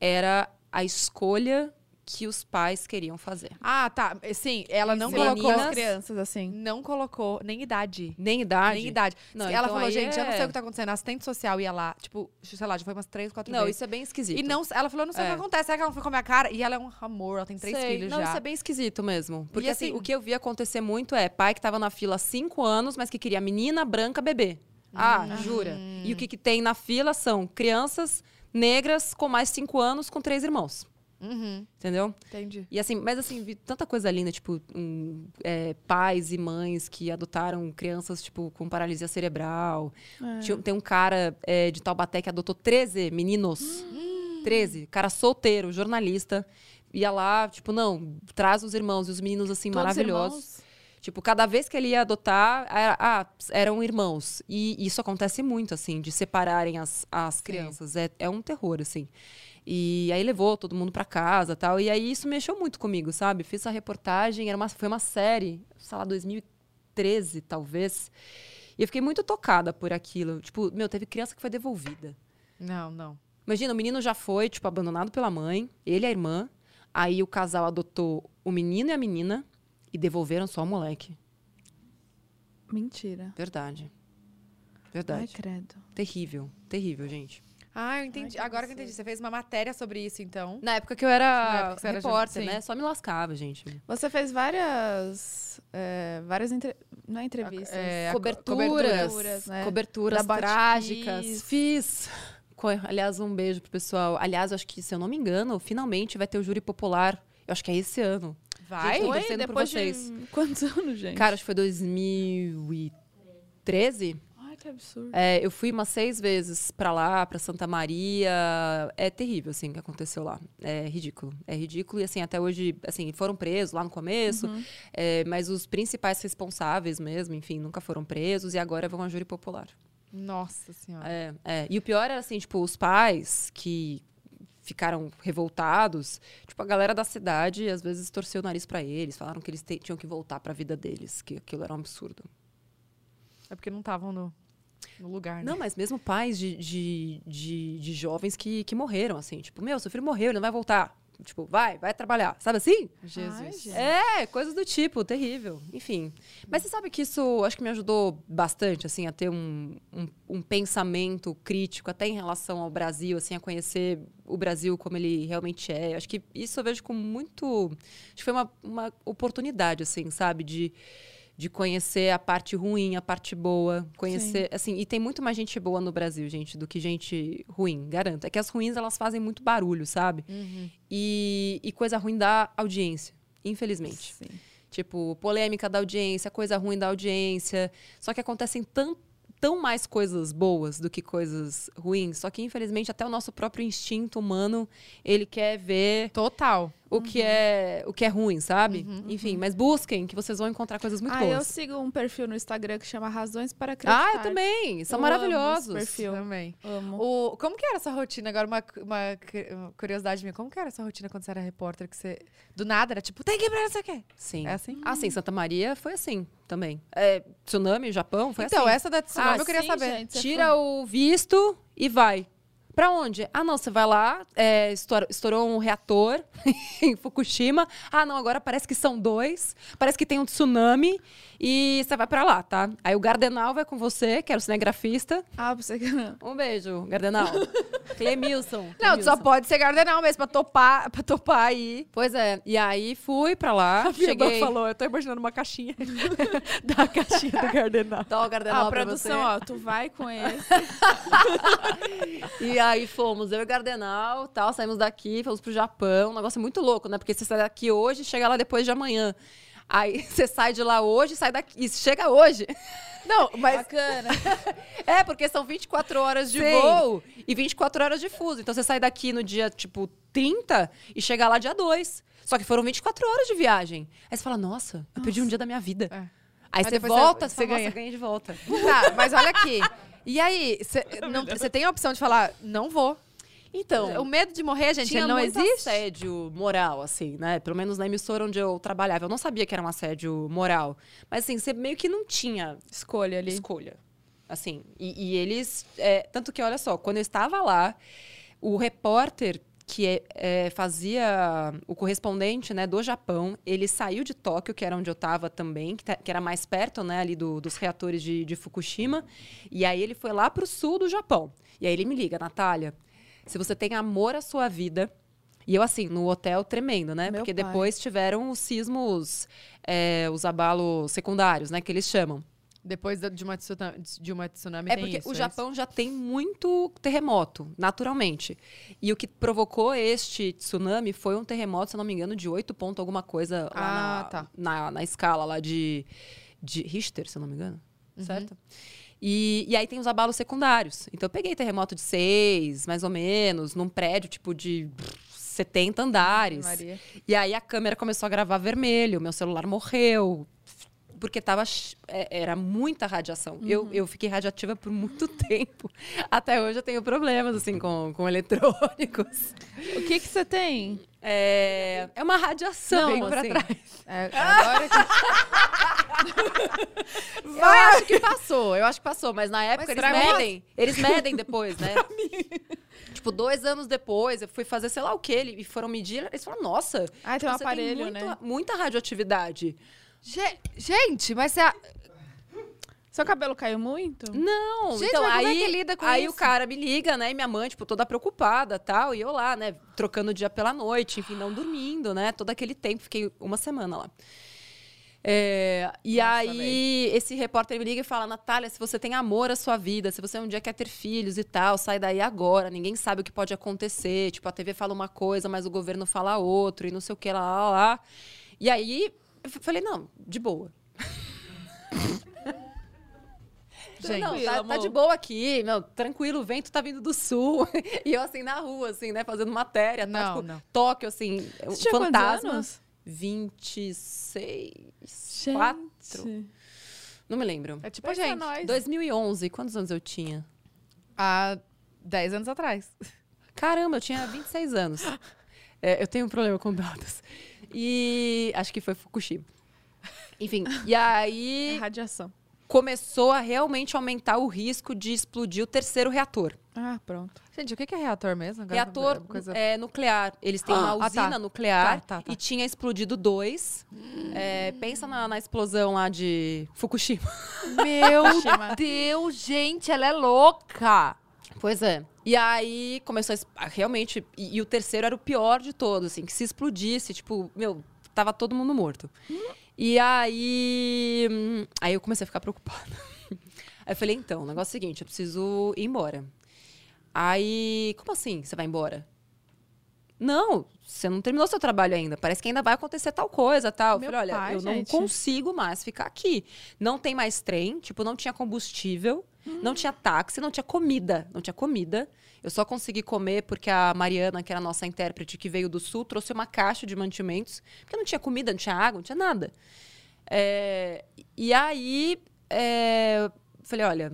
C: Era a escolha que os pais queriam fazer.
A: Ah, tá. Eh, Sim, ela não
B: Não
C: Meninas-
A: colocou.
B: colocou as crianças assim.
A: Não colocou nem idade.
C: Nem idade.
A: Nem idade.
C: Não,
A: ela
C: então
A: falou,
C: aí
A: gente, eu não sei
C: é-
A: o que tá acontecendo. A assistente social ia lá, tipo, sei lá, já foi umas três, quatro
C: Não,
A: vezes.
C: isso é bem esquisito.
A: E não, ela falou, não sei o
C: É.
A: que acontece. Será que ela não foi com a minha cara? E ela é um amor, ela tem três
C: Sei.
A: filhos
C: não,
A: já.
C: isso é bem esquisito mesmo. Porque assim,
A: assim-
C: o que eu vi acontecer muito é pai que tava na fila há cinco anos, mas que queria menina branca bebê. Ah,
A: hum.
C: jura? E o que, que tem na fila são crianças negras com mais cinco anos com três irmãos.
A: Uhum,
C: Entendeu?
A: entendi.
C: E assim, mas assim, vi tanta coisa linda, tipo, um, é, pais e mães que adotaram crianças, tipo, com paralisia cerebral. Tinha- tem um cara é, de Taubaté que adotou 13 meninos. 13. Cara solteiro, jornalista. Ia lá, tipo, não, traz os irmãos e os meninos, assim,
B: Todos
C: maravilhosos.
B: irmãos?
C: Tipo, cada vez que ele ia adotar, era- ah, eram irmãos. E isso acontece muito, assim, de separarem as, as crianças. É, é um terror, assim. E aí levou todo mundo pra casa tal. E aí isso mexeu muito comigo, sabe? Fiz essa reportagem, era uma, foi uma série, sei lá, 2013, talvez. E eu fiquei muito tocada por aquilo. Tipo, meu, teve criança que foi devolvida.
A: Não, não.
C: Imagina, o menino já foi, tipo, abandonado pela mãe, ele e a irmã. Aí o casal adotou o menino e a menina e devolveram só o moleque.
B: Mentira.
C: Verdade.
B: Ai,
C: Verdade.
B: credo.
C: Terrível. Terrível, gente.
A: Ah, eu entendi.
B: Ai, que
A: Agora que eu entendi. Você fez uma matéria sobre isso, então.
C: Na época que eu era
A: época que você era
C: repórter,
A: jovem, sim.
C: né? Só me lascava, gente.
B: Você fez várias. é, várias. Entre... Não é entrevistas.
A: É, a co-
C: coberturas.
B: coberturas,
C: Coberturas,
B: né? Da Botkiss.
C: trágicas. Fiz. Co- Aliás, um beijo pro pessoal. Aliás, eu acho que, se eu não me engano, finalmente vai ter o júri popular. Eu acho que é esse ano.
A: Vai?
C: Gente, tô
B: Foi?
C: torcendo por
B: Depois de
C: vocês.
B: quantos anos, gente?
C: um Cara, acho que foi 2013.
B: Ai, que absurdo.
C: É, eu fui umas seis vezes pra lá, pra Santa Maria. É terrível, assim, o que aconteceu lá. É ridículo. É ridículo. E, assim, até hoje, assim, foram presos lá no começo. é, mas os principais responsáveis mesmo, enfim, nunca foram presos. E agora vão a júri popular.
A: Nossa senhora.
C: É, é. E o pior era, assim, tipo, os pais que ficaram revoltados. Tipo, a galera da cidade, às vezes, torceu o nariz pra eles. Falaram que eles te- tinham que voltar pra vida deles. Que aquilo era um absurdo.
A: É porque não estavam no, no lugar, né?
C: Não, mas mesmo pais de, de, de, de jovens que, que morreram, assim. Tipo, meu, seu filho morreu, ele não vai voltar. Tipo, vai, vai trabalhar. Sabe assim?
B: Ai,
A: Jesus.
B: gente.
C: É, coisas do tipo, terrível. Enfim. Mas você sabe que isso acho que me ajudou bastante, assim, a ter um, um, um pensamento crítico, até em relação ao Brasil, assim, a conhecer o Brasil como ele realmente é. Acho que isso eu vejo com muito. Acho que foi uma, uma oportunidade, assim, sabe? De, de conhecer a parte ruim, a parte boa. Conhecer. Assim, e tem muito mais gente boa no Brasil, gente, do que gente ruim, garanto. É que as ruins, elas fazem muito barulho, sabe?
A: Uhum.
C: E, e coisa ruim da audiência, infelizmente.
B: Sim.
C: Tipo, polêmica da audiência, coisa ruim da audiência. Só que acontecem tão, tão mais coisas boas do que coisas ruins. Só que, infelizmente, até o nosso próprio instinto humano, ele quer ver
A: Total.
C: o,
B: Uhum.
C: que, é, o que é ruim, sabe? Enfim, mas busquem, que vocês vão encontrar coisas muito
B: ah, eu
C: boas.
B: sigo um perfil no Instagram que chama Razões para Acreditar.
C: ah, eu também! São
B: Eu amo esse
C: maravilhosos.
B: perfil. Eu-
A: Também.
B: Amo.
A: O, como que era essa rotina? Agora, uma, uma cu- uma curiosidade minha. Como que era essa rotina quando você era repórter? Que você. Do nada era tipo, tem que ir pra não sei o quê.
C: Sim.
A: É assim?
C: Ah, sim, Santa Maria foi assim também. É, tsunami, Japão, foi
A: então,
C: assim.
A: essa da tsunami
C: Ah,
B: é
A: eu queria
B: sim,
A: saber.
B: gente. Você
C: Tira o visto e vai. Pra onde? Ah, não, você vai lá, é, estour- estourou um reator em Fukushima. Ah, não, agora parece que são dois. Parece que tem um tsunami. E você vai pra lá, tá? Aí o Gardenal vai com você, que era o cinegrafista.
B: Ah, você que.
C: Um beijo, Gardenal. Clemilson.
A: Não, tu só
C: Clemilson.
A: pode ser gardenal mesmo, pra topar, pra topar aí.
C: Pois é, e aí fui pra lá, Ah, cheguei...
A: Cheguei. falou, eu tô imaginando uma caixinha. da caixinha do gardenal.
C: Dá o
B: Ah,
C: Gardenal
B: a
C: pra
B: produção,
C: você.
B: ó, tu vai com ele.
C: E aí fomos, eu e Gardenal, tal, saímos daqui, fomos pro Japão. Um negócio muito louco, né? Porque você sai daqui hoje e chega lá depois de amanhã. Aí você sai de lá hoje, sai daqui, e chega hoje.
A: Não, mas
B: Bacana.
C: É, porque são 24 horas de
A: Sim.
C: voo e 24 horas de fuso. Então você sai daqui no dia, tipo, 30 e chega lá dia 2. Só que foram 24 horas de viagem. Aí você fala, nossa, eu perdi um dia da minha vida.
B: É.
C: Aí,
A: Aí
C: você
A: depois
C: volta,
A: você-
C: você,
A: você
C: fala,
A: ganha.
C: nossa, ganhei de volta.
A: tá, mas olha aqui. E aí, você tem a opção de falar, não vou. Então, o medo de morrer, gente,
C: Tinha
A: ele não
C: muito
A: existe.
C: assédio moral, assim, né? Pelo menos na emissora onde eu trabalhava. Eu não sabia que era um assédio moral. Mas, assim, você meio que não tinha
B: Escolha ali.
C: escolha. Assim, e, e eles... é, tanto que, olha só, quando eu estava lá, o repórter que é- é, fazia o correspondente né, do Japão, ele saiu de Tóquio, que era onde eu estava também, que, ta- que era mais perto né, ali do- dos reatores de, de Fukushima, e aí ele foi lá para o sul do Japão. E aí ele me liga, Natália, se você tem amor à sua vida... E eu, assim, no hotel tremendo, né?
B: Meu
C: Porque
B: pai.
C: depois tiveram os sismos, é, os abalos secundários, né? Que eles chamam.
A: Depois da- de uma tsunami, de uma tsunami
C: É
A: tem
C: porque
A: isso,
C: o
A: isso?
C: Japão já tem muito terremoto, naturalmente. E o que provocou este tsunami foi um terremoto, se eu não me engano, de 8 ponto alguma coisa
A: Ah,
C: lá na,
A: tá.
C: na, na escala lá de, de Richter, se eu não me engano.
A: Uhum.
C: Certo? E, e aí tem os abalos secundários. Então eu peguei terremoto de 6, mais ou menos, num prédio tipo de pff, 70
A: É
C: andares.
B: Maria.
C: E aí a câmera começou a gravar vermelho, meu celular morreu. Porque tava. ch- é, Era muita radiação. Eu, eu fiquei radiativa por muito tempo. Até hoje eu tenho problemas, assim, com, com eletrônicos.
B: O que que você tem?
C: É, é uma radiação.
B: Vem pra
C: assim.
B: trás. É, agora que...
C: Eu acho que passou, eu acho que passou. Mas na época
B: pra
C: eles
B: mim- é
C: medem. Eles medem depois, né? Tipo, dois anos depois, eu fui fazer sei lá o que, e foram medir. Eles falaram, nossa,
B: Ah, tem um
C: você
B: aparelho,
C: tem
B: né?
C: muita- muita radioatividade.
A: Ge- gente, mas você...
B: Seu cabelo caiu muito?
C: Não,
A: Gente,
C: então
A: mas como é
C: aí,
A: que lida com
C: aí
A: isso?
C: o cara me liga, né? E minha mãe, tipo, toda preocupada tal. E eu lá, né? Trocando o dia pela noite, enfim, não dormindo, né? Todo aquele tempo, fiquei uma semana lá. É, e
B: Nossa,
C: aí, esse repórter me liga e fala: Natália, se você tem amor à sua vida, se você um dia quer ter filhos e tal, sai daí agora. Ninguém sabe o que pode acontecer. Tipo, a TV fala uma coisa, mas o governo fala outro, e não sei o que, lá, lá, lá. E aí, eu f- falei: não, de boa.
A: Gente,
C: não,
B: Tranquilo,
C: tá, tá
B: amor.
C: de boa aqui, meu, tranquilo, o vento tá vindo do sul. e eu, assim, na rua, assim, né, fazendo matéria, tá?
A: Não,
C: tipo,
A: não.
C: Tóquio, assim, um
B: Você tinha quantos
C: fantasma.
B: anos?
C: 26,
B: Gente.
C: 4, não me lembro.
A: É tipo a
B: Pensa
A: gente,
B: nós.
C: 2011, quantos anos eu tinha?
A: há 10 anos atrás.
C: Caramba, eu tinha 26 anos. É, eu tenho um problema com datas. E acho que foi Fukushima. Enfim, e
B: É
C: aí
B: radiação.
C: começou a realmente aumentar o risco de explodir o terceiro reator.
B: Ah, pronto.
A: Gente, o que que é reator mesmo? Agora
C: reator
A: uma coisa-
C: é, nuclear. Eles têm
A: Ah,
C: uma
A: tá.
C: usina nuclear
A: Tá, tá, tá.
C: e tinha explodido dois. É, pensa na, na explosão lá de Fukushima.
B: É
A: Meu
B: Fukushima.
A: Deus, gente, ela é louca.
C: Pois é. E aí começou a, es- a realmente. E, e o terceiro era o pior de todos, assim, que se explodisse, tipo, meu, tava todo mundo morto. E aí. hum, Aí eu comecei a ficar preocupada. Aí eu falei, então, o negócio é o seguinte, eu preciso ir embora. Aí, como assim você vai embora? Não, você não terminou seu trabalho ainda. Parece que ainda vai acontecer tal coisa, tal.
B: Meu
C: eu falei, olha,
B: pai,
C: eu
B: gente.
C: não consigo mais ficar aqui. Não tem mais trem, tipo, não tinha combustível, não tinha táxi, não tinha comida. Não tinha comida. Eu só consegui comer porque a Mariana, que era a nossa intérprete, que veio do sul, trouxe uma caixa de mantimentos. Porque não tinha comida, não tinha água, não tinha nada. É, e aí, é, falei, olha...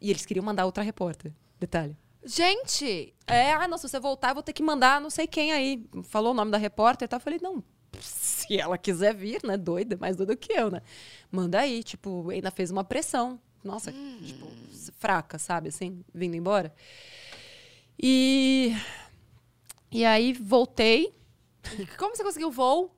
C: E eles queriam mandar outra repórter. Detalhe.
A: Gente,
C: É, ah, não, se você voltar, eu vou ter que mandar não sei quem aí. Falou o nome da repórter e tal. Eu falei, não, se ela quiser vir, né? Doida, mais doida que eu, né? Manda aí, tipo, ainda fez uma pressão. Nossa, tipo, fraca, sabe, assim, vindo embora. E, e aí voltei.
A: Como você conseguiu o voo?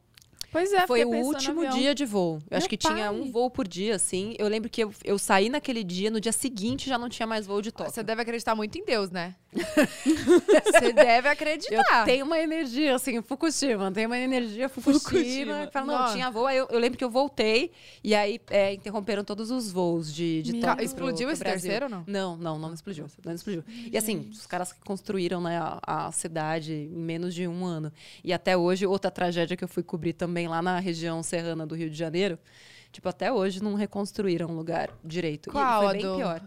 B: Pois é,
C: Foi
B: fiquei
C: o
B: pensando no
C: último
B: avião.
C: dia de voo. Eu acho
B: Meu
C: que
B: pai.
C: tinha um voo por dia, assim. Eu lembro que eu, eu saí naquele dia, no dia seguinte já não tinha mais voo de Tóquio.
A: Você deve acreditar muito em Deus, né? você deve
C: Eu
B: tá.
A: acreditar.
C: tenho uma energia, assim, Fukushima. Tem uma energia Fukushima.
B: Fukushima.
C: Fala, não,
A: Nossa.
C: tinha voo. Aí eu, eu lembro que eu voltei. E aí é, interromperam todos os voos de, de
B: Meu
C: Tóquio. pro-
A: Explodiu
C: pro
A: esse
C: Brasil.
A: terceiro ou não?
C: Não, não, não explodiu. Não explodiu. E assim, os caras que construíram né, a, a cidade em menos de um ano. E até hoje, outra tragédia que eu fui cobrir também lá na região serrana do Rio de Janeiro. Tipo, até hoje não reconstruíram o lugar direito.
A: Qual
C: e
A: a
C: foi bem
A: do-
C: pior.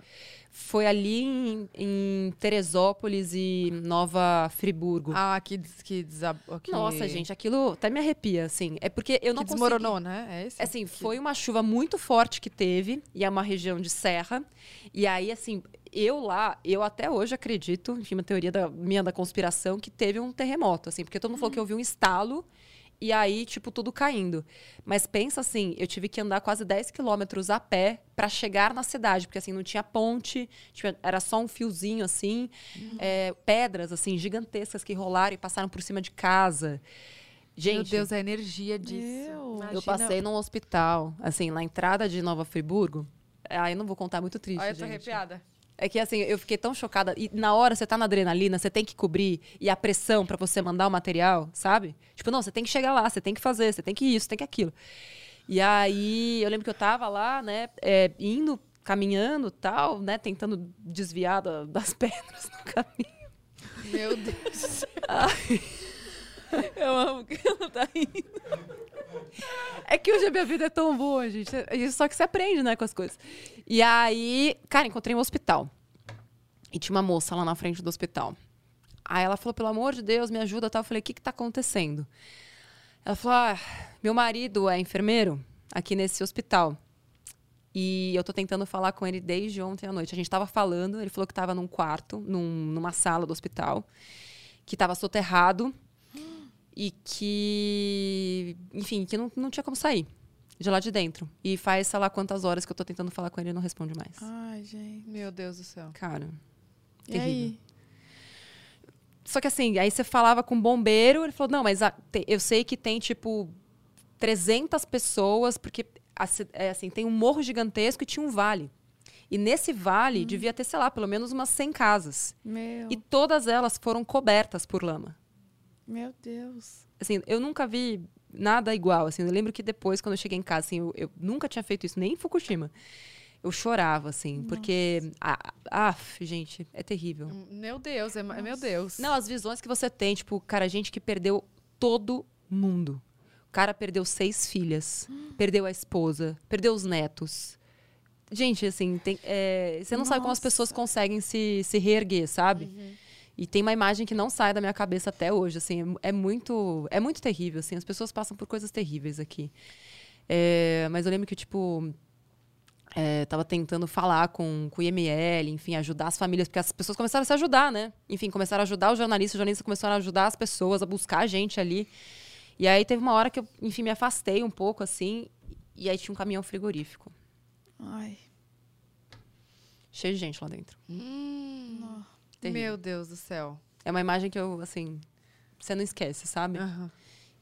C: Foi ali em, em Teresópolis e Nova Friburgo.
A: Ah, que, des- que desabou. Que...
C: Nossa, gente, aquilo até me arrepia, assim. É porque eu não
A: que
C: consegui-
A: desmoronou, né? É esse?
C: Assim, foi uma chuva muito forte que teve, e é uma região de serra. E aí, assim, eu lá, eu até hoje acredito, enfim, uma teoria da, minha da conspiração, que teve um terremoto, assim, porque todo mundo falou que eu vi um estalo e aí, tipo, tudo caindo. Mas pensa assim, eu tive que andar quase 10 quilômetros a pé pra chegar na cidade, porque assim, não tinha ponte, tipo, era só um fiozinho assim,
A: Uhum.
C: é, pedras assim, gigantescas que rolaram e passaram por cima de casa. Gente,
A: Meu Deus, a energia disso.
B: Meu.
C: eu passei num hospital, assim, na entrada de Nova Friburgo. É, Aí eu não vou contar, muito triste,
A: Olha, eu
C: gente.
A: tô arrepiada.
C: É que assim, eu fiquei tão chocada. E na hora você tá na adrenalina, você tem que cobrir e a pressão pra você mandar o material, sabe? Tipo, não, você tem que chegar lá, você tem que fazer, você tem que isso, tem que aquilo. E aí eu lembro que eu tava lá, né, é, indo, caminhando tal, né, tentando desviar da- das pedras no caminho.
A: Meu Deus.
B: Eu amo que ela tá rindo.
C: É que hoje a minha vida é tão boa, gente. É Só que você aprende, né, com as coisas. E aí, cara, encontrei um hospital. E tinha uma moça lá na frente do hospital. Aí ela falou, pelo amor de Deus, me ajuda. Tal. Eu falei, o que que tá acontecendo? Ela falou, ah, meu marido é enfermeiro aqui nesse hospital. E eu tô tentando falar com ele desde ontem à noite. A gente tava falando, ele falou que tava num quarto, num- numa sala do hospital. Que tava soterrado. E que... Enfim, que não, não tinha como sair de lá de dentro. E faz, sei lá, quantas horas que eu tô tentando falar com ele e não responde mais.
B: Ai, gente.
A: Meu Deus do céu.
C: Cara...
B: E aí?
C: Só que assim, aí você falava com o bombeiro, ele falou: não, mas a- te- eu sei que tem tipo 300 pessoas, porque a ci- é, assim, tem um morro gigantesco e tinha um vale. E nesse vale devia ter, sei lá, pelo menos umas 100 casas.
B: Meu,
C: E todas elas foram cobertas por lama.
B: meu Deus.
C: Assim, eu nunca vi nada igual. Assim, eu lembro que depois, quando eu cheguei em casa, assim, eu, eu nunca tinha feito isso, nem em Fukushima. Eu chorava, assim, porque. Ah, ah, gente, é terrível.
A: Meu Deus, é, é meu Deus.
C: Não, as visões que você tem, tipo, cara, gente que perdeu todo mundo. O cara perdeu seis filhas, perdeu a esposa, perdeu os netos. Gente, assim, tem- é, você não sabe como as
B: Nossa.
C: pessoas conseguem se, se reerguer, sabe? E tem uma imagem que não sai da minha cabeça até hoje, assim, é mu- é, muito, é muito terrível, assim, as pessoas passam por coisas terríveis aqui. É, mas eu lembro que, tipo, é, tava tentando falar com, com o IML, enfim, ajudar as famílias, porque as pessoas começaram a se ajudar, né? Enfim, começaram a ajudar os jornalistas, os jornalistas começaram a ajudar as pessoas, a buscar a gente ali. E aí teve uma hora que eu, enfim, me afastei um pouco, assim, e aí tinha um caminhão frigorífico,
B: Ai,
C: cheio de gente lá dentro.
A: Hum,
B: não.
C: é terrível.
A: meu Deus do céu.
C: É uma imagem que eu, assim, você não esquece, sabe?
A: Aham.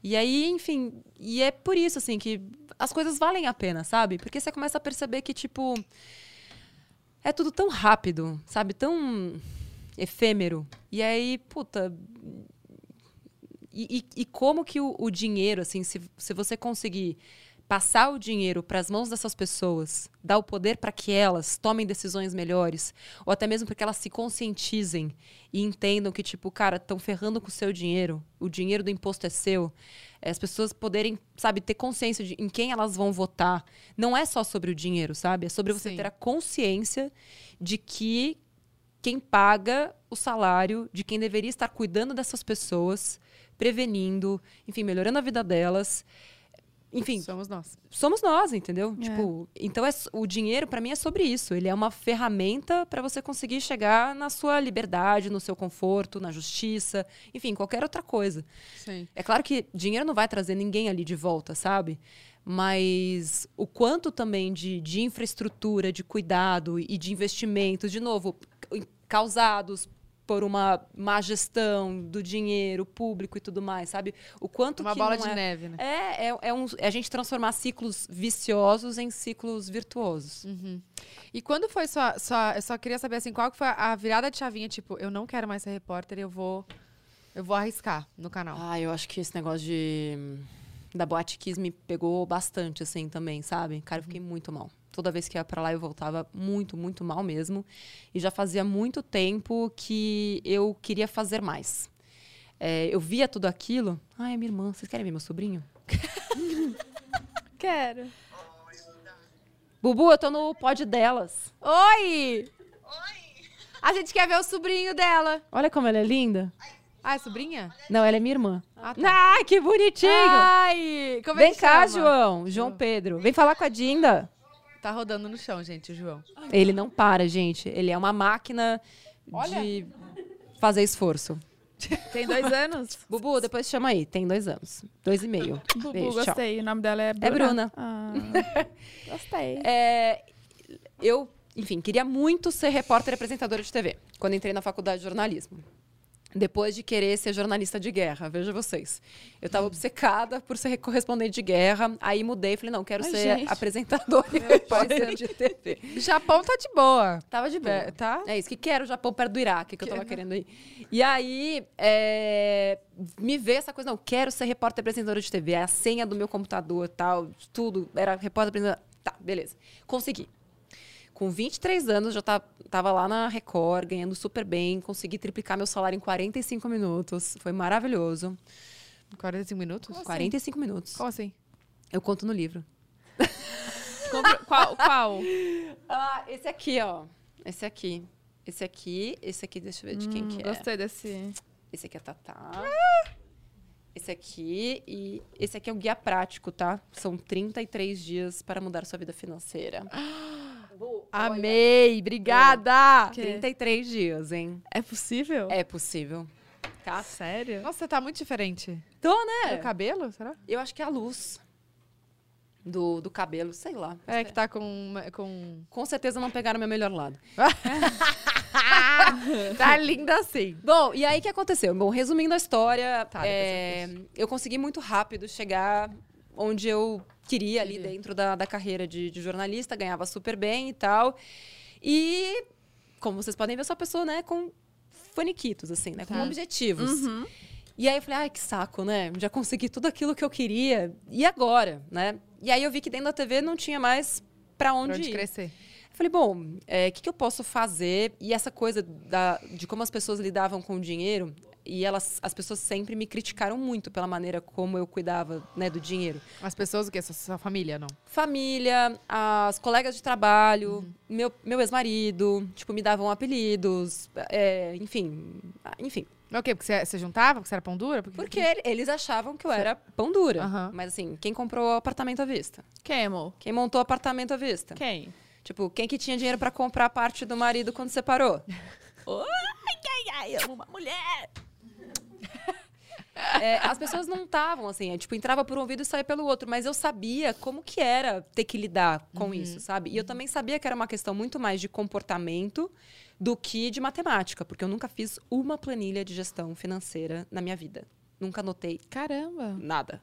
C: E aí, enfim, e é por isso, assim, que as coisas valem a pena, sabe? Porque você começa a perceber que, tipo, é tudo tão rápido, sabe? Tão efêmero. E aí, puta. E, e- e como que o, o dinheiro, assim, se, se você conseguir passar o dinheiro para as mãos dessas pessoas, dar o poder para que elas tomem decisões melhores, ou até mesmo para que elas se conscientizem e entendam que, tipo, cara, estão ferrando com o seu dinheiro, o dinheiro do imposto é seu, eh, as pessoas poderem, sabe, ter consciência de em quem elas vão votar. Não é só sobre o dinheiro, sabe? É sobre você
A: Sim.
C: ter a consciência de que quem paga o salário, de quem deveria estar cuidando dessas pessoas, prevenindo, enfim, melhorando a vida delas. Enfim,
A: Somos nós.
C: somos nós, entendeu?
B: É.
C: Tipo, então é, s- o dinheiro pra mim é sobre isso. Ele é uma ferramenta pra você conseguir chegar na sua liberdade, no seu conforto, na justiça, enfim, qualquer outra coisa.
A: Sim.
C: É claro que dinheiro não vai trazer ninguém ali de volta, sabe? Mas o quanto também de, de infraestrutura, de cuidado e de investimentos, de novo, c- causados por uma má gestão do dinheiro público e tudo mais, sabe? O quanto
A: Uma
C: que
A: bola
C: não
A: de
C: é...
A: neve, né?
C: É, é, é um, é a gente transformar ciclos viciosos em ciclos virtuosos.
A: E quando foi sua, sua. Eu só queria saber assim, qual que foi a virada de chavinha, tipo, eu não quero mais ser repórter, eu vou. Eu vou arriscar no canal.
C: Ah, eu acho que esse negócio de da Boate Kiss me pegou bastante, assim, também, sabe? Cara, eu fiquei
A: Uhum.
C: muito mal. Toda vez que ia pra lá, eu voltava muito, muito mal mesmo. E já fazia muito tempo que eu queria fazer mais. É, eu via tudo aquilo. Ai, minha irmã, vocês querem ver meu sobrinho?
B: Quero.
C: Bubu, eu tô no pod delas.
A: Oi! Oi! A gente quer ver o sobrinho dela.
C: Olha como ela é linda.
A: Ah, é sobrinha?
C: Não, ela é minha irmã.
A: Ah, tá.
C: Ah, que bonitinho!
A: Ai! Como é
C: Vem
A: que
C: cá,
A: chama?
C: João. João Pedro. Vem falar com a Dinda.
A: Tá rodando no chão, gente, o João.
C: Ele não para, gente. Ele é uma máquina
B: Olha.
C: de fazer esforço.
B: Tem dois anos?
C: Bubu, depois chama aí. Tem dois anos. Dois e meio.
B: Bubu,
C: Beijo, tchau.
B: gostei. O nome dela é Bruna.
C: Bruna.
B: Ah, gostei.
C: É, eu, enfim, queria muito ser repórter e apresentadora de TV quando entrei na faculdade de jornalismo. Depois de querer ser jornalista de guerra, veja vocês. Eu estava obcecada por ser correspondente de guerra, aí mudei, falei, não, quero
B: Ai,
C: ser
B: gente.
C: apresentadora e repórter de TV.
A: Japão tá de boa.
C: Tava de boa.
A: É, tá?
C: É isso, que quero o Japão perto do Iraque, que eu tava querendo ir. E aí, é, me vê essa coisa, não, quero ser repórter apresentadora de TV. A senha do meu computador, tal, tudo, era repórter apresentadora. Tá, beleza. Consegui. Com 23 anos, já tá- tava lá na Record, ganhando super bem. Consegui triplicar meu salário em 45 minutos. Foi maravilhoso.
A: 45 minutos?
C: assim? 45 minutos.
A: Como assim?
C: Eu conto no livro.
B: Compro- Qual? qual?
C: Ah, esse aqui, ó. Esse aqui. Esse aqui, esse aqui, deixa eu ver de quem que
B: Hum,
C: é.
B: Gostei desse.
C: Esse aqui é Tatá. Esse aqui e esse aqui é o guia prático, tá? São 33 dias para mudar sua vida financeira.
A: Amei! Obrigada!
B: Que-
C: 33 dias, hein?
B: É possível?
C: É possível.
B: Tá. Sério?
A: Nossa, você tá muito diferente.
C: Tô, né?
A: É. O cabelo, será?
C: Eu acho que é a luz do, do cabelo, sei lá.
A: É, que tá com... uma- com...
C: Com certeza não pegaram meu melhor lado.
A: Tá linda assim.
C: Bom, e aí o que aconteceu? Bom, resumindo a história,
A: Tá, depois
C: é,
A: eu
C: eu consegui muito rápido chegar onde eu queria
A: Uhum.
C: ali dentro da, da carreira de, de jornalista, ganhava super bem e tal. E, como vocês podem ver, eu sou uma pessoa, né, com faniquitos, assim, né? Com
A: Tá.
C: objetivos. E aí eu falei, ai, que saco, né? Já consegui tudo aquilo que eu queria. E agora, né? E aí eu vi que dentro da TV não tinha mais pra onde,
A: Pra onde
C: ir.
A: crescer.
C: Eu Falei, bom, o que, que eu posso fazer? E essa coisa da- de como as pessoas lidavam com o dinheiro, e elas, as pessoas sempre me criticaram muito pela maneira como eu cuidava né, do dinheiro.
A: As pessoas, o quê? Sua, sua família, não?
C: Família, as colegas de trabalho, meu, meu ex-marido, tipo, me davam apelidos, é, enfim, ah, enfim.
A: É o quê? Porque você, você juntava? Porque você era pão dura?
C: Porque ele- eles achavam que eu era pão dura.
A: Uhum. Aham.
C: Mas assim, quem comprou o apartamento à vista?
B: Quem, amor?
C: Quem montou o apartamento à vista?
B: Quem?
C: Tipo, quem que tinha dinheiro pra comprar a parte do marido quando separou?
B: Ai, amo uma mulher.
C: É, as pessoas não estavam assim, é, tipo, entrava por um ouvido e saía pelo outro, mas eu sabia como que era ter que lidar com isso, sabe? E eu também sabia que era uma questão muito mais de comportamento do que de matemática, porque eu nunca fiz uma planilha de gestão financeira na minha vida. Nunca anotei
B: Caramba.
C: nada.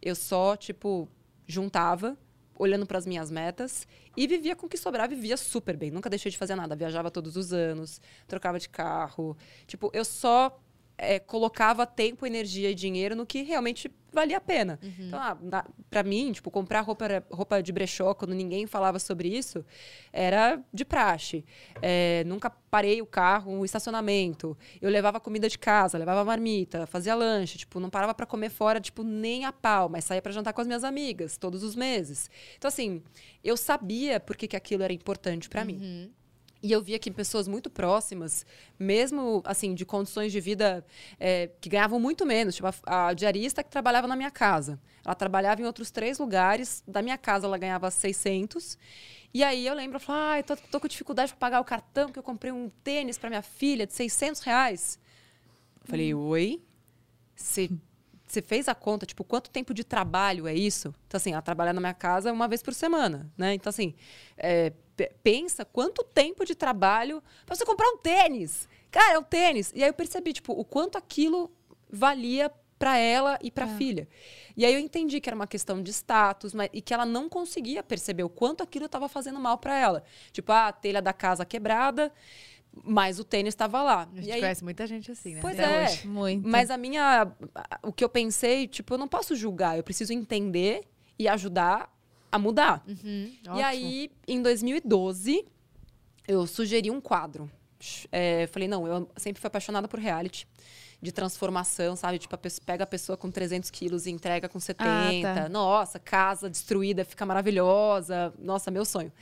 C: Eu só, tipo, juntava, olhando para as minhas metas e vivia com o que sobrava e vivia super bem. Nunca deixei de fazer nada. Viajava todos os anos, trocava de carro. Tipo, eu só é, colocava tempo, energia e dinheiro no que realmente valia a pena. Então, ah, na- pra mim, tipo, comprar roupa, era- roupa de brechó quando ninguém falava sobre isso era de praxe. É, nunca parei o carro, o estacionamento. Eu levava comida de casa, levava marmita, fazia lanche. Tipo, não parava pra comer fora, tipo, nem a pau. Mas saía pra jantar com as minhas amigas todos os meses. Então, assim, eu sabia por que, que aquilo era importante pra mim. E eu via que pessoas muito próximas, mesmo assim, de condições de vida é, que ganhavam muito menos, tipo a, a diarista que trabalhava na minha casa. Ela trabalhava em outros três lugares, da minha casa ela ganhava 600. E aí eu lembro, eu falava, ai, tô, tô com dificuldade para pagar o cartão, que eu comprei um tênis para minha filha de 600 reais. Eu Falei, oi? Você você fez a conta, tipo, quanto tempo de trabalho é isso? Então, assim, ela trabalha na minha casa uma vez por semana, né? Então, assim, é, pe- pensa quanto tempo de trabalho pra você comprar um tênis. Cara, é o tênis. E aí eu percebi, tipo, o quanto aquilo valia para ela e para a filha. E aí eu entendi que era uma questão de status, mas, e que ela não conseguia perceber o quanto aquilo estava fazendo mal para ela. Tipo, ah, a telha da casa quebrada, mas o tênis estava lá.
A: A gente
C: e aí,
A: conhece muita gente assim, né?
C: Pois
A: Até
C: é.
A: hoje.
B: Muito.
C: Mas a minha. a- O que eu pensei, tipo, eu não posso julgar, eu preciso entender e ajudar a mudar.
A: Uhum,
C: E
A: ótimo.
C: aí, né? em 2012, eu sugeri um quadro. Sh- é, falei, não, eu sempre fui apaixonada por reality, de transformação, sabe? Tipo, a pessoa, pega a pessoa com 300 quilos e entrega com 70.
B: Ah, tá.
C: Nossa, casa destruída, fica maravilhosa. Nossa, meu sonho.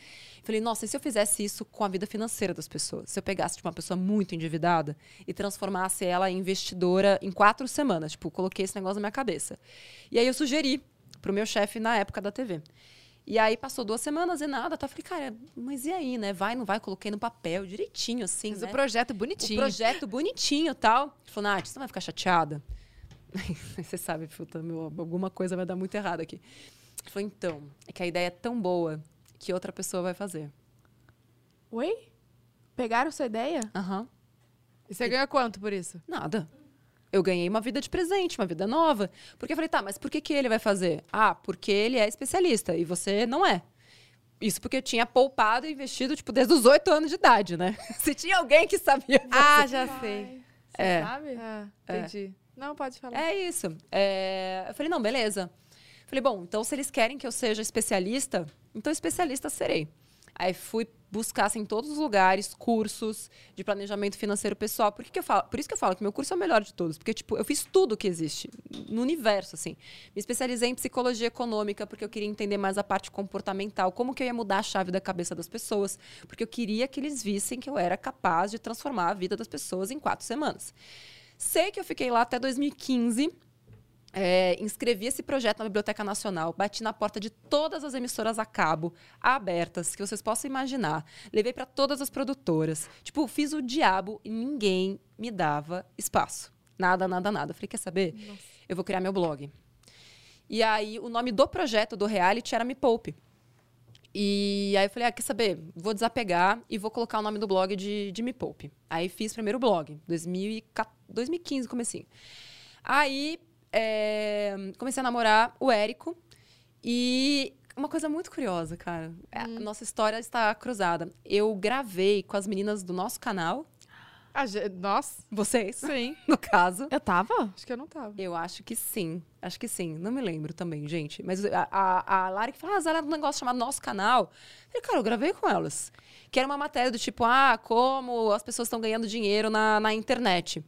C: Falei, nossa, e se eu fizesse isso com a vida financeira das pessoas? Se eu pegasse tipo, uma pessoa muito endividada e transformasse ela em investidora em quatro semanas? Tipo, coloquei esse negócio na minha cabeça. E aí eu sugeri pro meu chefe na época da TV. E aí passou duas semanas e nada, tá? Falei, cara, mas e aí, né? Vai, não vai? Coloquei no papel direitinho, assim,
A: Fiz o
C: né?
A: projeto é
C: O
A: bonitinho.
C: projeto bonitinho e tal. Ele falou, Nath, você não vai ficar chateada? você sabe, puta, meu, alguma coisa vai dar muito errado aqui. Ele falou, então, é que a ideia é tão boa que outra pessoa vai fazer.
B: Oi? Pegaram sua ideia?
C: Aham.
A: E você ganha quanto por isso?
C: Nada. Eu ganhei uma vida de presente, uma vida nova. Porque eu falei, tá, mas por que, que ele vai fazer? Ah, porque ele é especialista e você não é. Isso porque eu tinha poupado e investido, tipo, desde os oito anos de idade, né? Se tinha alguém que sabia.
A: Ah, já sei.
B: Você
C: É.
B: sabe?
A: Ah, entendi. Não, pode falar.
C: É isso. É, Eu falei, não, beleza. Falei, bom, então se eles querem que eu seja especialista, então especialista serei. Aí fui buscar assim, em todos os lugares cursos de planejamento financeiro pessoal. Por, que que eu falo? Por isso que eu falo que meu curso é o melhor de todos. Porque, tipo, eu fiz tudo que existe no universo, assim. Me especializei em psicologia econômica, porque eu queria entender mais a parte comportamental, como que eu ia mudar a chave da cabeça das pessoas, porque eu queria que eles vissem que eu era capaz de transformar a vida das pessoas em quatro semanas. Sei que eu fiquei lá até 2015. É, inscrevi esse projeto na Biblioteca Nacional, bati na porta de todas as emissoras a cabo, abertas, que vocês possam imaginar. Levei para todas as produtoras. Tipo, fiz o diabo e ninguém me dava espaço. Nada, nada, nada. Falei, quer saber? Eu vou criar meu blog. E aí, o nome do projeto, do reality, era Me Poupe. E aí eu falei, ah, quer saber? Vou desapegar e vou colocar o nome do blog de, de Me Poupe. Aí fiz o primeiro blog, 2014, 2015, comecinho. Aí é, comecei a namorar o Érico e uma coisa muito curiosa, cara. A nossa história está cruzada. Eu gravei com as meninas do nosso canal,
A: Ah, já- Nossa,
C: vocês,
A: sim.
C: no caso.
B: Eu tava?
A: Acho que eu não tava.
C: Eu acho que sim. Acho que sim. Não me lembro também, gente. Mas a, a, a Lara que fala, ah, Zara, um negócio chamado Nosso Canal. Eu falei, cara, eu gravei com elas. Que era uma matéria do tipo, ah, como as pessoas estão ganhando dinheiro na, na internet.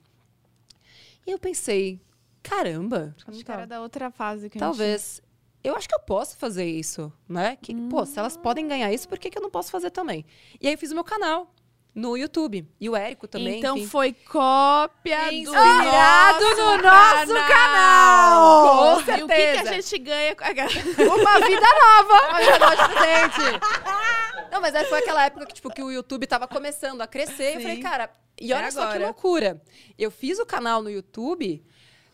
C: E eu pensei, caramba,
B: Acho que era da outra fase que a gente...
C: talvez. Eu acho que eu posso fazer isso, né? Que, Pô, se elas podem ganhar isso, por que, que eu não posso fazer também? E aí eu fiz o meu canal no YouTube. E o Érico também.
B: Então
C: enfim.
B: foi cópia do
A: Inspirado
B: nosso
A: no nosso canal. Com
B: E o que que,
A: certeza.
B: a gente ganha com a
A: Uma vida nova! Uma vida nova diferente.
C: Não, mas aí foi aquela época que, tipo, que o YouTube tava começando a crescer. E eu falei,
A: Sim.
C: cara, e olha
A: É
C: só que
A: agora.
C: loucura. Eu fiz o canal no YouTube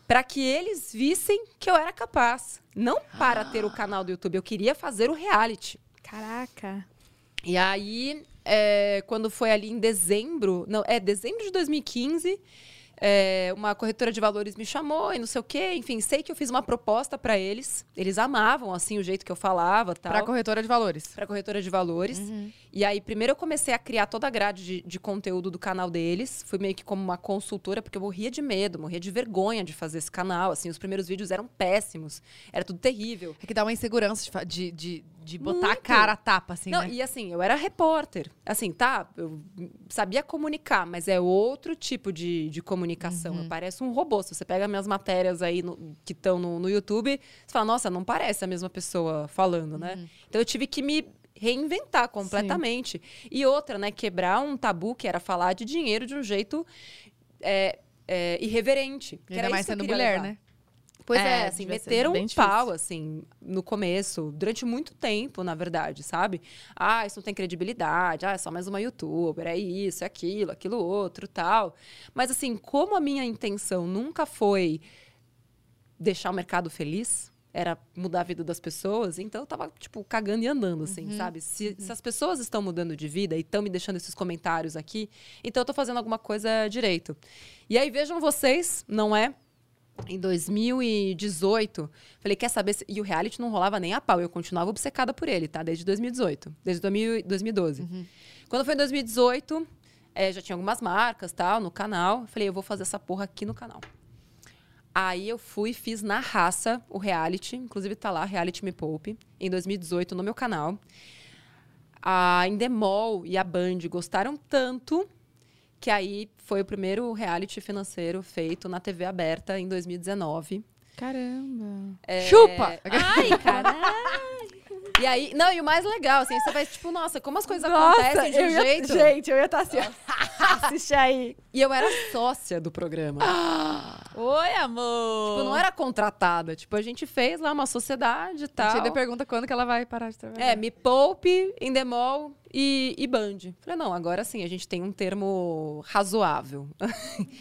C: para que eles vissem que eu era capaz. Não para ter
A: Ah.
C: o canal do YouTube, eu queria fazer o reality.
B: Caraca.
C: E aí, é, quando foi ali em dezembro, não, é dezembro de 2015, é, uma corretora de valores me chamou e não sei o quê. Enfim, sei que eu fiz uma proposta para eles. Eles amavam, assim, o jeito que eu falava, tal
A: Pra corretora de valores.
C: para corretora de valores. E aí, primeiro eu comecei a criar toda a grade de, de conteúdo do canal deles. Fui meio que como uma consultora, porque eu morria de medo, morria de vergonha de fazer esse canal. Assim, os primeiros vídeos eram péssimos, era tudo terrível.
A: É que dá uma insegurança de, fa- de, de, de botar a
C: Muito.
A: cara a tapa, assim,
C: Não,
A: né?
C: E assim, eu era repórter. Assim, tá, eu sabia comunicar, mas é outro tipo de, de comunicação.
A: Uhum.
C: Eu pareço um robô. Se você pega minhas matérias aí no- que estão no, no YouTube, você fala, nossa, não parece a mesma pessoa falando,
A: Uhum.
C: né? Então eu tive que me reinventar completamente. E outra, né, quebrar um tabu que era falar de dinheiro de um jeito é, é, irreverente. Que
A: E Ainda
C: era
A: mais
C: isso que eu
A: sendo
C: queria
A: mulher,
C: levar.
A: né?
C: Pois é,
B: É,
C: assim,
B: devia ser
C: meteram
B: bem
C: um
B: difícil.
C: pau, assim, no começo, durante muito tempo, na verdade, sabe? Ah, isso não tem credibilidade, ah, é só mais uma youtuber, é isso, é aquilo, aquilo outro, tal. Mas, assim, como a minha intenção nunca foi deixar o mercado feliz, era mudar a vida das pessoas, então eu tava, tipo, cagando e andando, assim,
B: Uhum.
C: sabe? Se, se as pessoas estão mudando de vida e estão me deixando esses comentários aqui, então eu tô fazendo alguma coisa direito. E aí vejam vocês, não é? Em 2018, falei, quer saber? Se... E o reality não rolava nem a pau, eu continuava obcecada por ele, tá? Desde 2018, desde 2000 2012. Quando foi em 2018, eh, já tinha algumas marcas, tal, no canal. Falei, eu vou fazer essa porra aqui no canal. Aí eu fui, fiz na raça o reality, inclusive tá lá, Reality Me Poupe, em 2018 no meu canal. A Endemol e a Band gostaram tanto que aí foi o primeiro reality financeiro feito na TV aberta em 2019.
B: Caramba.
A: Chupa!
C: É, Ai, caralho! E aí, não, e o mais legal, assim, você vai tipo, nossa, como as coisas acontecem de um
A: eu ia-
C: jeito.
A: Gente, eu ia
B: tá
A: estar assim, ó. assiste aí.
C: E eu era sócia do programa.
A: Ah.
B: Oi, amor!
C: Tipo, não era contratada. Tipo, a gente fez lá uma sociedade e
A: A
C: tal.
A: gente ainda pergunta quando que ela vai parar de trabalhar.
C: É, me poupe, Endemol e, e Band. Falei, não, agora sim, a gente tem um termo razoável.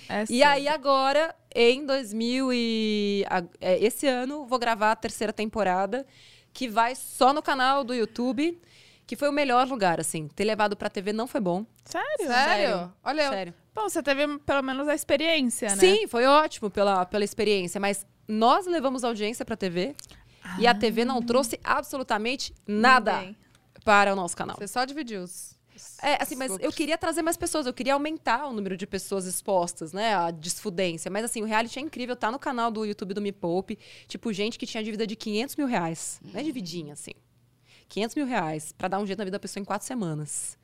B: Essa-
C: E aí agora, em 2000 e... a- é, Esse ano, vou gravar a terceira temporada, que vai só no canal do YouTube, que foi o melhor lugar, assim. Ter levado pra TV não foi bom,
B: Sério?
A: Sério? Olha, eu-
C: sério.
B: Bom, você teve pelo menos a experiência, né?
C: Sim, foi ótimo pela, pela experiência, mas nós levamos audiência pra TV... E a TV não trouxe absolutamente nada
B: Ah. Ninguém.
C: para o nosso canal.
A: você só dividiu os...
C: É, assim, mas eu
A: Lucros.
C: queria trazer mais pessoas, eu queria aumentar o número de pessoas expostas, né, à desfudência. Mas, assim, o reality é incrível, tá no canal do YouTube do Me Poupe. Tipo, gente que tinha dívida de 500 mil reais. Não é dividinha, assim. 500 mil reais pra dar um jeito na vida da pessoa em quatro semanas.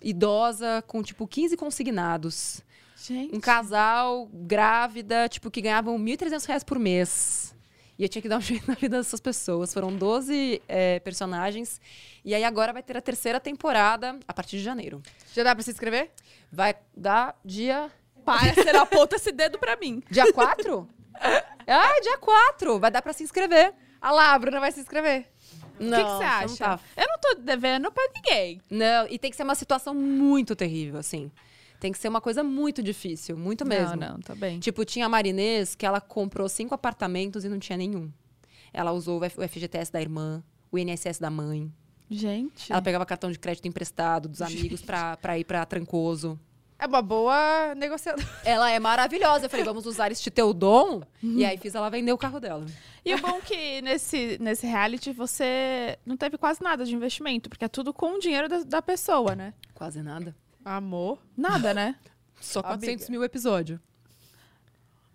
C: Idosa com, tipo, 15 consignados.
B: Gente.
C: Um casal grávida, tipo, que ganhavam 1.300 reais por mês. E eu tinha que dar um jeito na vida dessas pessoas. Foram 12 eh, personagens. E aí agora vai ter a terceira temporada a partir de janeiro.
A: Já dá pra se inscrever?
C: Vai dar dia.
B: Para, você não aponta esse dedo pra mim.
C: Dia 4? ah, dia 4! Vai dar pra se inscrever.
A: Ah lá, a Bruna vai se inscrever.
B: O
C: Não,
B: que que você acha?
C: Não, tá.
B: Eu não tô devendo pra ninguém.
C: Não, e tem que ser uma situação muito terrível, assim. Tem que ser uma coisa muito difícil, muito mesmo.
B: Não, não, tá bem.
C: Tipo, tinha a Marinês que ela comprou cinco apartamentos e não tinha nenhum. Ela usou o F- o FGTS da irmã, o INSS da mãe.
B: Gente.
C: Ela pegava cartão de crédito emprestado dos amigos pra, pra ir pra Trancoso.
A: É uma boa negociadora.
C: Ela é maravilhosa. Eu falei, vamos usar este teu dom. E aí fiz ela vender o carro dela.
B: E o bom é que nesse, nesse reality você não teve quase nada de investimento, porque é tudo com o dinheiro da, da pessoa, né?
C: Quase nada.
A: Amor.
B: Nada, né?
C: Só
A: Amiga.
C: 400 mil episódio.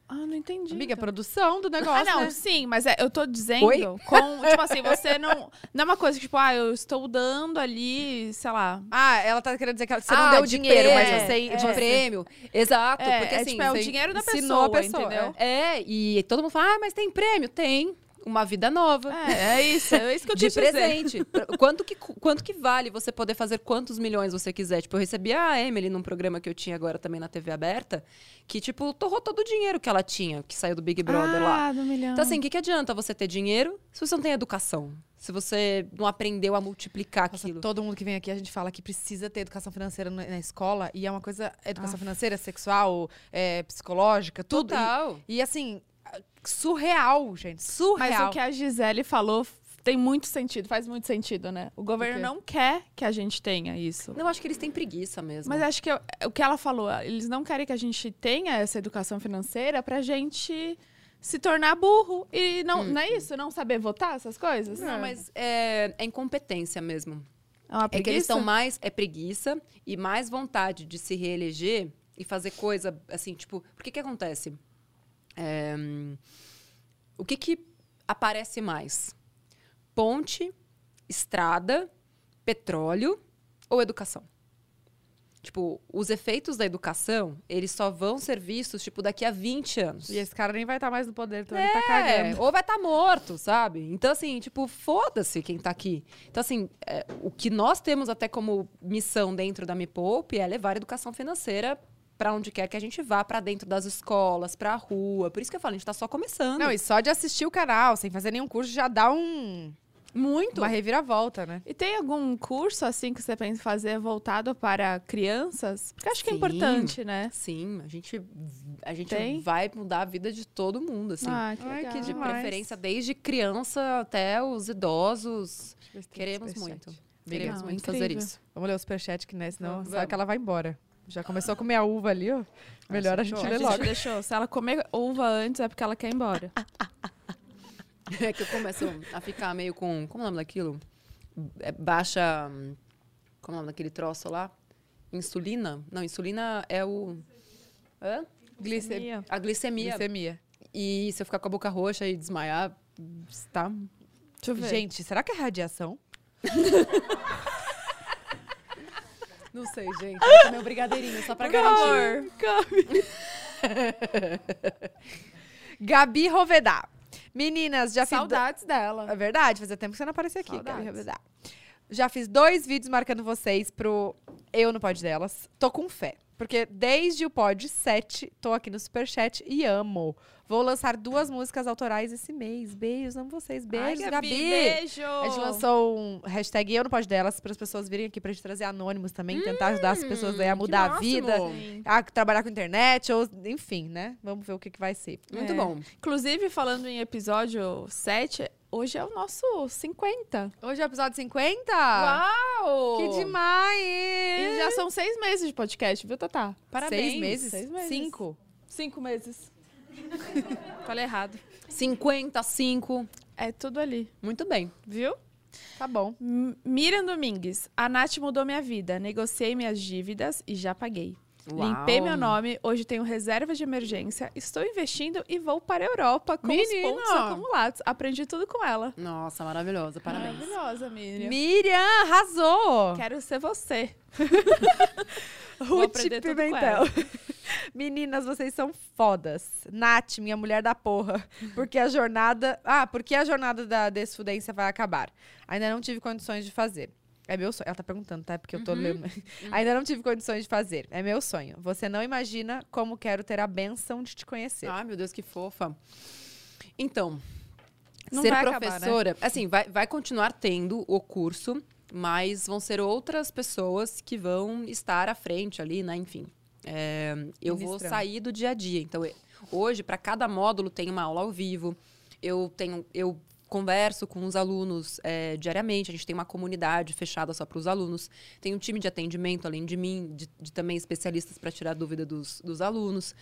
B: Ah, não entendi.
A: Amiga, é
B: então.
A: produção do negócio,
B: Ah, não,
A: né?
B: sim, mas é- eu tô dizendo
C: Oi?
B: com. Tipo assim, você não. Não é uma coisa que, tipo, ah, eu estou dando ali, sei lá.
A: Ah, ela tá querendo dizer que ela- você não
C: Ah,
A: deu dinheiro,
C: prêmio,
A: mas você...
C: é, de prêmio. Exato,
B: É,
C: porque
B: é,
C: assim,
B: tipo, é o
C: você
B: dinheiro da
A: ensinou a
B: pessoa,
A: pessoa,
B: entendeu?
C: É, e todo mundo fala: "Ah, mas tem prêmio?" Tem. Uma vida nova.
B: É, é isso, é isso que eu
C: de
B: quis dizer.
C: presente. Pra- quanto, que, cu- quanto que vale você poder fazer quantos milhões você quiser? Tipo, eu recebi a Emily num programa que eu tinha agora também na TV aberta, que, tipo, torrou todo o dinheiro que ela tinha, que saiu do Big Brother lá.
B: Ah, do milhão.
C: Então, assim, o que, que adianta você ter dinheiro se você não tem educação? Se você não aprendeu a multiplicar
A: Nossa,
C: aquilo?
A: todo mundo que vem aqui, a gente fala que precisa ter educação financeira na na escola. E é uma coisa... Educação financeira, sexual, é, psicológica, tudo. E-
C: Total.
A: E, assim, surreal, gente.
B: Mas
A: Surreal.
B: o que a Gisele falou f- tem muito sentido, faz muito sentido, né? O governo
A: quê?
B: não quer que a gente tenha isso.
C: Não, acho que eles têm preguiça mesmo.
B: Mas acho que eu- o que ela falou, eles não querem que a gente tenha essa educação financeira pra gente se tornar burro. E não, não é isso? Não saber votar, essas coisas?
C: Não, mas é- é incompetência mesmo.
B: Ah. É uma
C: É que eles
B: preguiça?
C: estão mais é preguiça e mais vontade de se reeleger e fazer coisa assim, tipo, porque que acontece? É, hum, o que que aparece mais? Ponte, estrada, petróleo ou educação? Tipo, os efeitos da educação, eles só vão ser vistos, tipo, daqui a 20 anos.
A: E esse cara nem vai estar mais no poder, então ele tá
C: É,
A: cagando.
C: ou vai estar morto, sabe? Então, assim, tipo, foda-se quem tá aqui. Então, assim, é, o que nós temos até como missão dentro da Me Poupe é levar a educação financeira para onde quer que a gente vá, para dentro das escolas, para a rua. Por isso que eu falo, a gente tá só começando.
A: Não, e só de assistir o canal, sem fazer nenhum curso, já dá um...
C: Muito.
A: Uma reviravolta, né?
B: E tem algum curso, assim, que você pensa em fazer voltado para crianças? Porque eu acho que é
C: Sim.
B: importante, né?
C: Sim, a gente a gente
B: Tem?
C: vai mudar a vida de todo mundo, assim.
B: Ah, que
A: Ai,
B: legal.
A: que
C: de
A: demais.
C: preferência desde criança até os idosos. Queremos muito. Queremos
B: Legal,
C: muito fazer
B: incrível.
C: isso.
A: Vamos ler os superchat que né? Senão
C: Vamos,
A: sabe que ela vai embora. Já começou a comer a uva ali, ó. Melhor a gente
B: A
A: ler
B: gente
A: logo.
B: deixou. Se ela comer uva antes, é porque ela quer ir embora.
C: É que eu começo a ficar meio com. Como é o nome daquilo? É, Baixa. hum, Como é o nome daquele troço lá? Insulina? Não, insulina é o. Hã?
A: Glicemia.
C: A glicemia.
A: Glicemia.
C: E se eu ficar com a boca roxa e desmaiar, tá?
B: Deixa eu ver.
A: Gente, será que é radiação?
C: Não sei, gente. Vou comer um brigadeirinho só pra garantir.
A: Gabi Rovedá. Meninas, já fiz.
B: Saudades dela.
A: É verdade, fazia tempo que você não aparecia aqui,
B: Saudades.
A: Gabi Rovedá. Já fiz dois vídeos marcando vocês pro Eu no Pod Delas. Tô com fé. Porque desde o Pod 7, tô aqui no Superchat e amo. Vou lançar duas músicas autorais esse mês. Beijos, amo vocês. Beijos,
B: Ai,
A: Gabi.
B: Beijo.
A: A gente lançou um hashtag Eu no Pod Delas para as pessoas virem aqui pra gente trazer anônimos também, tentar ajudar as pessoas
B: Hum,
A: aí a mudar a vida.
B: Sim.
A: a trabalhar com internet, ou enfim, né? Vamos ver o que, que vai ser.
C: Muito
B: É.
C: bom.
B: Inclusive, falando em episódio 7, hoje é o nosso 50.
A: Hoje é o episódio 50? Ah.
B: Uau!
A: Que demais!
B: E já são seis meses de podcast, viu, Tatá? Parabéns.
A: Seis meses?
B: Seis meses.
A: Cinco?
B: Cinco meses. Falei errado.
C: 55.
B: É tudo ali,
C: Muito bem.
B: viu?
A: Tá bom.
B: M- Miriam Domingues. A Nath mudou minha vida. Negociei minhas dívidas e já paguei. Limpei meu nome, hoje tenho reserva de emergência, estou investindo e vou para a Europa com
A: Menina!
B: os pontos acumulados. Aprendi tudo com ela.
C: Nossa, maravilhosa. Parabéns.
B: Maravilhosa, Miriam.
A: Miriam, arrasou!
B: Quero ser você. Vou
A: Ruth
B: aprender tudo com
A: Pimentel.
B: ela.
A: Meninas, vocês são fodas. Nath, minha mulher da porra. Porque a jornada. Ah, porque a jornada da desfudência vai acabar. Ainda não tive condições de fazer. É meu sonho. Ela tá perguntando, tá? Porque eu tô lendo. Ainda não tive condições de fazer. É meu sonho. Você não imagina como quero ter a benção de te conhecer.
C: Ai, Ah, meu Deus, que fofa. Então,
B: Não
C: ser
B: vai acabar, né?
C: professora, assim, vai, vai continuar tendo o curso, mas vão ser outras pessoas que vão estar à frente ali, né? Enfim, é, eu vou
A: Ministrando.
C: sair do dia a dia. Então, eh, hoje, para cada módulo, tem uma aula ao vivo. Eu tenho, eu converso com os alunos eh, diariamente. A gente tem uma comunidade fechada só para os alunos. Tem um time de atendimento, além de mim, de, de também especialistas para tirar dúvida dos, dos alunos.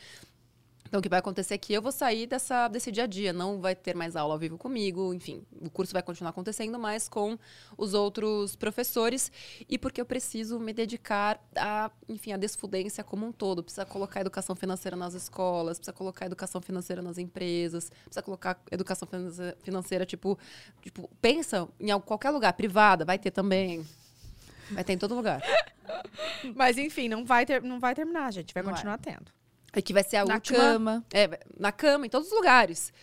C: Então, o que vai acontecer é que eu vou sair dessa, desse dia a dia, não vai ter mais aula ao vivo comigo, enfim, o curso vai continuar acontecendo, mas com os outros professores, e porque eu preciso me dedicar a, enfim, a desfudência como um todo, precisa colocar educação financeira nas escolas, precisa colocar educação financeira nas empresas, precisa colocar educação financeira, financeira tipo, tipo, pensa em al- qualquer lugar, privada, vai ter também, vai ter em todo lugar,
A: Mas enfim, não vai, ter, não vai terminar, gente. Vai
C: Não
A: continuar tendo.
C: e que vai ser a
B: Na
C: última...
B: cama.
C: É, na cama, em todos os lugares.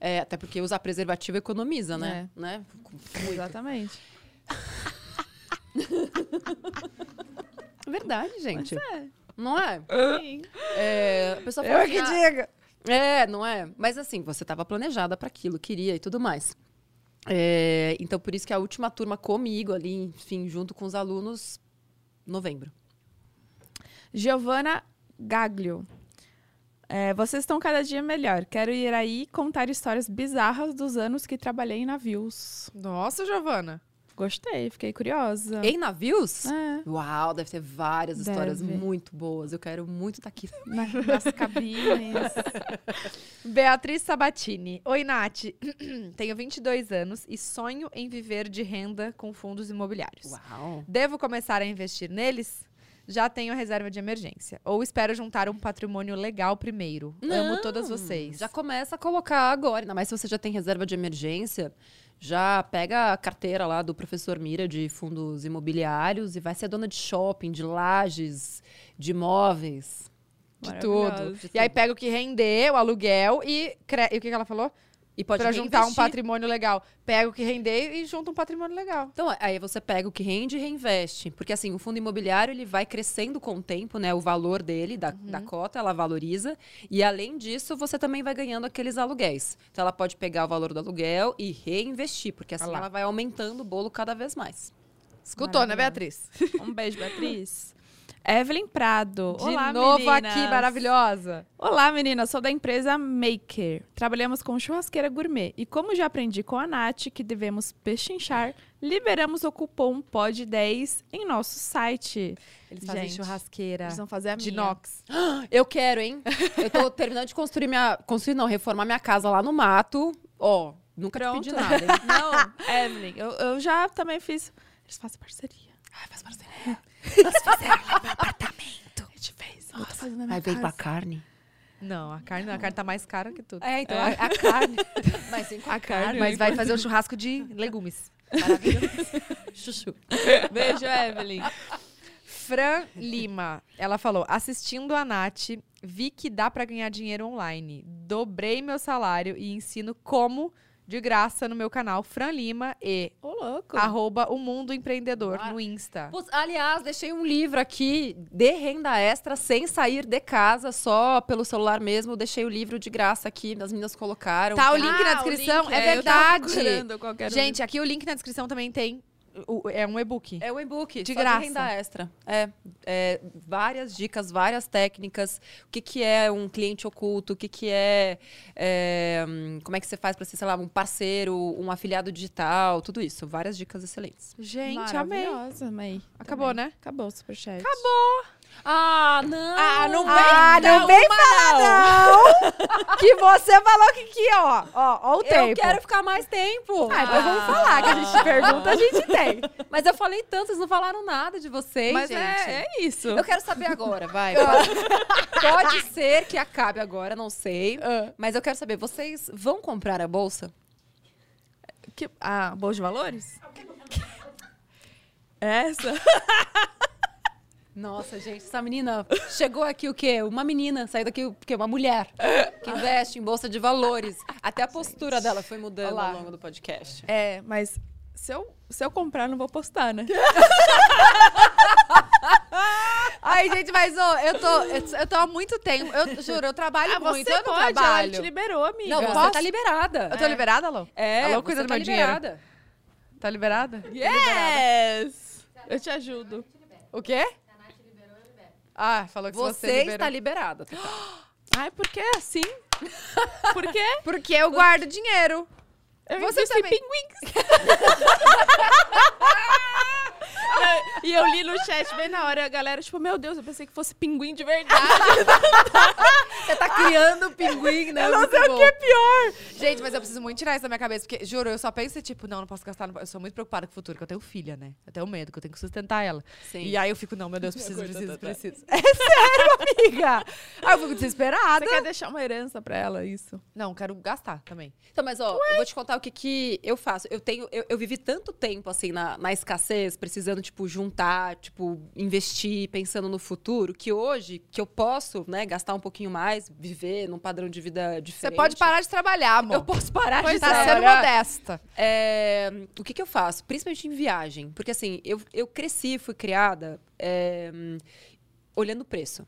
C: É, até porque usar preservativo economiza, né? Né?
B: Exatamente.
C: Verdade, gente. Não é?
B: Sim.
C: é a pessoa fala
A: Eu que
C: assim,
A: diga!
C: "Ah, É, não é? Mas assim, você estava planejada para aquilo, queria e tudo mais. É, então, por isso que a última turma comigo ali, enfim, junto com os alunos, novembro.
B: Giovana Gaglio. É, vocês estão cada dia melhor. Quero ir aí contar histórias bizarras dos anos que trabalhei em navios.
A: Nossa, Giovana.
B: Gostei, fiquei curiosa.
C: Em navios?
B: Ah. É,
C: Uau, deve ter várias
B: Deve.
C: histórias muito boas. Eu quero muito estar aqui.
B: na- nas cabines.
A: Beatriz Sabatini. Oi, Nath. Tenho 22 anos e sonho em viver de renda com fundos imobiliários.
C: Uau.
A: Devo começar a investir neles? Já tenho a reserva de emergência. Ou espero juntar um patrimônio legal primeiro. Amo
C: Não,
A: todas vocês.
C: Já começa a colocar agora, ainda mais se você já tem reserva de emergência, já pega a carteira lá do professor Mira de fundos imobiliários e vai ser dona de shopping, de lajes, de imóveis, de tudo.
B: Maravilhoso.
A: E aí pega o que render, o aluguel e... cre- E o que, que ela falou?
C: E pode
A: Pra juntar um
C: reinvestir.
A: patrimônio legal. Pega o que render e junta um patrimônio legal.
C: Então, aí você pega o que rende e reinveste. Porque, assim, o fundo imobiliário, ele vai crescendo com o tempo, né? O valor dele, da, da cota, ela valoriza. E, além disso, você também vai ganhando aqueles aluguéis. Então, ela pode pegar o valor do aluguel e reinvestir. Porque, assim,
A: Ah lá.
C: ela vai aumentando o bolo cada vez mais.
A: Escutou, né,
B: Maravilhoso.
A: Beatriz?
B: Um beijo, Beatriz. Evelyn Prado.
A: De
B: Olá,
A: novo
B: meninas.
A: aqui, maravilhosa.
B: Olá, meninas. Sou da empresa Maker. Trabalhamos com churrasqueira gourmet. E como já aprendi com a Nath que devemos pechinchar, liberamos o cupom POD10 em nosso site.
A: Eles fazem
B: Gente,
A: churrasqueira
B: Eles vão fazer a
A: de
B: minha.
A: inox.
C: Eu quero, hein? Eu tô terminando de construir minha. Construir, não, reformar minha casa lá no mato. Ó, nunca te pedi
B: Pronto.
C: nada, hein?
B: Não, Evelyn, eu, eu já também fiz. Eles fazem parceria. É. Ai, Ah, faz parceria. Eles fizeram meu apartamento. A gente fez. Nossa, fazendo a minha casa.
C: carne.
A: Não, a carne, não, a carne tá mais cara que tudo.
C: É, então, A, a carne. Mas vem com a carne.
A: Mas vai fazer um churrasco de legumes.
C: Chuchu.
B: Beijo, Evelyn.
A: Fran Lima, ela falou: assistindo a Nath, vi que dá pra ganhar dinheiro online. Dobrei meu salário e ensino como de graça no meu canal Fran Lima e
B: Ô, louco.
A: arroba o Mundo Empreendedor
C: Ah.
A: no Insta.
C: Putz, aliás, deixei um livro aqui de renda extra, sem sair de casa, só pelo celular mesmo. Deixei o livro de graça aqui, as meninas colocaram.
A: Tá, o
B: Ah,
C: Tem-
A: link na descrição, é
B: eu tava
A: verdade.
B: procurando qualquer um.
A: Gente, aqui o link na descrição também tem. o- é um e-book.
C: É o e-book.
A: De
C: só
A: graça.
C: De renda extra. É, é, Várias dicas, várias técnicas. O que, que é um cliente oculto? O que, que é, é, hum, Como é que você faz para ser, sei lá, um parceiro, um afiliado digital? Tudo isso. Várias dicas excelentes.
A: Gente, amei.
B: Maravilhosa, amei.
A: Acabou, né?
B: Acabou o superchat.
C: Ah, não!
B: Ah, não vem
A: Ah,
B: dar
A: não vem falar, não! que você falou que, que ó, ó, ó o tempo.
C: Eu quero ficar mais tempo.
A: Ah, então vamos falar, que a gente pergunta, a gente tem.
C: Mas eu falei tanto, vocês não falaram nada de vocês,
B: Mas
C: gente.
B: é, é isso.
C: Eu quero saber agora, vai. Pode, pode ser que acabe agora, não sei.
B: Ah,
C: Mas eu quero saber, vocês vão comprar a bolsa?
B: Que... Ah, bons valores? É Essa?
C: Nossa, gente, essa menina chegou aqui o quê? Uma menina, saiu daqui o quê? Uma mulher que investe em bolsa de valores. Até a postura dela foi mudando
B: Olá.
C: ao longo do podcast.
B: É, mas se eu, se eu comprar, não vou postar, né?
A: Ai, gente, mas ô, eu tô, eu tô há muito tempo, eu juro, eu trabalho
B: Ah,
A: muito,
B: você
A: eu não
B: pode, ela
A: trabalho.
B: te liberou, amiga.
C: Não, você
A: posso?
C: tá liberada.
A: Eu tô liberada, Alô?
C: É,
A: Alô, cuida do meu dinheiro.
C: liberada.
A: Tá liberada?
B: Yes! Eu te ajudo.
A: O quê? Ah, falou que se
C: Você,
A: você liberou.
C: está liberada. tá
B: Ai, por que assim? Por quê?
A: Porque eu guardo dinheiro.
B: Eu
A: Você
B: invisto em
A: também.
B: pinguins. Não, e eu li no chat bem na hora, a galera, tipo, meu Deus, eu pensei que fosse pinguim de verdade.
A: Você tá criando pinguim, né? Eu não sei o que é pior. Gente, mas eu preciso muito tirar isso da minha cabeça, porque, juro, eu só penso, tipo, não, não posso gastar. não po- Eu sou muito preocupada com o futuro, que eu tenho filha, né? Eu tenho medo, que eu tenho que sustentar ela.
C: Sim.
A: E aí eu fico, não, meu Deus, preciso, preciso, preciso. É sério, amiga! Aí eu fico desesperada.
B: Você quer deixar uma herança pra ela, isso?
A: Não, quero gastar também.
C: Então, mas ó, eu vou te contar o que, que eu faço. Eu tenho, eu, eu vivi tanto tempo assim na, na escassez, precisando tipo juntar, tipo investir, pensando no futuro, que hoje que eu posso, né, gastar um pouquinho mais, viver num padrão de vida
A: Você
C: diferente.
A: pode parar de trabalhar, amor.
C: Eu posso parar de
A: Você tá
C: trabalhar.
A: sendo modesta.
C: É, o que, que eu faço? Principalmente em viagem. Porque assim, eu, eu cresci, fui criada é, hum, olhando o preço.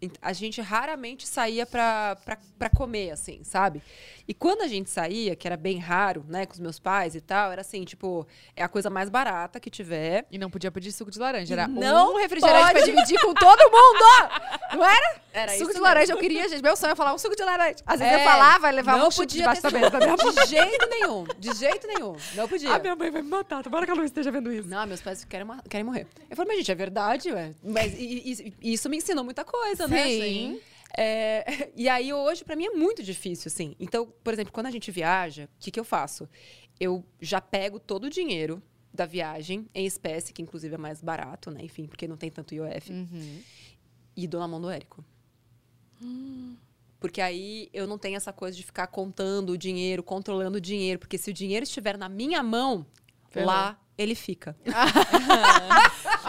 C: Ent- A gente raramente saía pra, pra, pra comer, assim, sabe? E quando a gente saía, que era bem raro, né, com os meus pais e tal, era assim, tipo, é a coisa mais barata que tiver.
A: E não podia pedir suco de laranja. Era
C: não
A: um refrigerante pra
C: pode.
A: dividir com todo mundo! Não era?
C: Era
A: suco
C: isso
A: de
C: mesmo.
A: laranja, eu queria, gente. Meu sonho é falar um suco de laranja. Às vezes
C: É,
A: eu falava, levava
C: não
A: um chute
C: podia
A: debaixo da
C: ter
A: mesa da minha Ah, mão.
C: De jeito nenhum, de jeito nenhum. Não podia.
A: mãe vai me matar. Tomara que ela não esteja vendo isso.
C: Não, meus pais querem, ma- querem morrer. Eu falei, mas gente, é verdade, ué. Mas e- e- e isso me ensinou muita coisa, né?
A: Sim.
C: É, e aí, hoje, pra mim, é muito difícil, assim. Então, por exemplo, quando a gente viaja, o que, que eu faço? Eu já pego todo o dinheiro da viagem, em espécie, que inclusive é mais barato, né? Enfim, porque não tem tanto IOF.
A: Uhum.
C: E dou na mão do Érico. Porque aí eu não tenho essa coisa de ficar contando o dinheiro, controlando o dinheiro. Porque se o dinheiro estiver na minha mão,
B: Ferrou.
C: lá ele fica.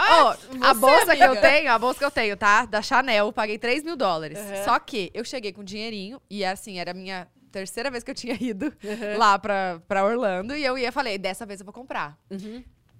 A: Ó, a bolsa que eu tenho, a bolsa que eu tenho, tá? Da Chanel, eu paguei 3 mil dólares. Só que eu cheguei com dinheirinho e assim, era a minha terceira vez que eu tinha ido lá pra, pra Orlando. E eu ia falei, dessa vez eu vou comprar.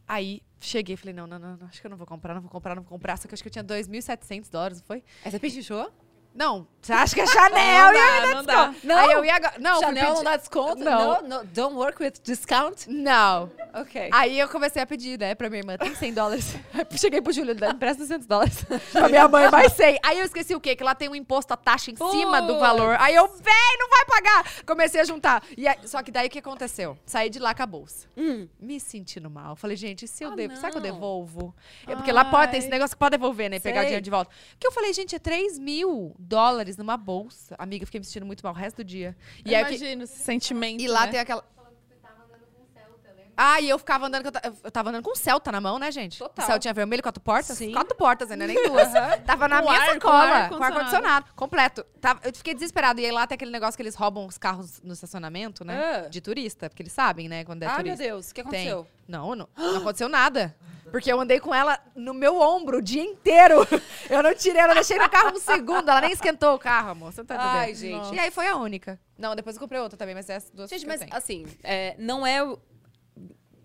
A: Aí cheguei e falei, não, não, não, não, acho que eu não vou comprar, não vou comprar, não vou comprar. Só que eu acho que eu tinha 2.700 dólares, não foi?
C: Aí você pechinchou?
A: Não, você acha que é Chanel? e
B: dá, Ah, não dá.
A: Aí eu ia agora. Não, fui
C: Chanel
A: pedir-
C: não dá desconto?
A: Não.
C: Não. não, don't work with discount? Ah,
A: Não.
C: Ok.
A: Aí eu comecei a pedir, né, pra minha irmã, tem 100 dólares. Cheguei pro Júlio, "Dá- empresta 200 dólares. pra minha mãe, mais 100. Aí eu esqueci o quê? Que lá tem um imposto, a taxa em cima do
C: Putz.
A: valor. Aí eu, véi, não vai pagar! Comecei a juntar. E aí- só que daí o que aconteceu? Saí de lá com a bolsa.
C: Hum.
A: Me sentindo mal. Falei, gente, e se eu
C: Ah,
A: devo, será que eu
C: não.
A: devolvo? É porque lá pode, tem esse
B: Ai.
A: negócio que pode devolver, né? Pegar o
C: Sei.
A: dinheiro de volta. Porque eu falei, gente, é 3 mil dólares numa bolsa. Amiga, eu fiquei me sentindo muito mal o resto do dia. E aí eu fiquei-
B: Imagino esse é sentimento.
A: e lá
B: né?
A: tem aquela. Ah, e eu ficava andando, que eu, ta- eu tava andando com um Celta na mão, né, gente?
C: Total.
A: O Celtinha vermelho, quatro portas?
C: Sim.
A: Quatro portas ainda, nem duas. Tava na
B: Com
A: minha
B: ar- com
A: sacola,
B: ar
A: com ar-condicionado, completo. Tava, eu fiquei desesperada. E aí lá tem aquele negócio que eles roubam os carros no estacionamento, né?
C: Ah.
A: De turista, porque eles sabem, né, quando é
C: Ah, meu
A: turista.
C: Deus, o que
A: Tem.
C: aconteceu?
A: Não, não, não aconteceu nada. Porque eu andei com ela no meu ombro o dia inteiro. Eu não tirei, eu não deixei no carro um segundo. Ela nem esquentou o carro, amor. Você não tá entendendo?
C: Ai, gente.
A: E aí foi a única. Não, depois eu comprei outra também, mas essas duas
C: Gente,
A: que
C: mas
A: eu tenho.
C: assim, é, não é. o-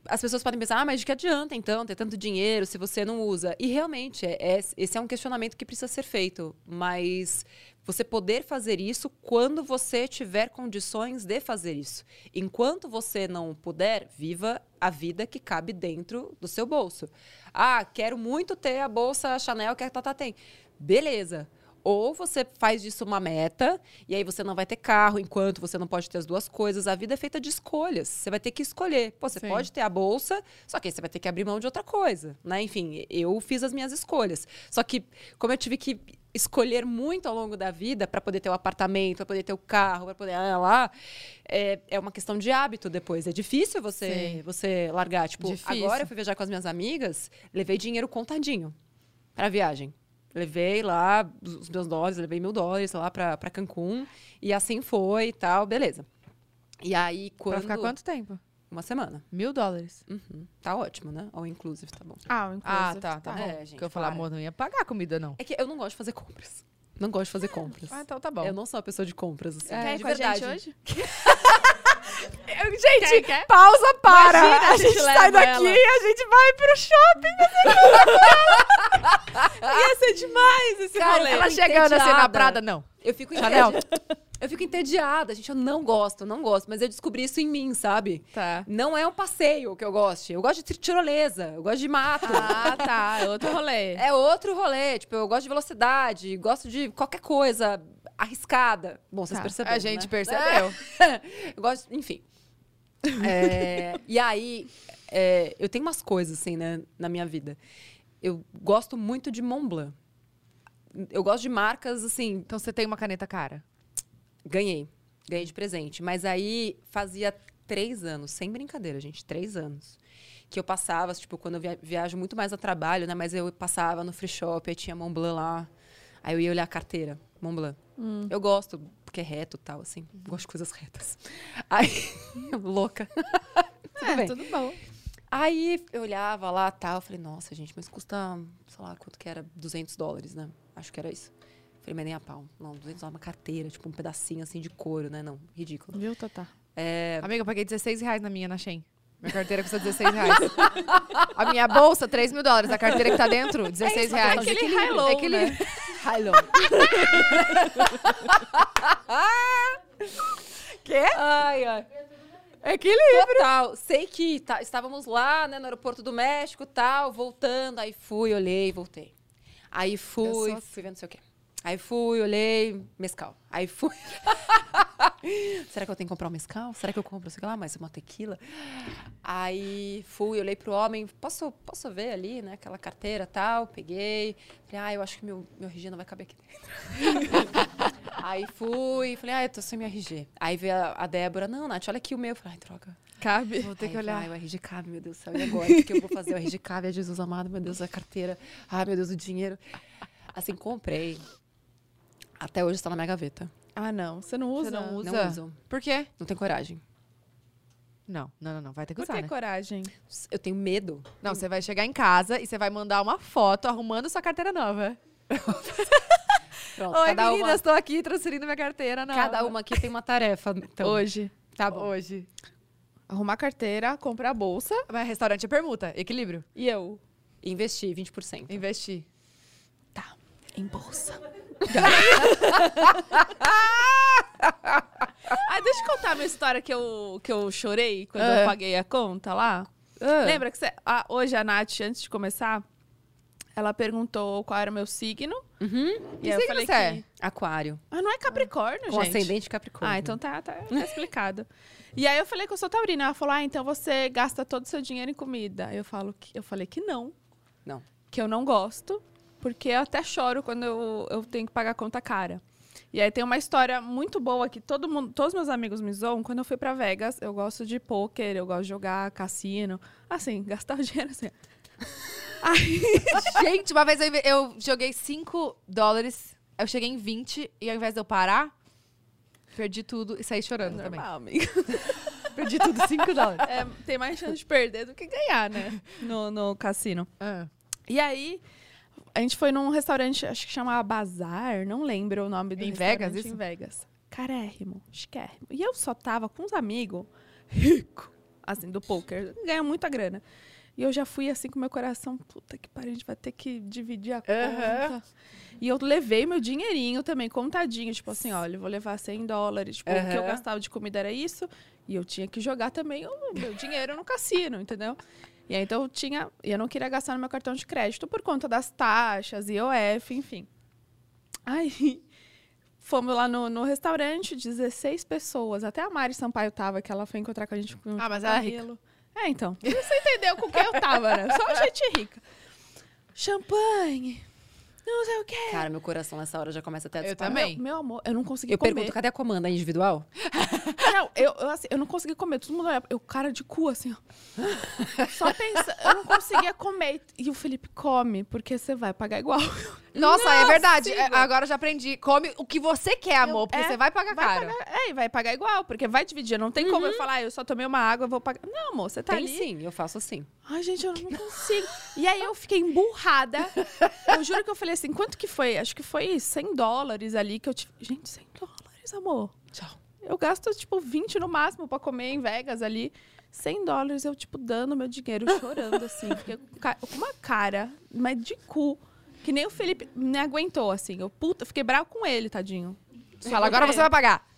C: As pessoas podem pensar, ah, mas de que adianta então ter tanto dinheiro se você não usa? E realmente, é- é- esse é um questionamento que precisa ser feito. Mas você poder fazer isso quando você tiver condições de fazer isso. Enquanto você não puder, viva a vida que cabe dentro do seu bolso. Ah, quero muito ter a bolsa Chanel que a Tata tem. Beleza. Ou você faz disso uma meta, e aí você não vai ter carro enquanto você não pode ter as duas coisas. A vida é feita de escolhas. Você vai ter que escolher. Pô, você
B: Sim.
C: pode ter a bolsa, só que aí você vai ter que abrir mão de outra coisa. Né? Enfim, eu fiz as minhas escolhas. Só que, como eu tive que escolher muito ao longo da vida para poder ter o apartamento, para poder ter o carro, para poder ah, lá, é, é uma questão de hábito depois. É difícil você,
A: Sim.
C: você largar. Tipo,
A: Difícil.
C: agora eu fui viajar com as minhas amigas, levei dinheiro contadinho pra viagem. Levei lá os os meus dólares, levei mil dólares lá pra, pra Cancún. E assim foi e tal, beleza. E aí, quando...
A: Pra ficar quanto tempo?
C: Uma semana.
A: Mil dólares.
C: Uhum. Tá ótimo, né? All inclusive, tá bom.
B: Ah, o
A: Ah,
B: inclusive,
A: tá, tá
C: tá.
A: bom.
C: É,
A: Porque
C: gente,
A: eu falar,
C: para.
A: amor, não ia pagar comida, não.
C: É que eu não gosto de fazer compras. Não gosto de fazer compras.
A: Ah, então tá bom.
C: Eu não sou uma pessoa de compras, assim.
B: Você quer ir
C: de
B: com a gente
C: verdade.
B: hoje?
A: Gente,
B: Quer, quer?
A: é pausa, para!
B: Imagina,
A: a,
B: a
A: gente
B: gente
A: sai
B: leva
A: daqui,
B: ela.
A: a gente vai pro shopping.
B: Ia ser demais esse
A: Cara,
B: rolê.
A: ela chegando assim na
C: entediada.
A: Prada, não.
C: Eu fico
A: Chanel.
C: entediada. Eu fico entediada, gente. Eu não gosto, não gosto. Mas eu descobri isso em mim, sabe?
B: Tá.
C: Não é um passeio que eu goste. Eu gosto de tri- tirolesa, eu gosto de mato.
B: Ah, tá. é Outro rolê.
C: É outro rolê. Tipo, eu gosto de velocidade, gosto de qualquer coisa arriscada. Bom, vocês
B: Tá.
C: perceberam,
A: A gente
C: né?
A: percebeu.
C: Eu gosto, enfim. É, e aí, é, eu tenho umas coisas, assim, né, na minha vida. Eu gosto muito de Mont Blanc. Eu gosto de marcas, assim,
A: Então você tem uma caneta cara.
C: ganhei. Ganhei de presente. Mas aí, fazia três anos, sem brincadeira, gente, três anos. Que eu passava, tipo, quando eu via- viajo muito mais a trabalho, né, mas eu passava no free shop, aí tinha Mont Blanc lá. Aí eu ia olhar a carteira, Mont Blanc. Eu gosto, porque é reto e tal, assim. Gosto de coisas retas. Aí, louca. Tudo bem.
B: É, tudo bom.
C: Aí eu olhava lá tal, eu falei, nossa, gente, mas custa, sei lá, quanto que era? 200 dólares, né? Acho que era isso. Falei, mas nem a pau. Não, 200 dólares, uma carteira, tipo um pedacinho assim de couro, né? Não, ridículo.
B: Viu, Tata?
A: Amiga, eu paguei 16 reais na minha, na Shein. Minha carteira custa 16 reais. a minha bolsa, 3 mil dólares. A carteira que tá dentro, 16 reais.
B: aquele high-low,
A: Aquele-
B: né?
C: Hello.
A: Quê?
C: Ai, ai.
A: Equilíbrio.
C: Total. Sei que tá- estávamos lá, né, no aeroporto do México tal, voltando. Aí fui, olhei, voltei. Aí
A: Eu sou
C: fui,
A: assim.
C: fui vendo não sei o quê. Aí fui, olhei, mescal. Aí fui. Será que eu tenho que comprar um mescal? Será que eu compro, sei lá, mais uma tequila? Aí fui, olhei pro homem, posso, posso ver ali, né, aquela carteira tal, peguei. Falei, ah, eu acho que meu, meu RG não vai caber aqui dentro. Aí fui, falei, ah, eu tô sem meu RG. Aí veio a, a Débora, não, Nath, olha aqui o meu. Eu falei, ai, droga.
B: Cabe.
A: Vou ter que
C: Aí eu falei,
A: olhar.
C: Ai, o RG cabe, meu Deus do céu. E agora? O que que eu vou fazer? O RG cabe, é Jesus amado, meu Deus, a carteira. Ai, meu Deus, o dinheiro. Assim, comprei. Até hoje está na minha gaveta.
B: Ah, não. Você não usa?
A: Você não usa?
C: Não uso.
A: Por quê?
C: Não tenho coragem.
A: Não, não, não, não. Vai ter que
B: Por
A: usar,
B: que
A: né?
B: coragem?
C: Eu tenho medo.
A: Não, você vai chegar em casa e você vai mandar uma foto arrumando sua carteira nova.
C: Pronto,
A: Oi,
C: cada
A: meninas, estou aqui transferindo minha carteira
C: uma,
A: nova.
C: cada um. uma aqui tem uma tarefa. Então,
B: Hoje.
C: tá bom.
A: Hoje.
B: Arrumar carteira, comprar a bolsa
A: Mas restaurante é permuta, equilíbrio.
B: e eu.
C: Investi 20%.
A: Investir.
B: Tá. Em bolsa. ah, deixa eu contar a minha história que eu, que eu chorei quando
A: Ah.
B: eu paguei a conta lá.
A: Ah.
B: Lembra que você- a- hoje a Nath, antes de começar, ela perguntou qual era o meu signo.
A: Uhum. Que
B: E aí eu
A: signo
B: falei
A: você é?
B: que...
C: Aquário.
B: Ah, não é Capricórnio,
C: Com
B: gente.
C: ascendente Capricórnio.
B: Ah, então tá, tá, tá explicado. E aí eu falei que eu sou taurina. Ela falou, ah, então você gasta todo o seu dinheiro em comida. Aí Eu, falo que, eu falei que não.
C: Não.
B: Que eu não gosto, porque eu até choro quando eu, eu tenho que pagar conta cara. E aí tem uma história muito boa que todo mundo, todos meus amigos me zoam. Quando eu fui pra Vegas, eu gosto de pôquer, eu gosto de jogar cassino. Assim, gastar o dinheiro assim.
A: Gente, uma vez eu, inve- eu joguei 5 dólares, eu cheguei em 20 e ao invés de eu parar, perdi tudo e saí chorando também.
B: É Normal, amiga.
A: Perdi tudo, 5 dólares.
B: É, tem mais chance de perder do que ganhar, né? No, no cassino.
A: Ah.
B: E aí, a gente foi num restaurante, acho que chamava Bazar, não lembro o nome do
A: Em
B: restaurante.
A: Vegas, isso?
B: Em Vegas. Carérrimo, chiquérrimo. E eu só tava com uns amigos rico, assim, do poker. Ganha muita grana. E eu já fui assim com meu coração, puta que pariu, a gente vai ter que dividir a conta. E eu levei meu dinheirinho também, contadinho. Tipo assim, olha, eu vou levar 100 dólares. Tipo, o que eu
C: Aham.
B: gastava de comida era isso. E eu tinha que jogar também o meu dinheiro no cassino, entendeu? E aí, então, eu tinha... E eu não queria gastar no meu cartão de crédito por conta das taxas, IOF, enfim. Aí, fomos lá no, no restaurante, 16 pessoas. Até a Mari Sampaio tava, que ela foi encontrar com a gente. Com
A: Ah, mas ela é rica.
B: cabelo. É, então. Você entendeu com quem eu tava, né? Só gente rica. Champanhe. Não sei o quê.
C: Cara, meu coração nessa hora já começa até a
A: Eu
C: disparar.
A: também.
B: Meu, meu amor, eu não consegui
C: Eu
B: comer.
C: pergunto, cadê a comanda individual?
B: Não, eu, eu, assim, eu não consegui comer. Todo mundo olhava. Eu, cara de cu, assim, ó. Só pensa, eu não conseguia comer. E o Felipe, come, porque você vai pagar igual.
A: Nossa, é verdade.
B: Não é possível.
A: É, agora eu já aprendi. Come o que você quer, amor, porque
B: é,
A: você vai pagar
B: Vai
A: caro.
B: pagar, é, e vai pagar igual, porque vai dividir. Não tem como eu falar, ah, eu só tomei uma água, eu vou pagar. Não, amor, você tá
C: Tem
B: ali.
C: sim, eu faço assim.
B: Ai, gente, eu não consigo. E aí eu fiquei emburrada. Eu juro que eu falei assim, quanto que foi? Acho que foi 100 dólares ali que eu tive. Gente, 100 dólares, amor.
C: Tchau.
B: Eu gasto, tipo, 20 no máximo pra comer em Vegas ali. 100 dólares, eu, tipo, dando meu dinheiro, chorando, assim. Fiquei com ca- com uma cara, mas de cu. Que nem o Felipe me aguentou, assim. Eu puta, fiquei bravo com ele, tadinho.
A: Fala,
B: É.
A: agora você vai pagar.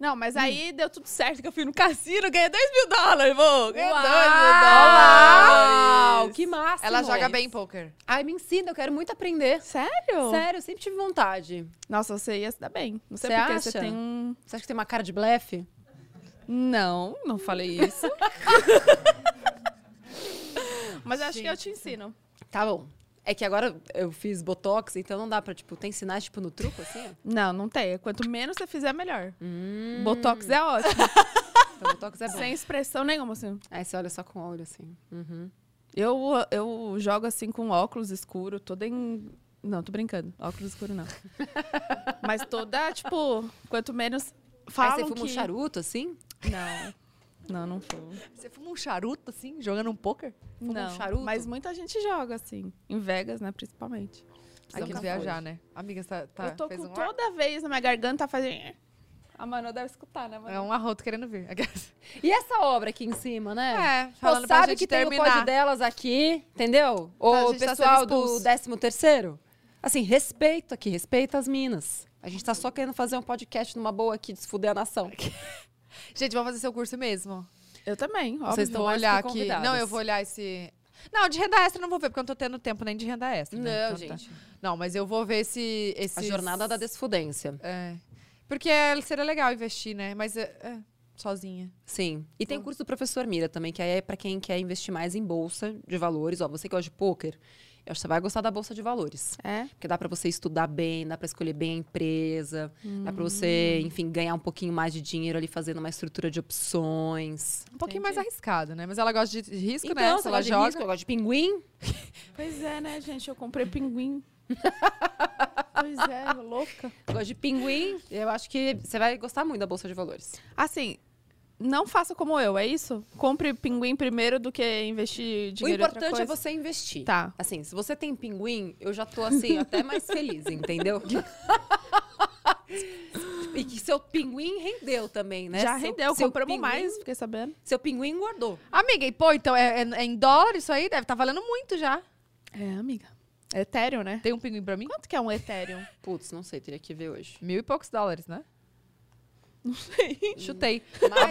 B: Não, mas aí
C: Hum.
B: deu tudo certo, que eu fui no cassino, ganhei 2 É, mil dólares, vô. Ganhei 2 mil
A: Uau,
B: dólares.
C: que massa.
A: Ela joga bem poker.
C: Ai, me ensina, eu quero muito aprender.
B: Sério?
C: Sério, eu sempre tive vontade.
B: Nossa, você ia se dar bem. Não sei
C: Você
B: porque
C: acha?
B: você tem um.
C: Você acha que tem uma cara de blefe?
B: Não, não falei isso. Mas acho que eu te ensino.
C: Tá bom. É que agora eu fiz botox, então não dá pra, tipo, tem sinais, tipo, no truco, assim? ó?
B: Não, não tem. Quanto menos você fizer, melhor. Botox é ótimo.
C: Então, botox é Hum. bom.
B: sem expressão nenhuma, assim.
C: Aí você olha só com o olho, assim. Uhum.
B: Eu, eu jogo assim com óculos escuro, toda em. Não, tô brincando. Óculos escuro não. Mas toda, tipo, quanto menos. Falam
C: Aí você fuma
B: que...
C: um charuto, assim?
B: Não. Não, não fumo.
A: Você fuma um charuto assim, jogando um poker?
C: Fuma um
B: não.
C: charuto?
B: Mas muita gente joga, assim. Em Vegas, né, principalmente.
A: Precisamos
C: nunca
A: viajar, né? Amiga, tá, tá
B: eu tô
A: fez
B: com
A: um ar-
B: toda vez na minha garganta fazendo. A Manu deve escutar, né, Manu?
A: É um arroto querendo vir.
C: E essa obra aqui em cima, né?
A: É,
C: Pô,
A: falando pra
C: sabe
A: gente
C: que tem o
A: terminar.
C: pod delas aqui, entendeu? Ou o
A: gente tá sendo
C: pessoal do
A: expulso.
C: 13 terceiro. Assim, respeito aqui, respeita as minas. A gente tá só querendo fazer um podcast numa boa aqui, desfuder a nação.
A: Gente, vamos fazer seu curso mesmo.
B: Eu também, óbvio.
A: Vocês estão
C: mais
A: olhar
C: que
A: aqui.
C: convidadas.
A: Não, eu vou olhar esse. Não, de renda extra eu não vou ver, porque eu não tô tendo tempo nem de renda extra. né?
C: Não,
A: Então tá.
C: gente.
A: Não, mas eu vou ver esse. esse...
C: A jornada da desfudência.
A: É. Porque é- seria legal investir, né? Mas é, é, sozinha.
C: Sim. E tem o curso do professor Mira também, que aí é pra quem quer investir mais em bolsa de valores. Ó, você que gosta de pôquer, eu acho que você vai gostar da bolsa de valores.
B: É.
C: Porque dá pra você estudar bem, dá pra escolher bem a empresa, dá pra você,
A: Hum.
C: enfim, ganhar um pouquinho mais de dinheiro ali fazendo uma estrutura de opções.
A: Um pouquinho
B: Entendi.
A: mais arriscado, né? Mas ela gosta de risco,
C: Então,
A: né?
C: você
A: Se ela
C: gosta de
A: joga.
C: risco, eu gosto de pinguim.
B: Pois é, né, gente? Eu comprei pinguim. pois é, louca.
C: Eu gosto de pinguim. Eu acho que você vai gostar muito da Bolsa de Valores.
B: Assim, não faça como eu, é isso? Compre pinguim primeiro do que investir dinheiro
C: o
B: em outra
C: importante
B: coisa.
C: é você investir.
B: Tá.
C: Assim, se você tem pinguim, eu já tô assim, até mais feliz, entendeu? e que seu pinguim rendeu também, né?
B: Já
C: Seu-
B: rendeu,
C: seu
B: compramos
C: pinguim-
B: mais, fiquei sabendo.
C: Seu pinguim engordou.
A: Amiga, e pô, então é, é- é em dólar isso aí? Deve estar valendo muito já.
B: É, amiga. Ethereum, né?
A: Tem um pinguim pra mim?
B: Quanto que é um Ethereum?
C: Putz, não sei, teria que ver hoje.
A: Mil e poucos dólares, né? Não sei. Chutei.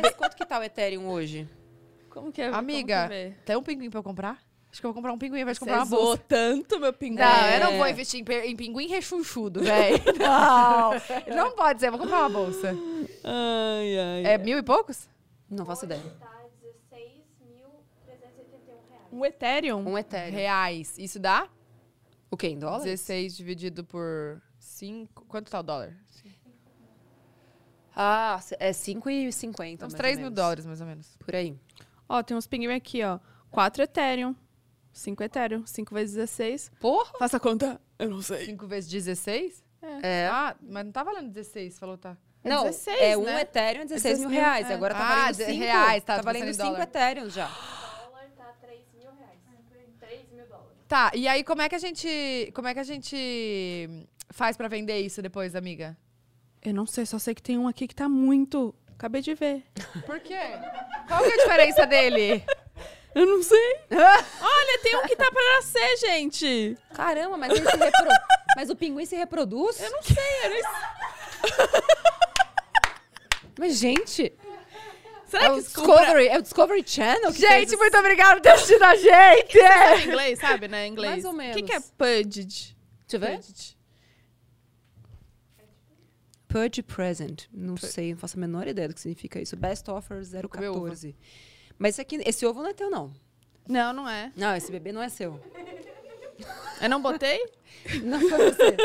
C: Mas quanto que tá o Ethereum hoje?
B: Como que é?
A: Amiga,
B: Como que vê?
A: Tem um pinguim pra eu comprar? Acho que eu vou comprar um pinguim ao invés de
B: Você
C: é
A: comprar uma
B: zoou
A: bolsa.
B: tanto, meu pinguim.
A: Não, eu não vou investir em, pe- em pinguim rechonchudo, velho. Não, não pode ser. Eu Vou comprar uma bolsa.
C: Ai, ai.
A: É mil e poucos?
C: Não faço ideia.
E: Tá 16.381 reais.
B: Um Ethereum?
C: Um etéreo.
A: Reais. Isso dá?
C: O quê? Em dólar?
A: 16 dividido por 5. Quanto tá o dólar?
C: Ah, é 5,50.
A: Uns
C: tá mais ou
A: 3 mil
C: menos.
A: dólares, mais ou menos.
C: Por aí.
B: Ó, tem uns pinguim aqui, ó. 4 Ethereum. 5 Ethereum. 5 vezes 16.
C: Porra!
B: Faça a conta. Eu não sei.
A: 5 vezes 16?
C: É.
A: Ah, mas não tá valendo 16, falou tá.
B: É
C: não,
B: 16,
C: é um
B: né?
C: Ethereum é 16
B: 16 mil,
C: mil reais.
B: é.
C: Agora tá
A: Ah,
C: valendo
A: de-
C: 5.
A: reais, tá, tô
C: valendo
A: pensando em
C: 5
A: dólar.
C: Ethereum já.
E: O dólar tá 3 mil reais. 3 mil dólares.
A: Tá, e aí como é que a gente. Como é que a gente faz pra vender isso depois, amiga?
B: Eu não sei, só sei que tem um aqui que tá muito. Acabei de ver.
A: Por quê? Qual que é a diferença dele?
B: Eu não sei. Olha, tem um que tá pra nascer, gente.
C: Caramba, mas ele se repro... Mas o pinguim se reproduz? Eu não sei, eu não Mas, gente,
B: Será
C: é
B: que
C: o,
B: isso compra...
C: Discovery, é o Discovery Channel que fez
A: gente,
C: isso?
A: muito obrigada por ter assistido a gente!
B: Sabe inglês, sabe, né? Inglês.
C: Mais ou
B: O que,
C: menos.
B: que é pudged?
C: Deixa eu ver.
B: Pudged.
C: Pudge Present. Não sei, não faço a menor ideia do que significa isso. Best Offer
A: comeu uva.
C: 014. Mas esse, aqui, esse ovo não é teu, não.
B: Não, não é.
C: Não, esse bebê não é seu.
B: Eu não botei?
C: Não foi você.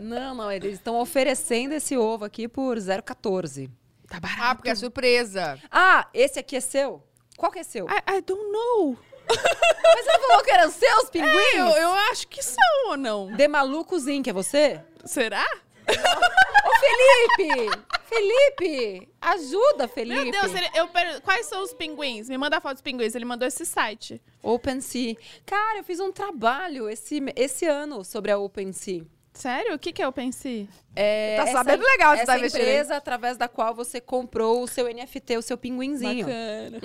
C: não, não, eles estão oferecendo esse ovo aqui por 014.
B: Tá barato.
A: Ah, porque é surpresa.
C: Ah, esse aqui é seu? Qual que é seu?
B: I, I don't know.
C: mas você falou que eram seus pinguins?
B: É, eu, eu acho que são ou não.
C: De Maluco Zinc, é você?
B: Será?
C: Felipe! Felipe! Ajuda, Felipe!
B: Meu Deus, ele- eu per- quais são os pinguins? Me manda a foto dos pinguins. Ele mandou esse site.
C: OpenSea. Cara, eu fiz um trabalho esse, esse ano sobre a OpenSea.
B: Sério? O que, que é o pensei?
C: É,
A: Tá sabendo
B: Ah,
A: legal que você
C: essa
A: tá investindo, hein?
C: empresa através da qual você comprou o seu NFT, o seu pinguinzinho.
B: Bacana.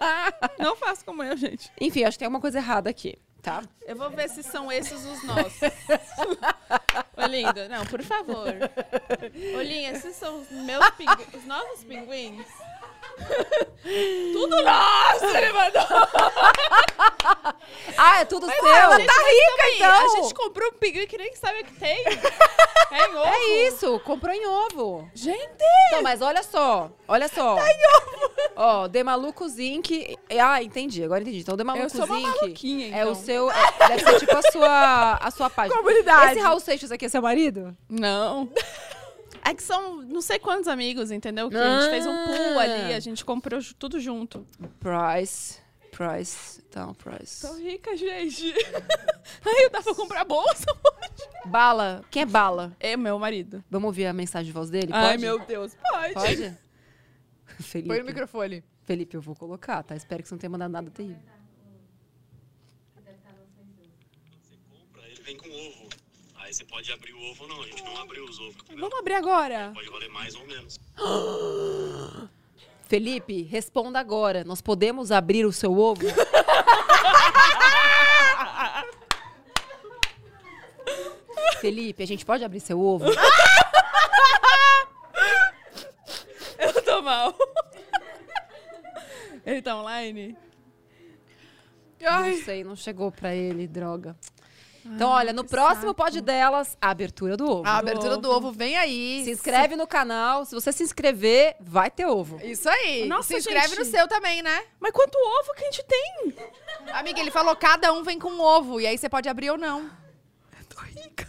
C: Ah,
B: Não faço como eu, gente.
C: Enfim, acho que tem alguma coisa errada aqui, tá?
B: Eu vou ver se são esses os nossos. Ô, linda, não, por favor. Ô, Linha, esses são os meus pinguins, os nossos pinguins. Tudo nosso, ele mandou.
C: Ah, é tudo seu!
B: A gente- mas calma aí,
C: então.
B: A gente comprou um pinguim que nem sabe o que tem. É em ovo.
C: É isso, comprou em ovo.
B: Gente!
C: Então, mas olha só, olha só. Tá em ovo! Ó, The Maluco Zinc. Ah, entendi, agora entendi. Então, The Maluco
B: sou uma
C: Zinc
B: maluquinha,
C: é
B: então.
C: o seu. é- deve ser tipo a sua, a sua página.
A: Comunidade.
C: Esse Raul Seixas aqui é seu marido?
B: Não. É que são não sei quantos amigos, entendeu? Que a gente fez um pool
C: Ah.
B: ali, a gente comprou ju- tudo junto.
C: Price. Price. Então, Price.
B: Tô rica, gente. Ai, dá pra comprar bolsa hoje.
C: Bala. Quem é Bala?
B: É meu marido.
C: Vamos ouvir a mensagem de voz dele?
B: Ai,
C: Pode?
B: meu Deus, pode.
C: Pode? Felipe.
A: Põe no microfone.
C: Felipe, eu vou colocar, tá? Espero que você não tenha mandado nada terrível.
F: compra, ele vem com ovo. Aí você pode abrir o ovo ou não, a gente não abriu os ovos. entendeu?
B: Vamos abrir agora.
F: Pode valer mais ou menos.
C: Felipe, responda agora. Nós podemos abrir o seu ovo? Felipe, a gente pode abrir seu ovo?
B: Eu tô mal. Ele tá online?
C: Não sei, não chegou pra ele, droga. Então, olha, no próximo pod delas, a abertura do ovo.
A: A abertura do ovo vem aí.
C: Se inscreve no canal. Se você se inscrever, vai ter ovo.
A: Isso aí.
B: Nossa,
A: se inscreve
B: gente.
A: no seu também, né?
B: Mas É quanto ovo que a gente tem?
A: Amiga, ele falou cada um vem com um ovo. E aí você pode abrir ou não.
B: Tô rica.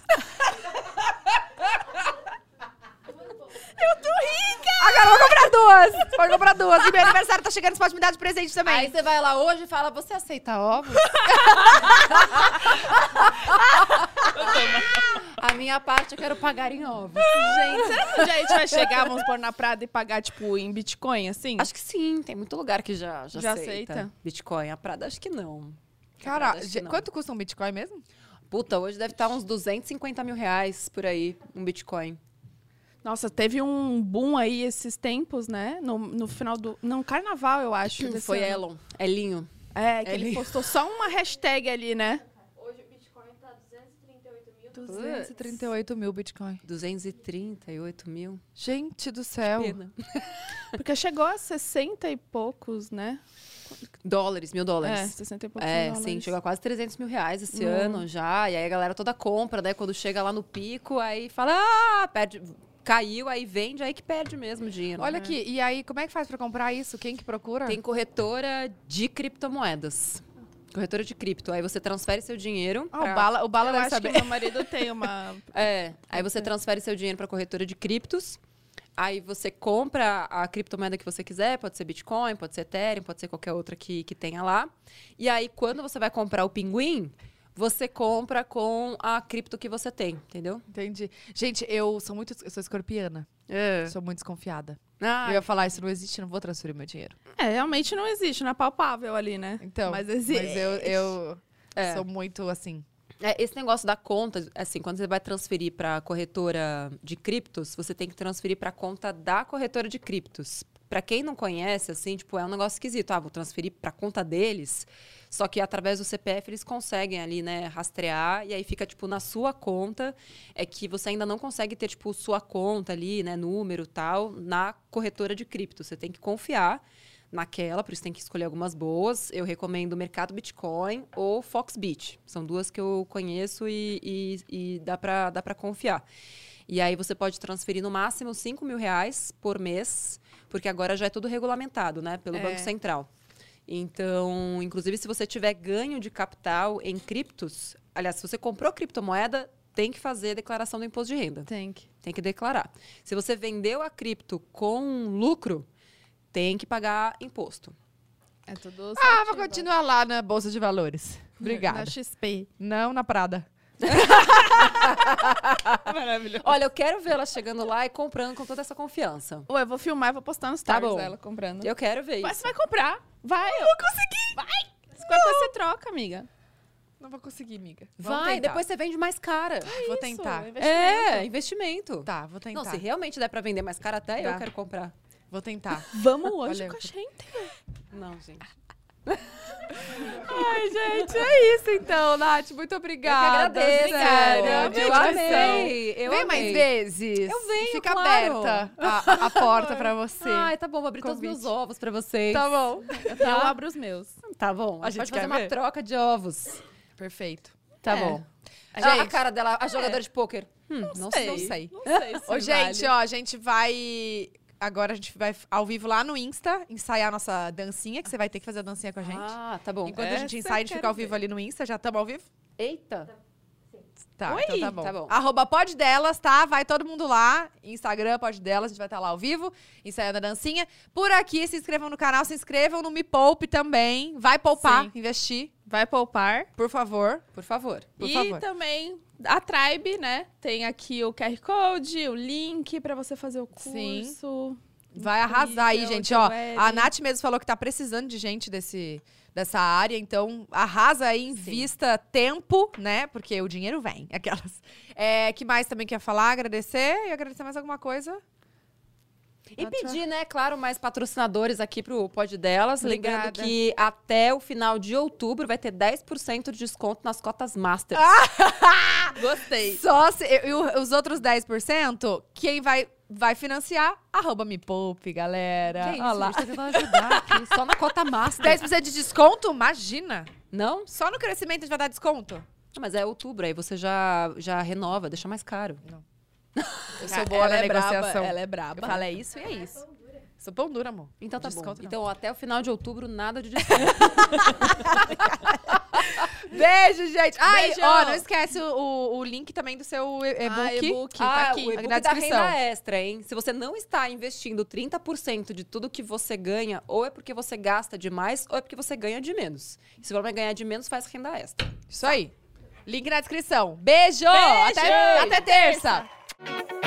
B: Eu tô rica!
A: Agora eu vou comprar duas. Pode comprar duas. E meu aniversário tá chegando, você pode me dar de presente também.
C: Aí você vai lá hoje e fala: Você aceita ovo? a minha parte eu quero pagar em ovos. Gente,
B: Será que um dia a gente vai chegar, vamos pôr na Prada e pagar, tipo, em Bitcoin, assim?
C: Acho que sim, tem muito lugar que já, já,
B: Já
C: aceita.
B: aceita?
C: Bitcoin, a Prada acho que não.
A: Cara,
C: Acho que
A: ge-
C: não.
A: quanto custa um Bitcoin mesmo?
C: Puta, hoje deve estar uns 250 mil reais por aí, um Bitcoin.
B: Nossa, teve um boom aí esses tempos, né? No, no final do... Não, carnaval, eu acho. desse
C: Foi
B: ano.
C: Elon, Elinho.
B: É, que ele
C: Elon.
B: postou só uma hashtag ali, né?
E: Hoje o Bitcoin tá 238.000.
A: 238 mil Bitcoin.
C: 238 mil.
A: Gente do céu.
C: Pena.
B: Porque chegou a 60 e poucos, né?
C: Dólares, mil
B: É,
C: dólares.
B: 60 e poucos
C: É,
B: dólares.
C: sim, chegou a quase 300 mil reais esse
B: Não.
C: ano já. E aí a galera toda compra, né? Quando chega lá no pico, aí fala, ah, perde, caiu, aí vende, aí que perde mesmo dinheiro.
A: Olha aqui, e aí, como é que faz pra comprar isso? Quem que procura?
C: né? Tem corretora de criptomoedas. Corretora de cripto. Aí você transfere seu dinheiro.
B: Ah,
C: pra-
B: o Bala, o Bala
C: Eu
B: vai
C: acho
B: saber.
C: que
B: meu marido tem uma...
C: É. Aí você transfere seu dinheiro para corretora de criptos. Aí você compra a criptomoeda que você quiser, pode ser Bitcoin, pode ser Ethereum, pode ser qualquer outra que, que tenha lá. E aí, quando você vai comprar o pinguim, você compra com a cripto que você tem, entendeu?
A: Entendi. Gente, eu sou muito. Eu sou escorpiana.
C: É.
A: Sou muito desconfiada.
C: Ah,
A: Eu ia falar, isso não existe, não vou transferir meu dinheiro.
B: É, realmente não existe, não é palpável ali, né?
A: Então,
B: Mas existe.
A: eu, eu
C: É.
A: sou muito assim.
C: É, esse negócio da conta, assim, quando você vai transferir para corretora de criptos, você tem que transferir para conta da corretora de criptos. Para quem não conhece, assim, tipo, é um negócio esquisito. Ah, vou transferir para conta deles. Só que através do CPF eles conseguem ali, né, rastrear e aí fica tipo na sua conta, é que você ainda não consegue ter tipo sua conta ali, né, número, tal, na corretora de cripto. Você tem que confiar naquela, por isso tem que escolher algumas boas. Eu recomendo o Mercado Bitcoin ou Foxbit. São duas que eu conheço e, e- e dá para dá pra confiar. E aí você pode transferir no máximo 5 mil reais por mês, porque agora já é tudo regulamentado, né? Pelo
B: É.
C: Banco Central. Então, inclusive, se você tiver ganho de capital em criptos, aliás, se você comprou criptomoeda, tem que fazer a declaração do imposto de renda.
B: Tem que.
C: Tem que declarar. Se você vendeu a cripto com lucro, tem que pagar imposto.
B: É tudo
A: Ah, vou continuar lá na Bolsa de Valores. Obrigada.
B: Na XP.
A: Não na Prada.
B: Maravilhoso.
C: Olha, eu quero vê-la chegando lá e comprando com toda essa confiança.
B: Ué, eu vou filmar e vou postar no
C: Tá
B: stories
C: bom.
B: dela comprando.
C: Eu quero ver
B: Mas você
C: isso.
B: vai comprar. Vai. Eu vou conseguir. Vai. Quanto você troca, amiga?
A: Não vou conseguir, amiga. Vamos
C: Vai,
A: tentar.
C: depois você vende mais cara.
A: Vou
B: Isso,
A: tentar.
B: investimento.
C: É, investimento.
A: Tá, vou tentar.
C: Não, se realmente der pra vender mais cara, até
A: Dá.
C: eu quero comprar.
A: Vou tentar.
B: Vamos hoje
A: Olha,
B: com a gente.
C: Não, gente.
A: Ai, gente, é isso então, Nath. Muito
C: Eu
A: obrigada.
C: que agradeço.
A: sério.
C: eu amei. Eu
A: Vem
C: amei.
A: mais vezes.
C: Eu venho,
A: Fica
C: claro.
A: aberta a, a porta pra você.
C: Ai, tá bom, vou abrir
A: Convite.
C: todos os meus ovos pra vocês.
A: tá bom.
B: Eu abro os meus.
C: Tá bom.
A: A
C: A,
A: gente
C: gente
A: quer
C: vai fazer uma
A: ver?
C: troca de ovos.
A: Perfeito.
C: Tá
B: É.
C: bom.
A: A
C: A,
A: gente-
C: a cara dela, a jogadora de pôquer. Hum, não, sei.
A: Não sei.
B: Não sei se
A: Ô, gente,
B: vale.
A: ó, a gente vai. Agora a gente vai ao vivo lá no Insta ensaiar nossa dancinha, que você vai ter que fazer a dancinha com a gente.
C: Ah, tá bom. É.
A: Enquanto a gente
B: essa
A: ensaia, a
B: eu
A: gente fica
B: quero
A: ao vivo ali no Insta. Já estamos ao vivo?
C: Eita.
A: Tá,
B: Oi,
A: então tá bom.
C: tá bom.
A: Arroba pode delas, tá? Vai todo mundo lá. Instagram, pode delas, a gente vai estar lá ao vivo, ensaiando a dancinha. Por aqui, se inscrevam no canal, se inscrevam no Me Poupe também. Vai poupar,
B: Sim.
A: investir,
B: Vai poupar.
A: por favor.
C: Por favor.
A: Por
B: e
A: favor.
B: também a Tribe, né? Tem aqui o QR Code, o link pra você fazer o curso.
A: Sim. Vai arrasar aí,
B: então
A: gente, ó.
B: é
A: A Nath mesmo falou que tá precisando de gente desse, dessa área, então arrasa aí, invista tempo, né? Porque o dinheiro vem, aquelas. É, que mais também quer falar? Agradecer e agradecer mais alguma coisa?
C: E pedir, né, claro, mais patrocinadores aqui pro Pod Delas.
B: Obrigada.
C: Lembrando que até o final de outubro vai ter 10% de desconto nas cotas Masters.
B: Gostei.
A: Só se, e- e o- os outros 10%, quem vai, vai financiar? Arroba me poupe, galera.
C: Que
A: Olha lá.
C: gente, tá tentando ajudar aqui, Só na cota Master.
A: 10% de desconto? Imagina!
C: Não?
A: Só no crescimento a gente vai dar desconto?
C: Ah, Mas é outubro, aí você já, já renova, deixa mais caro.
A: Eu sou boa na negociação.
B: ela é braba.
A: Eu falo, é isso e é isso. Sou pão dura, amor.
C: Então tá
A: Desconto
C: bom.
A: não.
C: Então até o final de outubro, nada de desconto.
A: Beijo, gente. Ai,
B: Beijo.
A: ó, não esquece o- o, o link também do seu e- e-book.
B: Ah, e-book,
C: ah,
B: tá
C: o
B: aqui.
C: e-book
A: na
C: da
A: descrição.
C: renda extra, hein? Se você não está investindo 30% de tudo que você ganha, ou é porque você gasta demais, ou é porque você ganha de menos. E se você ganhar de menos, faz renda extra.
A: Isso aí. Link na descrição. Beijo!
B: Beijo!
A: Até, até terça.
B: Beijo!